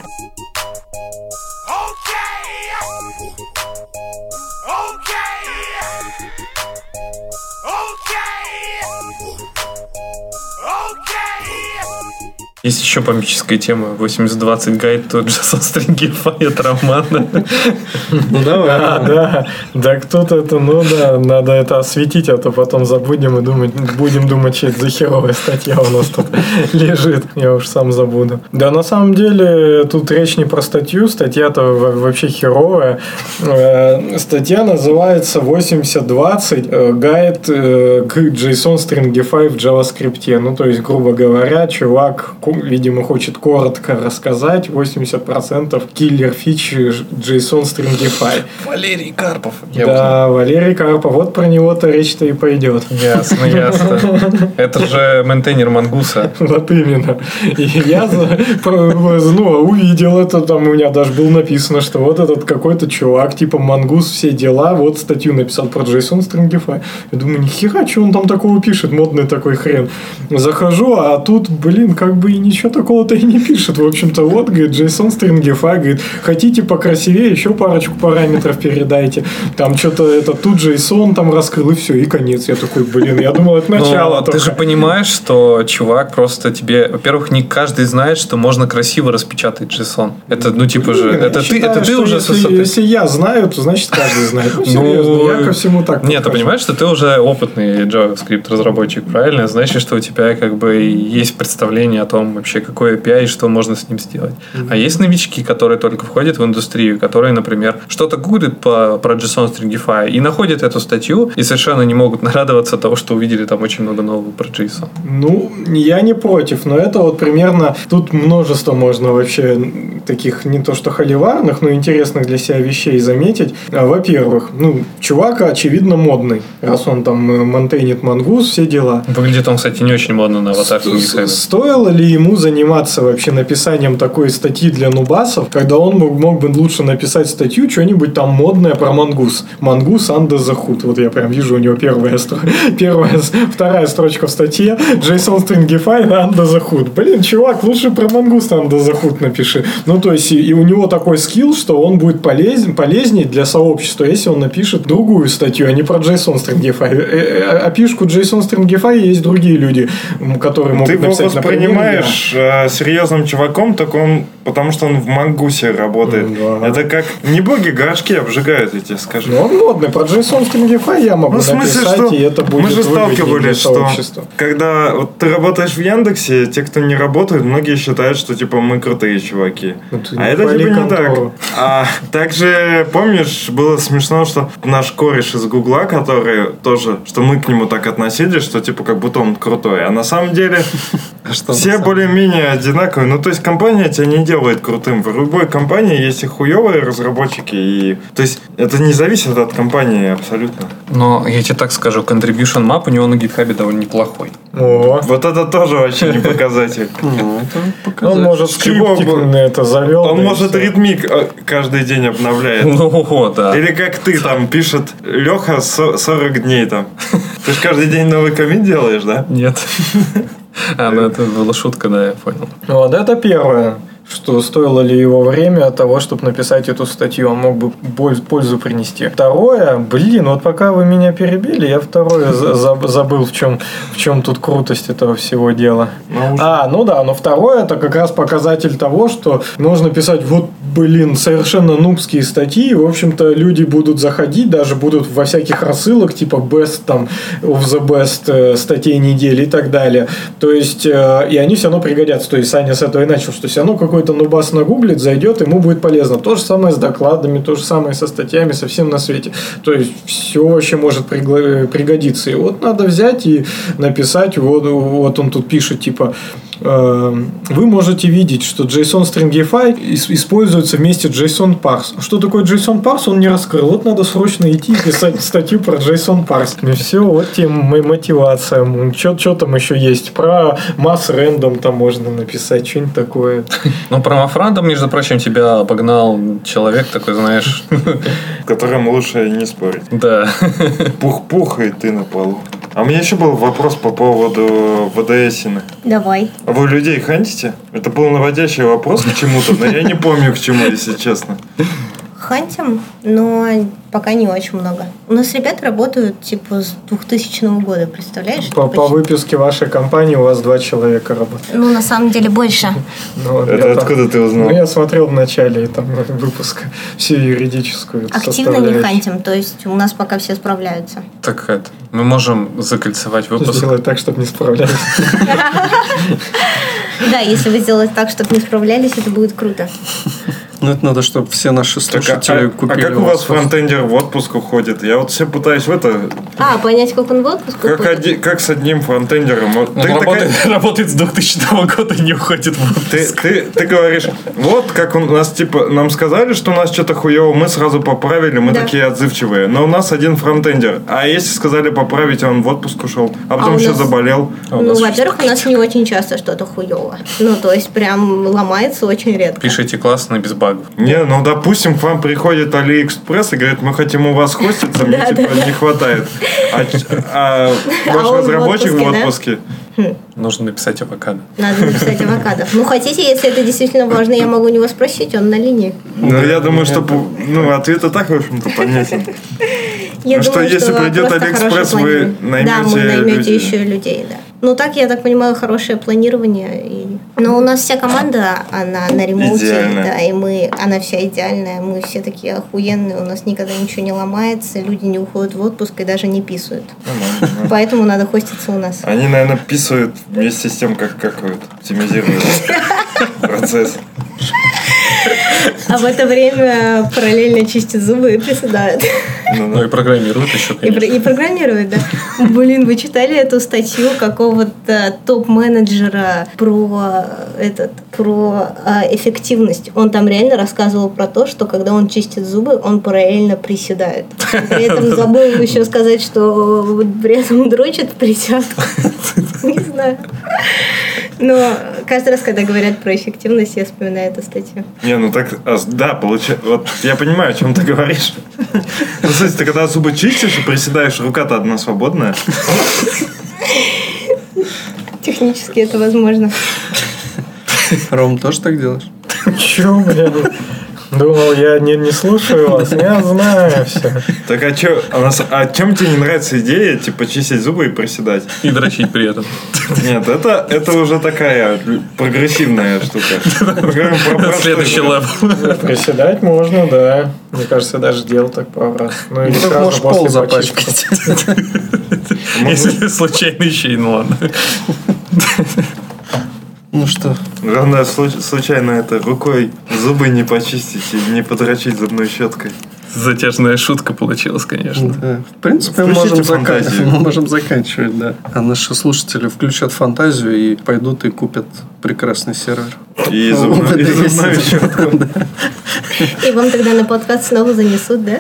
[SPEAKER 4] Есть еще помическая тема 80-20 гайд тот же со стринги от романа.
[SPEAKER 6] Ну давай. Да, да кто-то это, ну да, надо это осветить, а то потом забудем и думать, будем думать, что это за херовая статья у нас тут лежит. Я уж сам забуду. Да на самом деле тут речь не про статью, статья-то во- вообще херовая. Э, Статья называется 8020 э, гайд э, к JSON Stringify в JavaScript. Ну то есть, грубо говоря, чувак, ку- видимо, хочет коротко рассказать 80% киллер фичи JSON Stringify.
[SPEAKER 4] Валерий Карпов.
[SPEAKER 6] Да, Валерий Карпов, вот про него-то речь-то и пойдет.
[SPEAKER 4] Ясно, ясно. Это же ментейнер Мангуса.
[SPEAKER 6] Вот именно. И я за- про- ну, увидел это, там у меня даже было написано, что вот этот какой-то чувак, типа Мангус, все дела, вот статью написал про JSON Stringify. Я думаю, нихера, что он там такого пишет, модный такой хрен. Захожу, а тут, блин, как бы и ничего такого-то и не пишет. В общем-то, вот, говорит, JSON Stringify, говорит, хотите покрасивее, еще парочку параметров передайте. Там что-то это тут JSON там раскрыл, и все, и конец. Я такой, блин, я думал, это начало
[SPEAKER 4] Ну, ты
[SPEAKER 6] только.
[SPEAKER 4] же понимаешь, что чувак просто тебе... Во-первых, не каждый знает, что можно красиво распечатать JSON. Это, ну, типа же...
[SPEAKER 6] Блин, я
[SPEAKER 4] Это ты,
[SPEAKER 6] считаю,
[SPEAKER 4] это ты
[SPEAKER 6] что
[SPEAKER 4] уже с
[SPEAKER 6] если,
[SPEAKER 4] высоты.
[SPEAKER 6] если я знаю, то значит каждый знает. Ну, серьезно, я ко всему
[SPEAKER 4] Нет,
[SPEAKER 6] так
[SPEAKER 4] ты
[SPEAKER 6] подхожу.
[SPEAKER 4] понимаешь, что ты уже опытный JavaScript разработчик, правильно? Значит, что у тебя как бы есть представление о том вообще, какой API и что можно с ним сделать. А есть новички, которые только входят в индустрию, которые, например, что-то гуглят по, про JSON Stringify и находят эту статью и совершенно не могут нарадоваться того, что увидели там очень много нового про JSON.
[SPEAKER 6] Ну, я не против, но это вот примерно... Тут множество можно вообще таких не то что холиварных, но интересных для себя вещей заметить. А, Во-первых, ну, чувак, очевидно, модный, раз он там э, монтейнит мангус, все дела.
[SPEAKER 4] Ну, Выглядит он, кстати, не очень модно на аватарке.
[SPEAKER 6] С-
[SPEAKER 4] Михаила.
[SPEAKER 6] Стоило ли им ему заниматься вообще написанием такой статьи для нубасов, когда он мог, мог бы лучше написать статью что-нибудь там модное про мангус. Мангус under the hood. Вот я прям вижу у него первая, стро- первая с- вторая строчка в статье. Джейсон Стрингифай under the hood. Блин, чувак, лучше про мангус under the hood напиши. Ну, то есть, и, и у него такой скилл, что он будет полезен, полезней для сообщества, если он напишет другую статью, а не про Джейсон Стрингифай. Э, э, Опишку Джейсон Стрингифай есть другие люди, м, которые могут
[SPEAKER 3] Ты его
[SPEAKER 6] написать. например, меня.
[SPEAKER 3] воспринимаешь э, серьезным чуваком, так он, потому что он в мангусе работает.
[SPEAKER 6] М-да.
[SPEAKER 3] Это как не боги горшки обжигают, я тебе скажу.
[SPEAKER 6] Ну, он модный. Про Джейсон Стрингифай я могу
[SPEAKER 3] Ну, в смысле,
[SPEAKER 6] написать,
[SPEAKER 3] что
[SPEAKER 6] и это будет
[SPEAKER 3] мы же
[SPEAKER 6] выгоднее для
[SPEAKER 3] сталкивались, что
[SPEAKER 6] сообщества.
[SPEAKER 3] когда вот ты работаешь в Яндексе, те, кто не работают, многие считают, что типа мы крутые чуваки.
[SPEAKER 6] Ну, ты
[SPEAKER 3] а
[SPEAKER 6] не
[SPEAKER 3] это
[SPEAKER 6] хвали
[SPEAKER 3] типа не так.
[SPEAKER 6] контору.
[SPEAKER 3] А также, помнишь, было смешно, что наш кореш из Гугла, который тоже, что мы к нему так относились, что типа как будто он крутой. А на самом деле
[SPEAKER 1] Что на
[SPEAKER 3] все
[SPEAKER 1] самом-
[SPEAKER 3] более-менее одинаковые. Ну, то есть компания тебя не делает крутым. В любой компании есть и хуевые разработчики. И... То есть это не зависит от компании абсолютно.
[SPEAKER 4] Но я тебе так скажу, contribution map у него на гитхабе довольно неплохой.
[SPEAKER 6] О.
[SPEAKER 3] Вот это тоже вообще не показатель.
[SPEAKER 1] Ну, это показатель.
[SPEAKER 6] Он может
[SPEAKER 3] С чего
[SPEAKER 6] скриптик
[SPEAKER 3] бы-
[SPEAKER 6] на это завел. да
[SPEAKER 3] Он
[SPEAKER 6] и
[SPEAKER 3] может
[SPEAKER 6] всё.
[SPEAKER 3] ритмик э, каждый день обновляет.
[SPEAKER 4] Ну, да.
[SPEAKER 3] Или как ты там пишет Леха 40 дней там. Ты же каждый день новый комит делаешь, да?
[SPEAKER 4] Нет. А, ну это была шутка, да, я понял.
[SPEAKER 6] Вот это первое. Что стоило ли его время от того, чтобы написать эту статью, он мог бы боль- пользу принести. Второе, блин, вот пока вы меня перебили, я второе за- заб- забыл, в чем, в чем тут крутость этого всего дела. А, ну да, но второе это как раз показатель того, что можно писать вот, блин, совершенно нубские статьи, и, в общем-то, люди будут заходить, даже будут во всяких рассылок, типа best там, of the best э, статей недели и так далее. То есть, э, и они все равно пригодятся. То есть, Саня с этого и начал, что все равно какой-то нубас нагуглит, зайдет, ему будет полезно. То же самое с докладами, то же самое со статьями, со всем на свете. То есть, все вообще может пригла- пригодиться. И вот надо взять и написать, вот, вот он тут пишет, типа, Эм, вы можете видеть, что JSON Stringify ис- используется вместе с JSON Parse. Что такое JSON Parse, он не раскрыл. Вот надо срочно идти и писать статью про JSON Parse. Ну И все, вот тебе моя мотивация. Что там еще есть? Про масс рендом там можно написать, что-нибудь такое.
[SPEAKER 4] Ну, про Мафрандом, между прочим, тебя обогнал человек такой, знаешь,
[SPEAKER 3] С которым лучше не спорить.
[SPEAKER 4] да.
[SPEAKER 3] Пух-пух, и ты на полу. А у меня еще был вопрос по поводу ВДСины.
[SPEAKER 2] Давай.
[SPEAKER 3] А вы людей хантите? Это был наводящий вопрос к чему-то, но я не помню к чему, если честно.
[SPEAKER 2] Хантим, но пока не очень много. У нас ребята работают типа с 2000 года, представляешь?
[SPEAKER 6] По,
[SPEAKER 2] Это
[SPEAKER 6] по
[SPEAKER 2] почти-
[SPEAKER 6] выписке вашей компании у вас два человека работают.
[SPEAKER 2] Ну, на самом деле больше.
[SPEAKER 6] Ну, вот я
[SPEAKER 3] Это
[SPEAKER 6] там-
[SPEAKER 3] откуда ты
[SPEAKER 6] Ну,
[SPEAKER 3] узнал?
[SPEAKER 6] я смотрел в начале там, выпуска всю юридическую
[SPEAKER 2] Активно не
[SPEAKER 6] составляющую.
[SPEAKER 2] хантим, то есть у нас пока все справляются.
[SPEAKER 4] Так это, мы можем закольцевать выпуск.
[SPEAKER 6] Сделай так, чтобы не справлялись.
[SPEAKER 2] Да, если вы сделаете так, чтобы не справлялись, это будет круто.
[SPEAKER 1] Ну, это надо, чтобы все наши
[SPEAKER 3] Так, а-
[SPEAKER 1] слушатели
[SPEAKER 3] а-
[SPEAKER 1] купили.
[SPEAKER 3] а как у вас фронтендер в отпуск уходит? Я вот все пытаюсь в это...
[SPEAKER 2] А, понять, как он в отпуск
[SPEAKER 3] Как,
[SPEAKER 2] уходит?
[SPEAKER 3] оди- как с одним фронтендером? Вот
[SPEAKER 4] Он
[SPEAKER 3] ты, такая-
[SPEAKER 4] работает, работает с 2000 года и не уходит в отпуск.
[SPEAKER 3] ты, ты- ты говоришь, вот как у нас, типа, нам сказали, что у нас что-то хуево, мы сразу поправили, мы
[SPEAKER 2] Да.
[SPEAKER 3] такие отзывчивые. Но у нас один фронтендер. А если сказали поправить, он в отпуск ушел, а потом
[SPEAKER 2] у
[SPEAKER 3] еще
[SPEAKER 2] нас-
[SPEAKER 3] заболел.
[SPEAKER 2] Ну, во-первых, у нас не очень часто что-то хуево. Ну, то есть прям ломается очень редко.
[SPEAKER 4] Пишите классно, без багов.
[SPEAKER 3] Не, ну допустим, к вам приходит Алиэкспресс и говорит, мы хотим у вас хоститься, мне типа не хватает. А ч- А
[SPEAKER 2] он
[SPEAKER 3] ваш
[SPEAKER 2] в
[SPEAKER 3] разработчик в
[SPEAKER 2] отпуске, да?
[SPEAKER 3] отпуске.
[SPEAKER 4] Нужно написать авокадо.
[SPEAKER 2] Надо написать авокадо. Ну, хотите, если это действительно важно, я могу у него спросить, он на линии.
[SPEAKER 3] Ну, я думаю, что пу- ну, ответ и так, в общем-то, понятен.
[SPEAKER 2] Я
[SPEAKER 3] Ну, что
[SPEAKER 2] думаю,
[SPEAKER 3] если придет
[SPEAKER 2] просто
[SPEAKER 3] Алиэкспресс,
[SPEAKER 2] хорошее
[SPEAKER 3] вы
[SPEAKER 2] планирование.
[SPEAKER 3] наймете
[SPEAKER 2] Да, мы наймете
[SPEAKER 3] людей.
[SPEAKER 2] еще людей, да. Ну, так, я так понимаю, хорошее планирование. и- Но у нас вся команда, она на ремонте,
[SPEAKER 3] Идеальная.
[SPEAKER 2] да, и мы, она вся идеальная, мы все такие охуенные, у нас никогда ничего не ломается, люди не уходят в отпуск и даже не писают. Поэтому надо хоститься у нас.
[SPEAKER 3] Они, наверное, писают вместе с тем, как какают, оптимизируют процесс.
[SPEAKER 2] А в это время параллельно чистят зубы и приседают.
[SPEAKER 4] Ну и программируют еще,
[SPEAKER 2] И, про-
[SPEAKER 4] конечно.
[SPEAKER 2] и программирует, да. Блин, вы читали эту статью какого-то топ-менеджера про этот, про а, эффективность? Он там реально рассказывал про то, что когда он чистит зубы, он параллельно приседает. При этом забыл еще сказать, что при этом дрочит в присядку. Не знаю. Но каждый раз, когда говорят про эффективность, я вспоминаю эту статью.
[SPEAKER 3] Не, ну так, а, с- да, получается. Вот я понимаю, о чем ты говоришь. Ну, слушай, ты когда зубы чистишь и приседаешь, рука-то одна свободная.
[SPEAKER 2] Технически это возможно.
[SPEAKER 1] Ром, тоже так делаешь?
[SPEAKER 6] Чё, блин? Думал, я не, не слушаю вас, я знаю все.
[SPEAKER 3] Так а чё, а нас- а чем тебе не нравится идея, типа, чистить зубы и приседать?
[SPEAKER 4] И дрочить при этом.
[SPEAKER 3] Нет, это, это уже такая л- прогрессивная штука. Мы говорим про простой,
[SPEAKER 4] Следующий
[SPEAKER 3] блин.
[SPEAKER 4] левел.
[SPEAKER 6] Приседать можно, да. Мне кажется, я даже делал так пару раз. Ну, или
[SPEAKER 1] Ну, ты
[SPEAKER 6] сразу
[SPEAKER 1] можешь
[SPEAKER 6] после
[SPEAKER 1] пол
[SPEAKER 6] почистки.
[SPEAKER 1] запачкать.
[SPEAKER 4] Если случайно еще и ну ладно.
[SPEAKER 1] Ну что,
[SPEAKER 3] Главное, слу- случайно это рукой зубы не почистить и не подрочить зубной щеткой.
[SPEAKER 4] Затяжная шутка получилась, конечно.
[SPEAKER 1] да. в принципе, мы
[SPEAKER 3] Включите
[SPEAKER 1] можем, зака-
[SPEAKER 3] фантазию.
[SPEAKER 1] мы можем заканчивать, да. А наши слушатели включат фантазию и пойдут и купят прекрасный сервер.
[SPEAKER 3] И зубную, и
[SPEAKER 1] ВДС.
[SPEAKER 3] зубную щетку.
[SPEAKER 2] И вам тогда на подкаст снова занесут, да?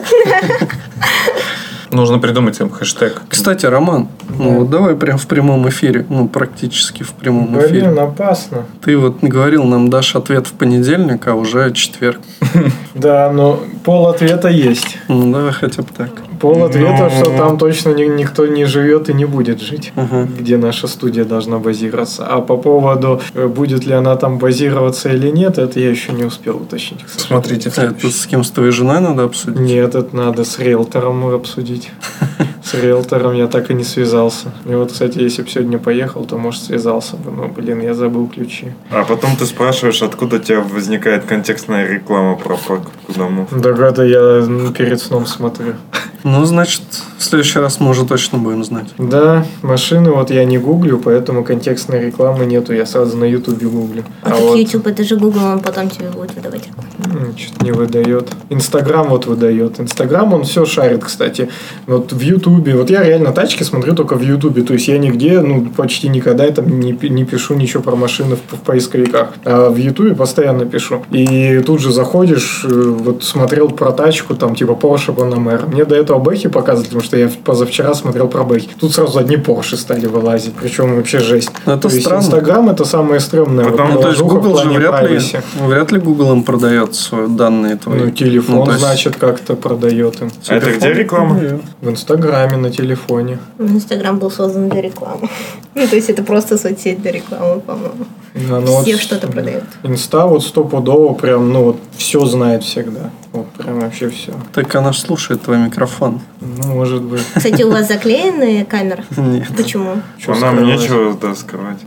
[SPEAKER 4] Нужно придумать им хэштег.
[SPEAKER 1] Кстати, Роман, ну вот давай прям в прямом эфире, ну практически в прямом эфире.
[SPEAKER 6] Блин, опасно.
[SPEAKER 1] Ты вот говорил, нам дашь ответ в понедельник, а уже четверг.
[SPEAKER 6] Да, но пол ответа есть.
[SPEAKER 1] Ну давай хотя бы так.
[SPEAKER 6] Пол
[SPEAKER 3] Ну.
[SPEAKER 6] ответа, что там точно ни- никто не живет и не будет жить,
[SPEAKER 1] Ага.
[SPEAKER 6] где наша студия должна базироваться. А по поводу, э, будет ли она там базироваться или нет, это я еще не успел уточнить. к сожалению.
[SPEAKER 4] Смотрите.
[SPEAKER 1] А Это с кем с твоей женой надо обсудить?
[SPEAKER 6] Нет, это надо с риэлтором обсудить. С риэлтором я так и не связался. И вот, кстати, если бы сегодня поехал, то, может, связался бы. Но, блин, я забыл ключи.
[SPEAKER 3] А потом ты спрашиваешь, откуда у тебя возникает контекстная реклама про покупку домов.
[SPEAKER 6] Так это я м, перед сном смотрю.
[SPEAKER 1] Ну, значит, в следующий раз мы уже точно будем знать.
[SPEAKER 6] Да, машины вот я не гуглю, поэтому контекстной рекламы нету. Я сразу на ютубе гуглю.
[SPEAKER 2] А так YouTube, это же Google, он потом тебе будет выдавать рекламу.
[SPEAKER 6] Что-то не выдает. Инстаграм вот выдает. Инстаграм он все шарит, кстати. Вот в Ютубе. Вот я реально тачки смотрю только в Ютубе. То есть я нигде, ну, почти никогда там не, пи- не пишу ничего про машины в, в поисковиках. А в Ютубе постоянно пишу. И тут же заходишь, э, вот смотрел про тачку, там, типа Porsche Panamera. Мне до этого Бэхи показывали, потому что я в- позавчера смотрел про Бэхи. Тут сразу одни Porsche стали вылазить. Причем вообще жесть.
[SPEAKER 1] Но это
[SPEAKER 6] То есть
[SPEAKER 1] странно.
[SPEAKER 6] Инстаграм это самое стрёмное.
[SPEAKER 3] Потому-
[SPEAKER 6] вот
[SPEAKER 1] Ну, то есть
[SPEAKER 6] приложуха в
[SPEAKER 1] Google же
[SPEAKER 6] плане
[SPEAKER 1] вряд ли,
[SPEAKER 6] privacy.
[SPEAKER 1] вряд ли Google им продает свои данные твои.
[SPEAKER 6] Ну, телефон,
[SPEAKER 1] Ну, то есть-
[SPEAKER 6] значит, как-то продает им.
[SPEAKER 3] А это где реклама?
[SPEAKER 6] В Инстаграме, на телефоне.
[SPEAKER 2] Ну, Инстаграм был создан для рекламы. Ну, то есть это просто соцсеть для рекламы, по-моему.
[SPEAKER 6] Да, ну
[SPEAKER 2] Все
[SPEAKER 6] вот
[SPEAKER 2] что-то продают.
[SPEAKER 6] Инста вот стопудово прям, ну вот, все знает всегда. Вот прям вообще все.
[SPEAKER 1] Так она ж слушает твой микрофон.
[SPEAKER 6] Ну, может быть.
[SPEAKER 2] Кстати, у вас заклеены камеры?
[SPEAKER 1] Нет.
[SPEAKER 2] Почему?
[SPEAKER 6] чё
[SPEAKER 3] А Нам
[SPEAKER 6] скрывать.
[SPEAKER 3] нечего да, скрывать.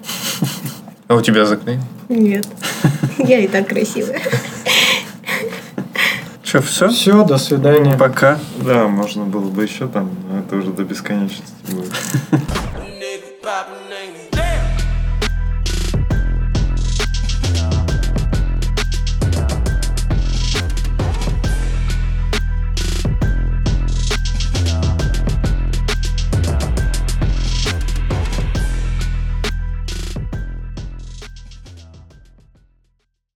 [SPEAKER 4] А у тебя заклеение?
[SPEAKER 2] Нет. Я и так красивая.
[SPEAKER 1] Че, все?
[SPEAKER 6] Все, до свидания.
[SPEAKER 1] Пока.
[SPEAKER 3] Да, можно было бы еще там, но это уже до бесконечности будет.